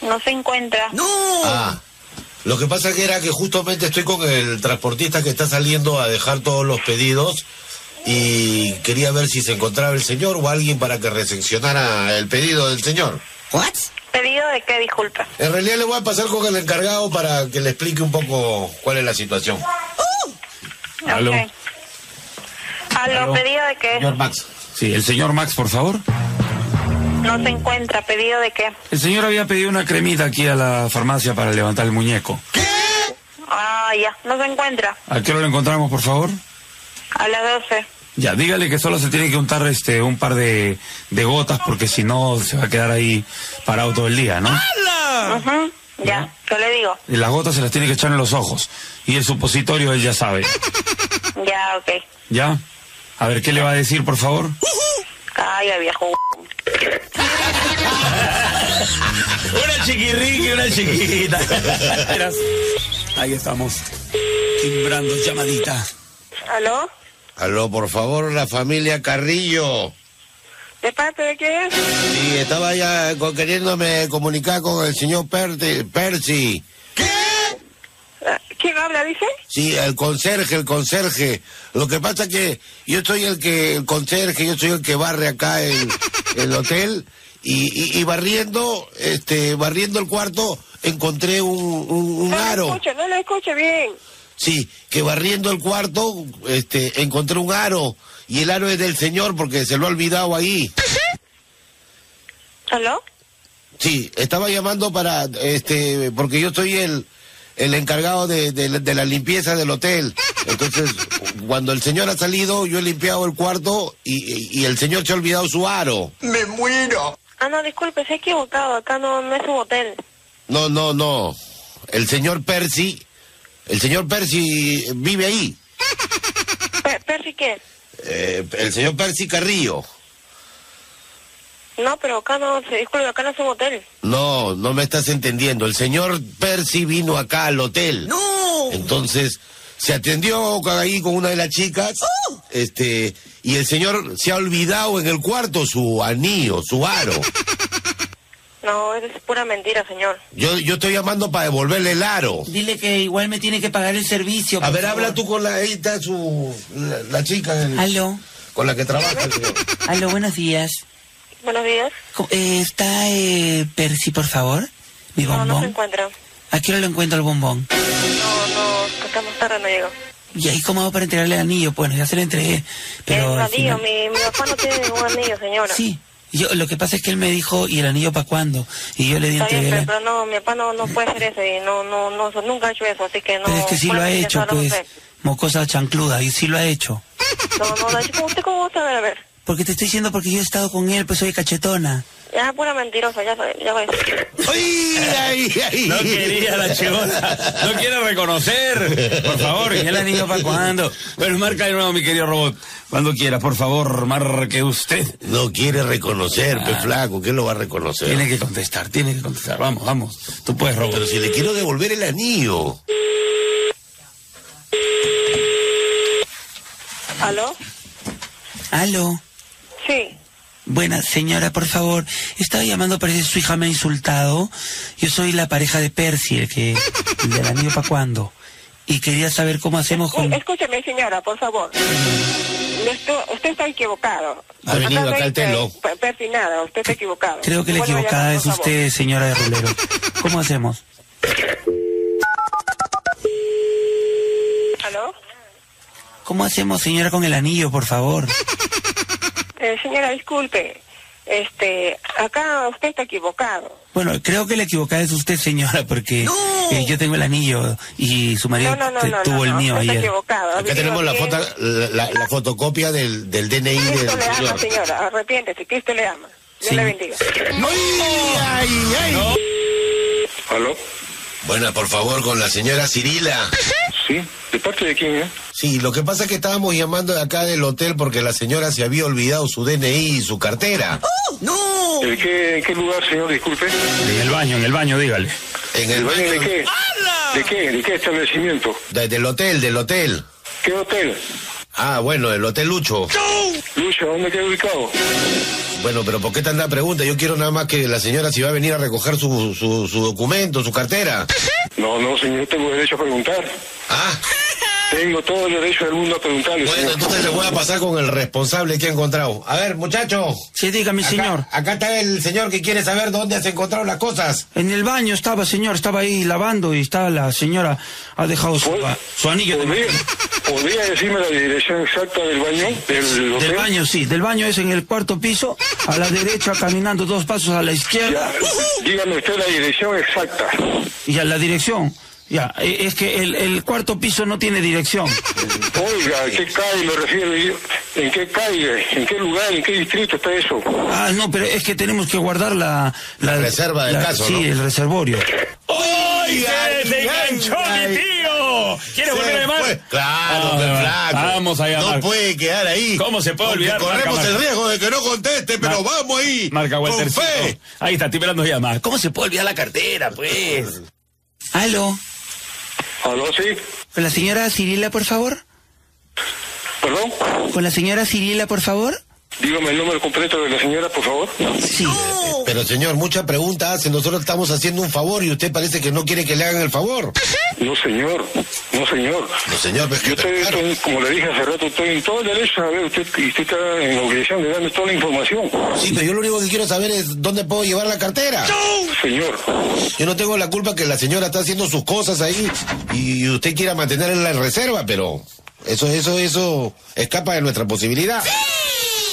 no se encuentra. ¡No!
Oh.
Ah,
Lo que pasa que era que justamente estoy con el transportista que está saliendo a dejar todos los pedidos y quería ver si se encontraba el señor o alguien para que recepcionara el pedido del señor.
¿What? ¿Pedido de qué? Disculpa.
En realidad le voy a pasar con el encargado para que le explique un poco cuál es la situación.
Aló.
Ok. Aló,
Aló.
¿pedido de qué?
Max.
Sí, el señor Max, por favor.
No se encuentra, ¿pedido de qué?
El señor había pedido una cremita aquí a la farmacia para levantar el muñeco.
Ah, ya, no se encuentra.
¿A qué hora lo encontramos, por favor?
A las 12.
Ya, dígale que solo se tiene que untar este un par de, de gotas porque si no se va a quedar ahí parado todo el día, ¿no?
Ujú, Ya, yo le digo.
Y las gotas se las tiene que echar en los ojos. Y el supositorio él ya sabe.
Ya, ok.
¿Ya? A ver, ¿qué le va a decir, por favor?
Calla, viejo.
Una chiquirriqui, una chiquita. Ahí estamos. Timbrando llamadita.
¿Aló?
Aló, por favor, la familia Carrillo.
¿De parte de quién?
Sí, estaba ya con- queriéndome comunicar con el señor Perte- Percy.
¿Quién habla, dice?
Sí, el conserje, el conserje. Lo que pasa que yo soy el que, el conserje, yo soy el que barre acá el, el hotel y, y- y barriendo, este, barriendo el cuarto encontré un, un, un
No lo
aro.
escucho, no lo escucho bien.
Sí, que barriendo el cuarto, este, encontré un aro y el aro es del señor porque se lo ha olvidado ahí.
¿Aló?
Sí, estaba llamando para, este, porque yo soy el, el encargado de, de la- de la limpieza del hotel. Entonces, cuando el señor ha salido, yo he limpiado el cuarto y, y- y el señor se ha olvidado su aro.
Me muero. Ah, no, disculpe, se ha equivocado. Acá no, no es un hotel.
No, no, no. El señor Percy, el señor Percy vive ahí.
Pe- ¿Perry qué?
Eh, el señor Percy Carrillo.
No, pero acá no, se disculpe, acá no es un hotel.
No, no me estás entendiendo. El señor Percy vino acá al hotel.
¡No!
Entonces, se atendió con- ahí con una de las chicas.
Oh.
Este, y el señor se ha olvidado en el cuarto su anillo, su aro.
No, es pura mentira, señor.
Yo, yo estoy llamando para devolverle el aro.
Dile que igual me tiene que pagar el servicio.
A
por
ver,
favor.
habla tú con la, ahí está su, la, la chica. el-
Aló.
Con la que trabaja. el señor.
Aló, buenos días.
Buenos días.
Co- eh, está eh, Percy, por favor. Mi
No, no se
bombón.
encuentra.
¿A qué hora lo encuentro el bombón?
No, no, acá más tarde no llego.
¿Y ahí cómo hago para entregarle el anillo? Bueno, ya se lo entregué. Pero
Un
al
anillo,
final-
mi, mi papá no tiene ningún anillo, señora.
Sí. Yo, lo que pasa es que él me dijo, ¿y el anillo para cuándo? Y yo le di
Está bien,
entregué
pero,
el
pero no, mi papá no, no puede hacer eso y no, no, no, eso- nunca ha hecho eso, así que no.
Pero es que sí lo ha
solamente
hecho,
solo
pues.
usted.
Mocosa chancluda, y sí lo ha hecho.
No, no, lo ha hecho. ¿Cómo ¿Usted cómo gusta? A ver, a ver.
Porque te estoy diciendo porque yo he estado con él, pues soy cachetona.
Ya, pura mentirosa, ya, sabe- ya ves.
No quería la chivona. No quiere reconocer.
Por favor,
¿y el anillo para cuándo?
Bueno, marca de nuevo, mi querido robot. Cuando quiera, por favor, marque usted.
No quiere reconocer, pe flaco, ¿qué lo va a reconocer?
Ah. Tiene que contestar, tiene que contestar. Vamos, vamos. Tú puedes, robot.
Pero si le quiero devolver el anillo.
¿Aló?
Aló.
Sí.
Buena señora, por favor. Estaba llamando para decir su hija me ha insultado. Yo soy la pareja de Percy, el que... el del anillo para cuándo. Y quería saber cómo hacemos
Uy,
con...
escúcheme, señora, por favor. No estu- Usted está equivocado.
Ha venido
no
acá al
hay
telo.
per- Pertinada, usted está equivocado.
Creo que la
Vuelva a
equivocada
llamar,
es
por favor.
usted, señora de Rulero. ¿Cómo hacemos?
¿Aló?
¿Cómo hacemos, señora, con el anillo, por favor?
Eh, señora, disculpe. Este, acá usted está equivocado.
Bueno, creo que la equivocada es usted, señora, porque eh, yo tengo el anillo y su marido
No, no, no,
te-
no,
tuvo
no,
el
no,
mío
está
ayer.
equivocado.
Acá tenemos la, foto, la, la- la fotocopia del, del DNI del
Cristo le ama,
señor.
señora. Arrepiéntese, Cristo le ama. Dios
Sí.
le bendiga.
¡Ay, ay, ay!
¿Aló?
Buenas, por favor, con la señora Cirila.
Sí, ¿de parte de quién, eh?
Sí, lo que pasa es que estábamos llamando de acá del hotel porque la señora se había olvidado su DNI y su cartera.
¡No! ¿En qué, en qué lugar, señor? Disculpe.
En el baño, en el baño, dígale.
En el
¿El baño de
baño
qué? ¿De qué? ¿De qué establecimiento?
de- del hotel, del hotel.
¿Qué hotel?
Ah, bueno, el Hotel Lucho.
Lucho, ¿dónde queda ubicado?
Bueno, pero ¿por qué tanta pregunta? Yo quiero nada más que la señora si va a venir a recoger su, su, su documento, su cartera.
No, no, señor, tengo derecho a preguntar.
Ah.
Tengo todo el derecho del mundo a preguntarle,
Bueno,
señor.
entonces le voy a pasar con el responsable que ha encontrado. A ver, muchacho.
Sí, dígame, señor.
Acá está el señor que quiere saber dónde has encontrado las cosas.
En el baño estaba, señor, estaba ahí lavando y estaba la señora, ha dejado su, su anillo. de
¿Podría, podría decirme la dirección exacta del baño? ¿Del hotel?
Del baño, sí, del baño es en el cuarto piso, a la derecha, caminando dos pasos a la izquierda.
Dígame usted la dirección exacta.
Y a la dirección. Ya, eh, es que el, el cuarto piso no tiene dirección.
Oiga, ¿a qué calle me refiero? yo? ¿En qué calle? ¿En qué lugar? ¿En qué distrito está eso?
Ah, no, pero es que tenemos que guardar la... La,
reserva del
la-
caso,
Sí,
¿no?
el reservorio.
¡Oiga, se enganchó mi tío! ¿Quiere
Se
volver a llamar?
fue.
Ah,
Claro, que flaco.
Vamos a llamar.
No puede quedar ahí.
¿Cómo se puede
Porque
olvidar?
Corremos
Marca,
el
marca.
riesgo de que no conteste, pero
Mar-
vamos ahí.
Marca Walter.
Con fe.
oh.
Ahí está, estoy esperando llamar. ¿Cómo se puede olvidar la cartera, pues?
Aló,
¿Aló, sí?
con la señora Cirila, por favor.
¿Perdón?
Con la señora Cirila, por favor.
Dígame el número completo de la señora, por favor.
Sí.
Pero señor, mucha pregunta hace. Nosotros estamos haciendo un favor y usted parece que no quiere que le hagan el favor.
No, señor. No, señor.
No, señor, pues,
Yo estoy,
que-
estoy- como le dije hace rato, estoy en todo el derecho a ver, usted, y usted está en la obligación de darme toda la información.
Sí, pero yo lo único que quiero saber es dónde puedo llevar la cartera.
Señor,
Yo no tengo la culpa que la señora está haciendo sus cosas ahí y usted quiera mantener en la reserva, pero eso, eso, eso escapa de nuestra posibilidad.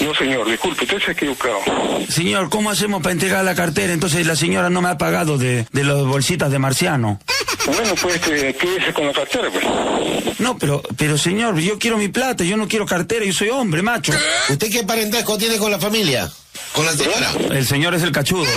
no, señor, disculpe, usted se ha equivocado.
Señor, ¿cómo hacemos para entregar la cartera? Entonces la señora no me ha pagado de, de las bolsitas de marciano.
Bueno, pues, este, quédese con la cartera, pues.
No, pero, pero señor, yo quiero mi plata, yo no quiero cartera, yo soy hombre, macho.
¿Usted qué parentesco tiene con la familia? Con la señora.
El señor es el cachudo.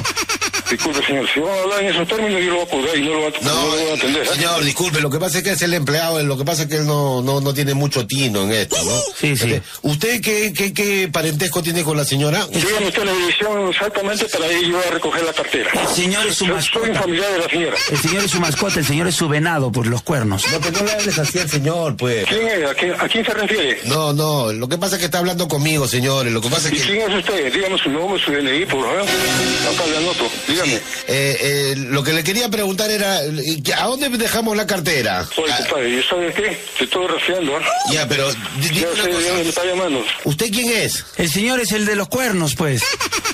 Disculpe, señor, si vamos a hablar en esos términos, yo lo voy a colgar y no lo voy a, no, lo voy a atender.
Señor, disculpe, lo que pasa es que es el empleado, lo que pasa es que él no, no, no tiene mucho tino en esto, ¿no? Este,
Sí, sí.
¿Usted qué, qué, qué parentesco tiene con la señora?
Dígame usted la dirección exactamente para ir yo a recoger la cartera.
señor es su
Yo soy un
mascota.
familiar de la señora.
El señor es su mascota, el señor es su venado por los cuernos.
No, que no le hables así al señor, pues.
¿Quién es? ¿A quién, a quién se refiere?
No, no, lo que pasa es que está hablando conmigo, señores. Lo que pasa es
¿Y
que...
quién es usted? Dígame su nombre, su DNI, por favor. Acá le anoto. Dígame.
Eh, eh, lo que le quería preguntar era, eh, ¿a dónde dejamos la cartera?
Oye, compadre, ¿y sabes qué? Te estoy resfriando, ¿ah?
Ah. Ya, pero di- di-
Ya sé de dónde me está llamando.
¿usted quién es?
El señor es el de los cuernos, pues.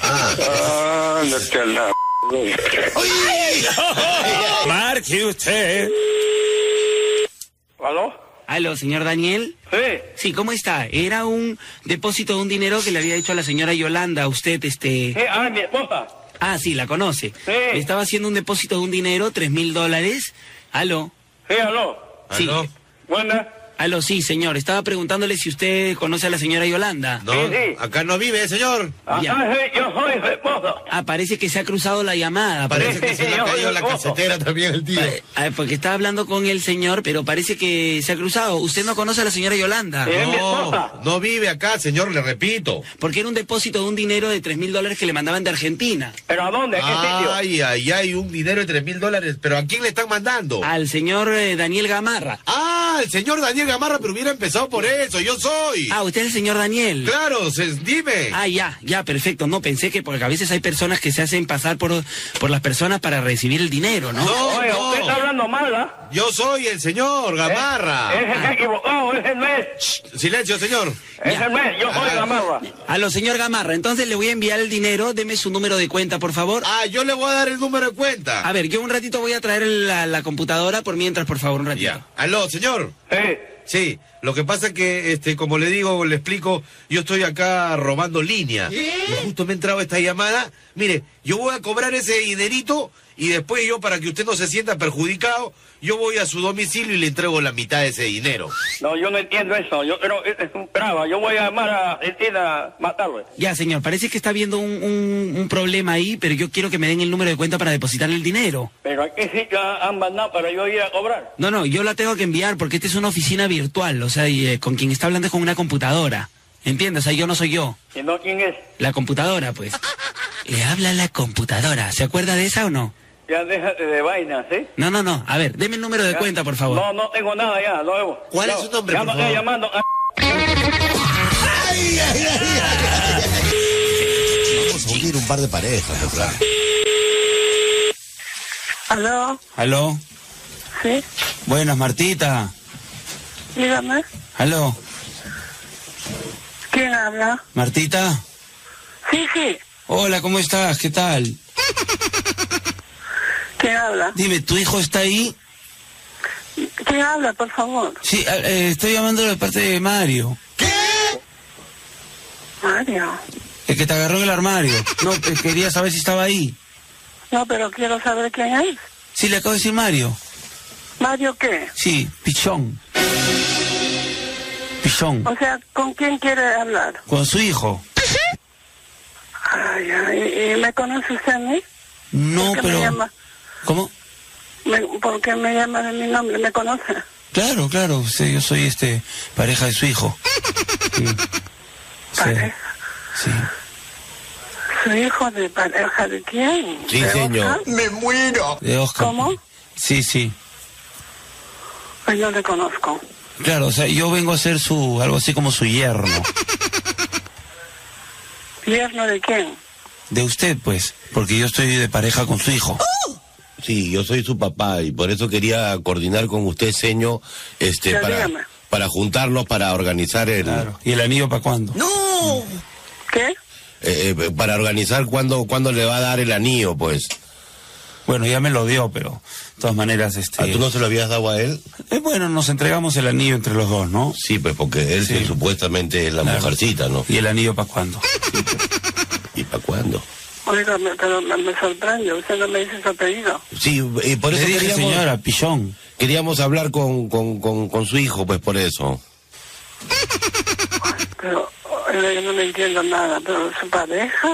Ah, Ándate a la... güey.
Marque usted.
¿Aló?
Aló, señor Daniel.
Sí.
Sí, ¿cómo está? Era un depósito de un dinero que le había hecho a la señora Yolanda. Usted, este...
Eh, ah, mi esposa.
Ah, sí, la conoce.
Sí.
Le Estaba haciendo un depósito de un dinero, tres mil dólares. Aló.
Sí, aló.
Sí.
Buena.
Aló, sí, señor. Estaba preguntándole si usted conoce a la señora Yolanda.
No, acá no vive, señor.
Ajá,
Ya.
sí, yo soy su esposo.
Ah, parece que se ha cruzado la llamada.
Ah, Parece que se le ha
Sí, sí,
caído
yo-
la
yo-
casetera también el tío.
Pare- ah, porque estaba hablando con el señor, pero parece que se ha cruzado. Usted no conoce a la señora Yolanda.
Sí. Es mi esposa.
No, no vive acá, señor, le repito.
Porque era un depósito de un dinero de tres mil dólares que le mandaban de Argentina.
¿Pero a dónde? ¿A qué sitio?
Ay, ay, ay, un dinero de tres mil dólares. ¿Pero a quién le están mandando?
Al señor eh, Daniel Gamarra.
Ah, el señor Daniel Gamarra, pero hubiera empezado por eso, yo soy.
Ah, usted es el señor Daniel.
Claro, se- dime.
Ah, ya, ya, perfecto. No pensé que porque a veces hay personas que se hacen pasar por, por las personas para recibir el dinero, ¿no?
No,
Oye,
no,
usted está hablando mal, Eh, ¿ah?
yo soy el señor Gamarra. Ah,
Ese está equivocado, ese no es.
Silencio, señor.
Ese no es, yo soy
Ah.
la marra.
A lo señor Gamarra, entonces le voy a enviar el dinero, deme su número de cuenta, por favor.
Ah, yo le voy a dar el número de cuenta.
A ver, yo un ratito voy a traer la, la computadora por mientras, por favor, un ratito.
Ya. Aló, señor.
Sí.
Sí.
Lo que pasa es que, este, como le digo, le explico, yo estoy acá robando línea. Y justo me ha entrado esta llamada. Mire, yo voy a cobrar ese dinerito y después yo, para que usted no se sienta perjudicado, yo voy a su domicilio y le entrego la mitad de ese dinero.
No, yo no entiendo eso. Yo, pero eh, es un brava. Yo voy a llamar a Argentina a matarlo.
Ya, señor, parece que está habiendo un, un- un problema ahí, pero yo quiero que me den el número de cuenta para depositar el dinero.
Pero aquí sí que han mandado para yo ir a cobrar.
No, no, yo la tengo que enviar porque esta es una oficina virtual, o sea, y, eh, con quien está hablando es con una computadora. ¿Entiendes? O sea, yo no soy yo.
¿Y no quién es?
La computadora, pues. Le habla la computadora. ¿Se acuerda de esa o no?
Ya déjate de vainas, ¿eh?
No, no, no. A ver, deme el número de
Ya.
cuenta, por favor.
No, no tengo nada ya, luego.
¿Cuál
No,
es su nombre,
Ya
por
no
eh,
estoy
favor?
llamando a...
Vamos a unir un par de parejas, pues, claro.
¿Aló?
Aló.
¿Sí?
Buenas, Martita.
Dígame.
Aló.
¿Quién habla?
Martita.
Sí, sí.
Hola, ¿cómo estás? ¿Qué tal?
¿Quién habla?
Dime, ¿tu hijo está ahí?
¿Quién habla, por favor?
Sí, a- eh, estoy llamando de parte de Mario.
Mario.
El que te agarró en el armario. No, eh, quería saber si estaba ahí.
No, pero quiero saber quién es.
Sí, le acabo de decir Mario.
¿Mario qué?
Sí, Pichón. Pichón.
O sea, ¿con quién quiere hablar?
Con su hijo.
Ay, ay, ¿y me conoce usted a mí?
No,
¿Por qué me
pero...
llama?
¿Cómo?
Me- ¿Por qué me llama de mi nombre? ¿Me conoce?
Claro, claro. sí, yo soy este pareja de su hijo. Sí. Sí. Sí.
¿Su hijo de pareja de quién?
Sí,
¿De
señor.
Oscar?
Me muero.
De Oscar.
¿Cómo?
Sí, sí.
Pues yo le conozco.
Claro, o sea, yo vengo a ser su... algo así como su yerno.
¿Yerno de quién?
De usted, pues. Porque yo estoy de pareja con su hijo.
Sí, yo soy su papá y por eso quería coordinar con usted, señor, este,
Ya,
para,
dígame.
para juntarnos, para organizar el...
¿Y el anillo para cuándo?
¡No! ¿Qué?
Eh, eh, para organizar cuándo, cuándo le va a dar el anillo, pues.
Bueno, ya me lo dio, pero de todas maneras, este...
¿Tú no se lo habías dado a él?
Eh, bueno, nos entregamos el anillo entre los dos, ¿no?
Sí, pues porque él que supuestamente es la mujercita, ¿no?
¿Y el anillo para cuándo?
¿Y para cuándo?
Oiga, me- pero me, me sorprende. Usted no me dice su apellido.
Sí, y por
Le
eso
dije, señora, Pichón.
Queríamos hablar con, con, con, con su hijo, pues por eso.
Pero oiga, Eh, yo no le entiendo nada. Pero su pareja...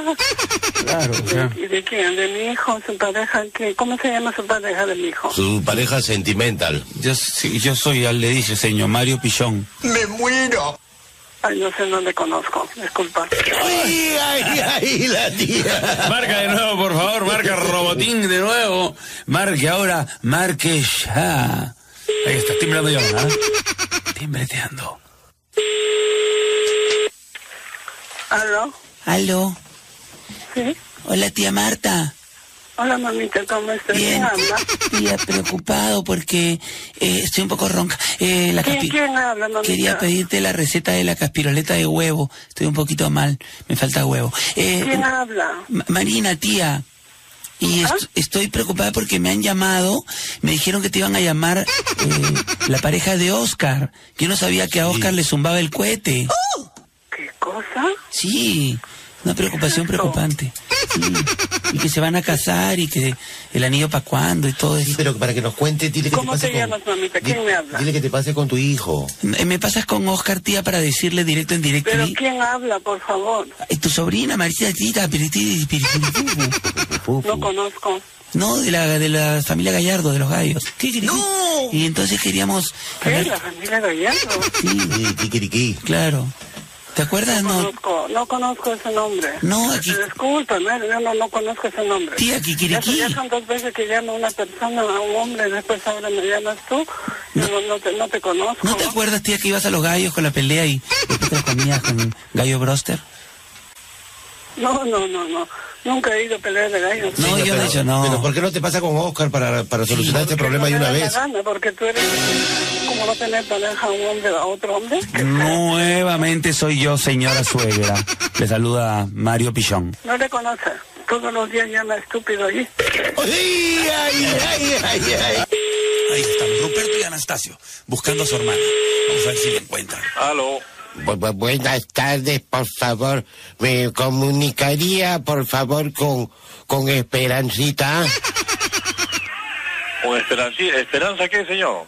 Claro,
¿Y de quién? ¿De mi hijo? ¿Su pareja? ¿Qué? ¿Cómo se llama su pareja de mi hijo?
Su pareja sentimental.
Yo, sí, yo soy, ya le dije, señor Mario Pichón.
¡Me muero! Ay, no sé, no le conozco. Disculpa.
¡Ay, ay, ay, la tía!
Marca de nuevo, por favor, marca Robotín de nuevo. Marque ahora, marque ya. Ahí está, timbrando yo, ¿ah? Timbreteando.
¿Aló?
Aló.
¿Sí?
Hola, tía Marta.
Hola, mamita, ¿cómo estás? ¿Quién
Bien.
habla?
Tía, preocupado porque eh, estoy un poco ronca. Eh, la
¿Quién,
caspi-
quién habla, mamita?
Quería pedirte la receta de la caspiroleta de huevo. Estoy un poquito mal, me falta huevo. Eh,
¿Quién habla?
Ma- Marina, tía. Y est- estoy preocupada porque me han llamado, me dijeron que te iban a llamar eh, la pareja de Oscar. Yo no sabía que a Oscar le zumbaba el cohete.
¡Oh! ¿Qué cosa?
Sí, una preocupación preocupante. Sí. Y que se van a casar y que el anillo para cuándo y todo eso.
Pero para que nos cuente, dile
¿Cómo te llamas, mamita? ¿Quién me habla?
Dile que te pase con tu hijo.
Eh, ¿Me pasas con Oscar, tía, para decirle directo en directo?
¿Pero quién habla, por favor?
Tu sobrina, Marita, tita, piriti, piriti, piriti.
No conozco.
No, de la, de la familia Gallardo, de los gallos. ¿Qué querés? Y entonces queríamos...
¿Qué?
hablar-
¿La familia Gallardo?
Claro. ¿Te acuerdas?
No
No.
conozco, no conozco ese nombre.
No, aquí-
Discúlpame, yo no, no conozco ese nombre.
Tía, kikiriki.
Ya, ya son dos veces que llamo a una persona, a un hombre, después ahora me llamas tú. No, no, te, no te conozco.
¿No te acuerdas, tía, que ibas a los gallos con la pelea y después te la comías con Gallo Broster?
No, no, no, no. Nunca he ido a pelear de gallos.
No, yo no he hecho, no.
Pero ¿por qué no te pasa con Oscar para, para solucionar este problema de
me
una
da la
vez?
gana, porque tú eres... ¿Cómo va a tener pareja un hombre a otro hombre?
Nuevamente soy yo, señora suegra. Le saluda Mario Pichón.
No le conoces. Todos los días llama estúpido allí.
¡Ay, ay, ay, ay, ay!
Ahí están, Ruperto y Anastasio, buscando a su hermana. Vamos a ver si la encuentran.
Aló.
Bu- bu- buenas tardes, por favor. ¿Me comunicaría, por favor, con, con Esperancita?
¿Con esperanza, esperanza qué, señor?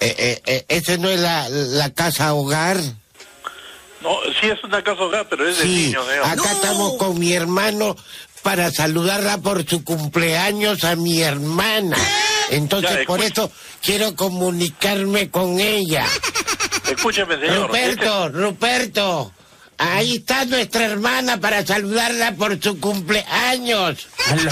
Eh, eh, eh, ¿Esa no es la, la casa hogar?
No, sí es una casa hogar, pero es de
Sí,
niños, señor.
acá estamos con mi hermano para saludarla por su cumpleaños a mi hermana. Entonces,
Ya,
por
escucha.
eso quiero comunicarme con ella.
Escúcheme, señor.
Ruperto, Ruperto, ahí está nuestra hermana para saludarla por su cumpleaños.
Este-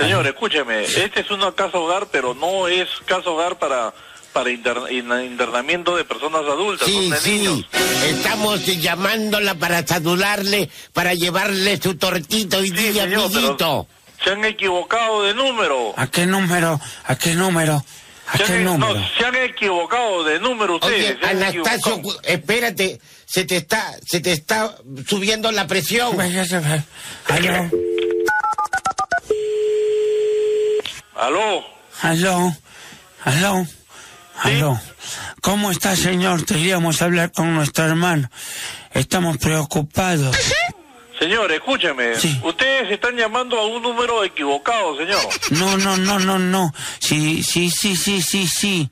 señor, escúcheme. Este es una casa hogar, pero no es casa hogar para para inter- in- internamiento de personas adultas.
Sí,
son de niños.
sí, estamos llamándola para saludarle, para llevarle su tortito y día, amiguito.
Se han equivocado de número.
¿A qué número? ¿A qué número? ¿A
Se
qué
han, e- no,
número?
se han equivocado de número ustedes.
Oye,
se han
Anastasio,
equivocado.
cu- espérate, se te está, se te está subiendo la presión.
Pues Aló,
Aló.
aló, aló, aló. ¿Cómo está, señor? Queríamos hablar con nuestro hermano. Estamos preocupados.
Señor, escúcheme. Ustedes están llamando a un número equivocado, señor.
No, no, no, no, no. Sí, sí, sí, sí, sí, sí.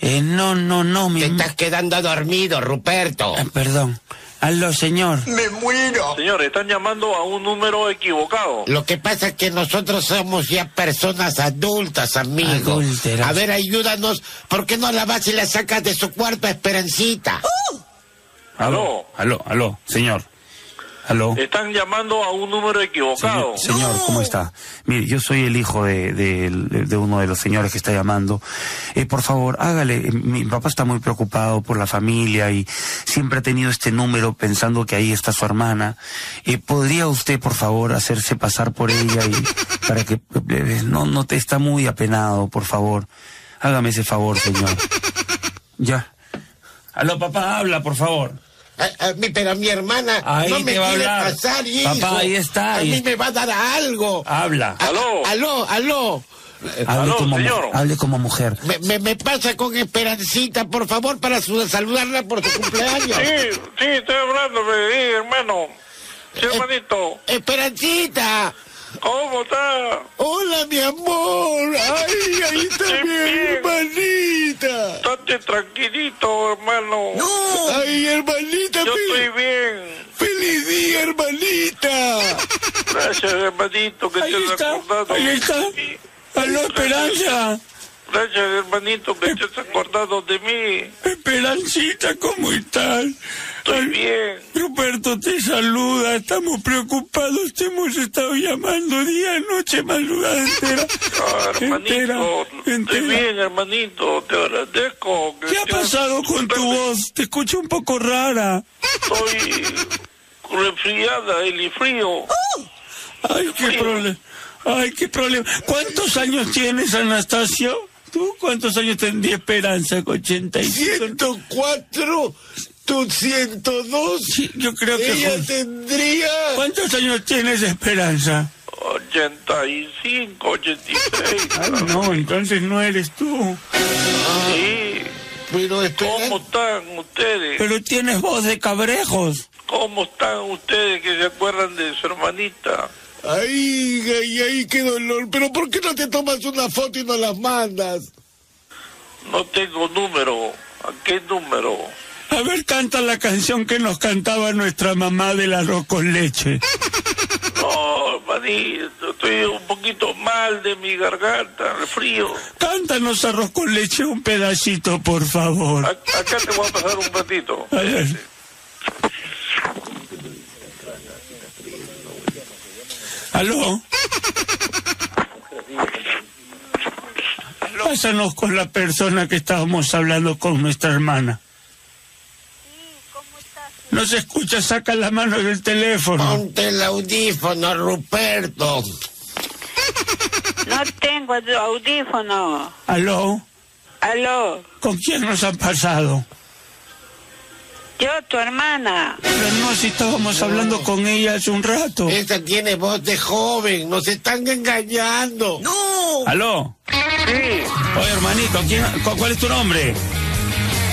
Eh, no, no, no, mi... Te estás
quedando dormido, Ruperto.
perdón. Aló, señor.
Me muero. Señor, están llamando a un número equivocado.
Lo que pasa es que nosotros somos ya personas adultas, amigo. A ver, ayúdanos. ¿Por qué no la vas y la sacas de su cuarto, Esperancita?
Uh. Aló. Aló, aló, señor. Aló.
Están llamando a un número equivocado.
Señor, señor, ¿cómo está? Mire, yo soy el hijo de, de- de uno de los señores que está llamando. Eh, por favor, hágale. Eh, Mi papá está muy preocupado por la familia y siempre ha tenido este número pensando que ahí está su hermana. Eh, ¿Podría usted, por favor, hacerse pasar por ella y para que eh, no, no te está muy apenado, por favor? Hágame ese favor, señor. Ya. Aló, papá, habla, por favor.
Ah, ah, mi- pero mi hermana
Ahí
no me
te va a
quiere
hablar.
pasar, hijo.
Papá, ahí está,
A
ahí
mí
está.
me va a dar algo.
Habla.
Ah, Aló, aló.
Hable, como, mu- hable como mujer.
Me, me- me pasa con Esperancita, por favor, para su- saludarla por su cumpleaños.
Sí, sí, estoy hablando, sí, hermano. Sí, hermanito.
Esperancita.
¿Cómo está?
Hola, mi amor. Ay, ahí está mi hermanita.
Estate tranquilito, hermano.
Ay, hermanita.
Yo
fel-
estoy bien.
Feliz día, hermanita.
Gracias, hermanito, que te has acordado.
ahí está.
Aló, Esperanza. Gracias, hermanito, que te has acordado de mí.
Esperancita, ¿cómo estás?
Estoy bien.
Ruperto te saluda, estamos preocupados, te hemos estado llamando día, noche, madrugada entera.
Ah, hermanito, estoy
entera.
bien, hermanito, te agradezco. que
¿Qué ha
te-
pasado con tu voz? Te escucho un poco rara.
Estoy resfriada, el frío.
Oh, Ay, qué problema. Ay, qué problema. ¿Cuántos años tienes, Anastasio? ¿Tú cuántos años tendría Esperanza? con 85.
104, tú 102.
yo creo que
Ella
jun-
tendría.
¿Cuántos años tienes, Esperanza?
85, 86.
Ay, no, entonces no eres tú.
Sí. ¿Cómo están ustedes?
Pero tienes voz de cabrejos.
¿Cómo están ustedes que se acuerdan de su hermanita?
Ay, ay, ay, qué dolor. Pero ¿por qué no te tomas una foto y nos las mandas?
No tengo número. ¿A qué número?
A ver, canta la canción que nos cantaba nuestra mamá del arroz con leche.
No, hermanito, estoy un poquito mal de mi garganta, el frío.
Cántanos arroz con leche un pedacito, por favor.
Acá te voy a pasar un ratito.
A ver. ¿Aló? Pásanos con la persona que estábamos hablando con nuestra hermana. No se escucha, saca la mano del teléfono.
Ponte el audífono, Ruperto.
No tengo audífono.
¿Aló?
Aló,
¿Con quién nos han pasado?
yo, tu hermana.
Pero no, si estábamos hablando con ella hace un rato.
Esa tiene voz de joven, nos están engañando.
¡No!
¿Aló? Sí. Oye, hermanito, ¿quién- cu- ¿cuál es tu nombre?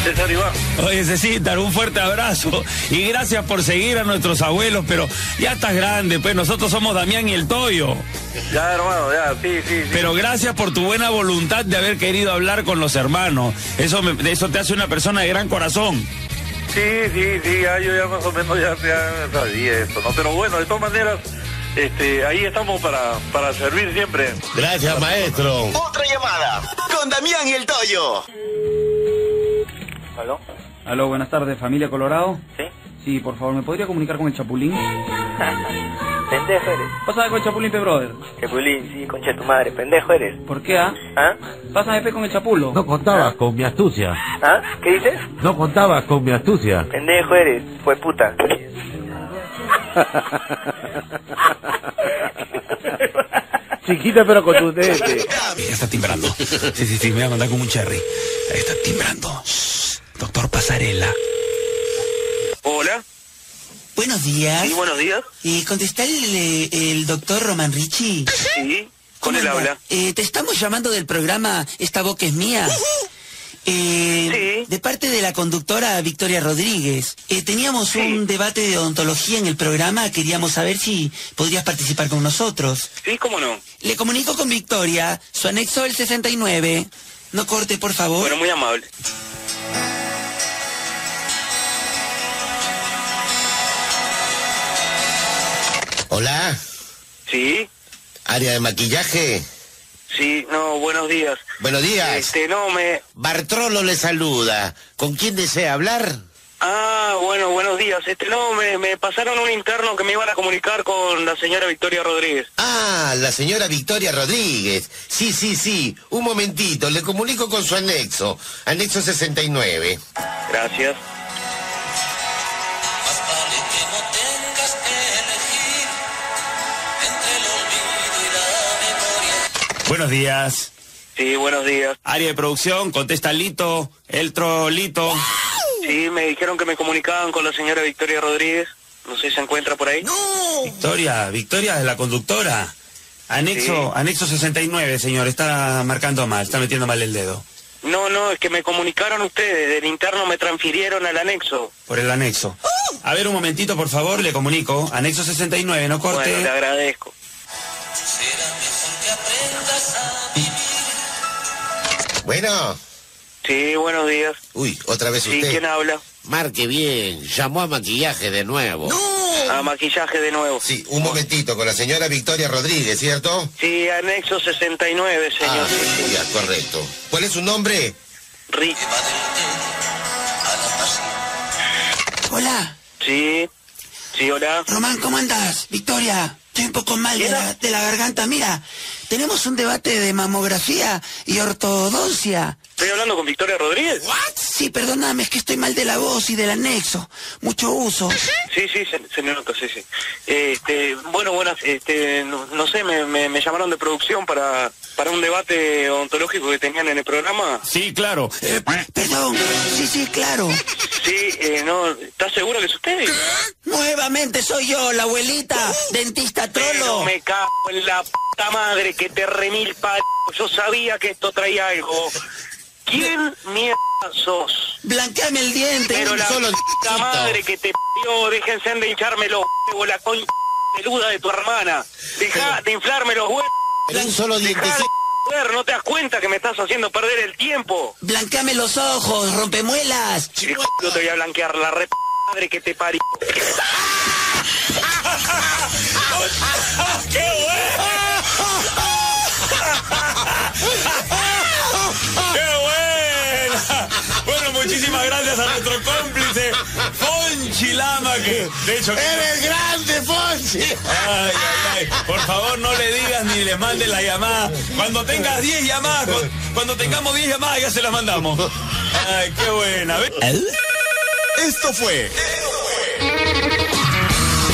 César Iván.
Oye, Cecita, un fuerte abrazo y gracias por seguir a nuestros abuelos, pero ya estás grande, pues nosotros somos Damián y el Toyo.
Ya, hermano, ya, sí, sí, sí.
Pero gracias por tu buena voluntad de haber querido hablar con los hermanos. Eso, me- de eso te hace una persona de gran corazón.
Sí, sí, sí, ya, yo ya más o menos ya, ya sabía esto, ¿no? Pero bueno, de todas maneras, este, ahí estamos para, para servir siempre.
Gracias, maestro.
Otra llamada con Damián y el Toyo.
¿Aló?
Aló, buenas tardes, familia Colorado. Sí. Sí, por favor, ¿me podría comunicar con el Chapulín?
Pendejo eres.
Pásame con el Chapulín, pe, brother.
Chapulín, sí, concha de tu madre, pendejo eres.
¿Por qué, ah?
¿Ah?
Pásame, pe, con el Chapulo.
No contabas con mi astucia.
¿Ah? ¿Qué dices?
No contabas con mi astucia.
Pendejo eres, fue puta.
Chiquita pero contundente.
Ya está timbrando. Sí, sí, sí, me voy a mandar como un cherry. Ahí está timbrando. Shh, Doctor Pasarela.
Hola.
Buenos días.
Sí, buenos días.
Eh, ¿Contesta el, eh, el doctor Roman Ricci?
Sí.
¿Con él habla? Eh, te estamos llamando del programa Esta boca es mía. Eh, De parte de la conductora Victoria Rodríguez. Eh, teníamos un debate de odontología en el programa. Queríamos saber si podrías participar con nosotros.
Sí, cómo no.
Le comunico con Victoria, su anexo el 69. No corte, por favor.
Bueno, muy amable.
Hola.
Sí.
Área de maquillaje.
Sí, no, buenos días.
Buenos días.
Este, no, me...
Bartrolo le saluda. ¿Con quién desea hablar?
Ah, bueno, buenos días. Este, no, me, me pasaron un interno que me iban a comunicar con la señora Victoria Rodríguez.
Ah, la señora Victoria Rodríguez. Sí, sí, sí. Un momentito, le comunico con su anexo. Anexo 69.
Gracias.
Buenos días.
Sí, buenos días.
Área de producción, contesta Lito, el trolito.
Sí, me dijeron que me comunicaban con la señora Victoria Rodríguez. No sé si se encuentra por ahí.
Victoria, Victoria es la conductora. Anexo, anexo 69, señor, está marcando mal, está metiendo mal el dedo.
No, no, es que me comunicaron ustedes. Del interno me transfirieron al anexo.
Por el anexo.
¡Uh!
A ver, un momentito, por favor, le comunico. Anexo 69, no corte.
Bueno, le agradezco.
Bueno.
Sí, buenos días.
Uy, otra vez
Sí,
usted.
¿quién habla?
Marque bien. Llamó a maquillaje de nuevo.
A maquillaje de nuevo.
Sí, un momentito, con la señora Victoria Rodríguez, ¿cierto?
Sí, anexo 69,
Ah.
señor.
Ya, correcto. ¿Cuál es su nombre?
Rick.
Hola,
Sí. Sí, hola.
Román, ¿cómo andas? Victoria, estoy un poco mal de la, de la garganta. Mira, tenemos un debate de mamografía y ortodoncia.
¿Estoy hablando con Victoria Rodríguez?
Sí, perdóname, es que estoy mal de la voz y del anexo. Mucho uso.
Sí, sí, se, se me nota, sí, sí. Este, bueno, buenas, este, no, no sé, me, me- me llamaron de producción para, para un debate ontológico que tenían en el programa.
Sí, claro. Eh,
Perdón, sí, sí, claro.
Sí, eh, no, ¿estás seguro que es usted?
Nuevamente soy yo, la abuelita, dentista
Uh. Pero
trolo.
me cago en la puta madre que te remil pa- Yo sabía que esto traía algo. ¿Quién mierda sos?
Blanqueame el diente.
Pero la
Solo
puta madre que te pidió, déjense de hincharme los huevos, la concha peluda de tu hermana. Deja de inflarme los huevos.
un solo
Dejá de joder, no te das cuenta que me estás haciendo perder el tiempo.
Blanqueame los ojos, rompemuelas.
Hijo, Yo te voy a blanquear la re madre que te parió.
¡Qué bueno! ¡Qué buena!
Bueno, muchísimas gracias a nuestro cómplice, Fonchi Lama, que de hecho...
¡Eres grande, Fonsi!
Ay, ay, ay. Por favor, no le digas ni le mandes la llamada. Cuando tengas 10 llamadas, cu- cuando, tengamos 10 llamadas, ya se las mandamos. Ay, qué buena. Ve-
Esto fue.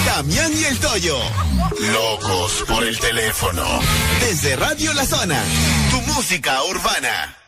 Damián y el Toyo. Locos por el teléfono. Desde Radio La Zona. Tu música urbana.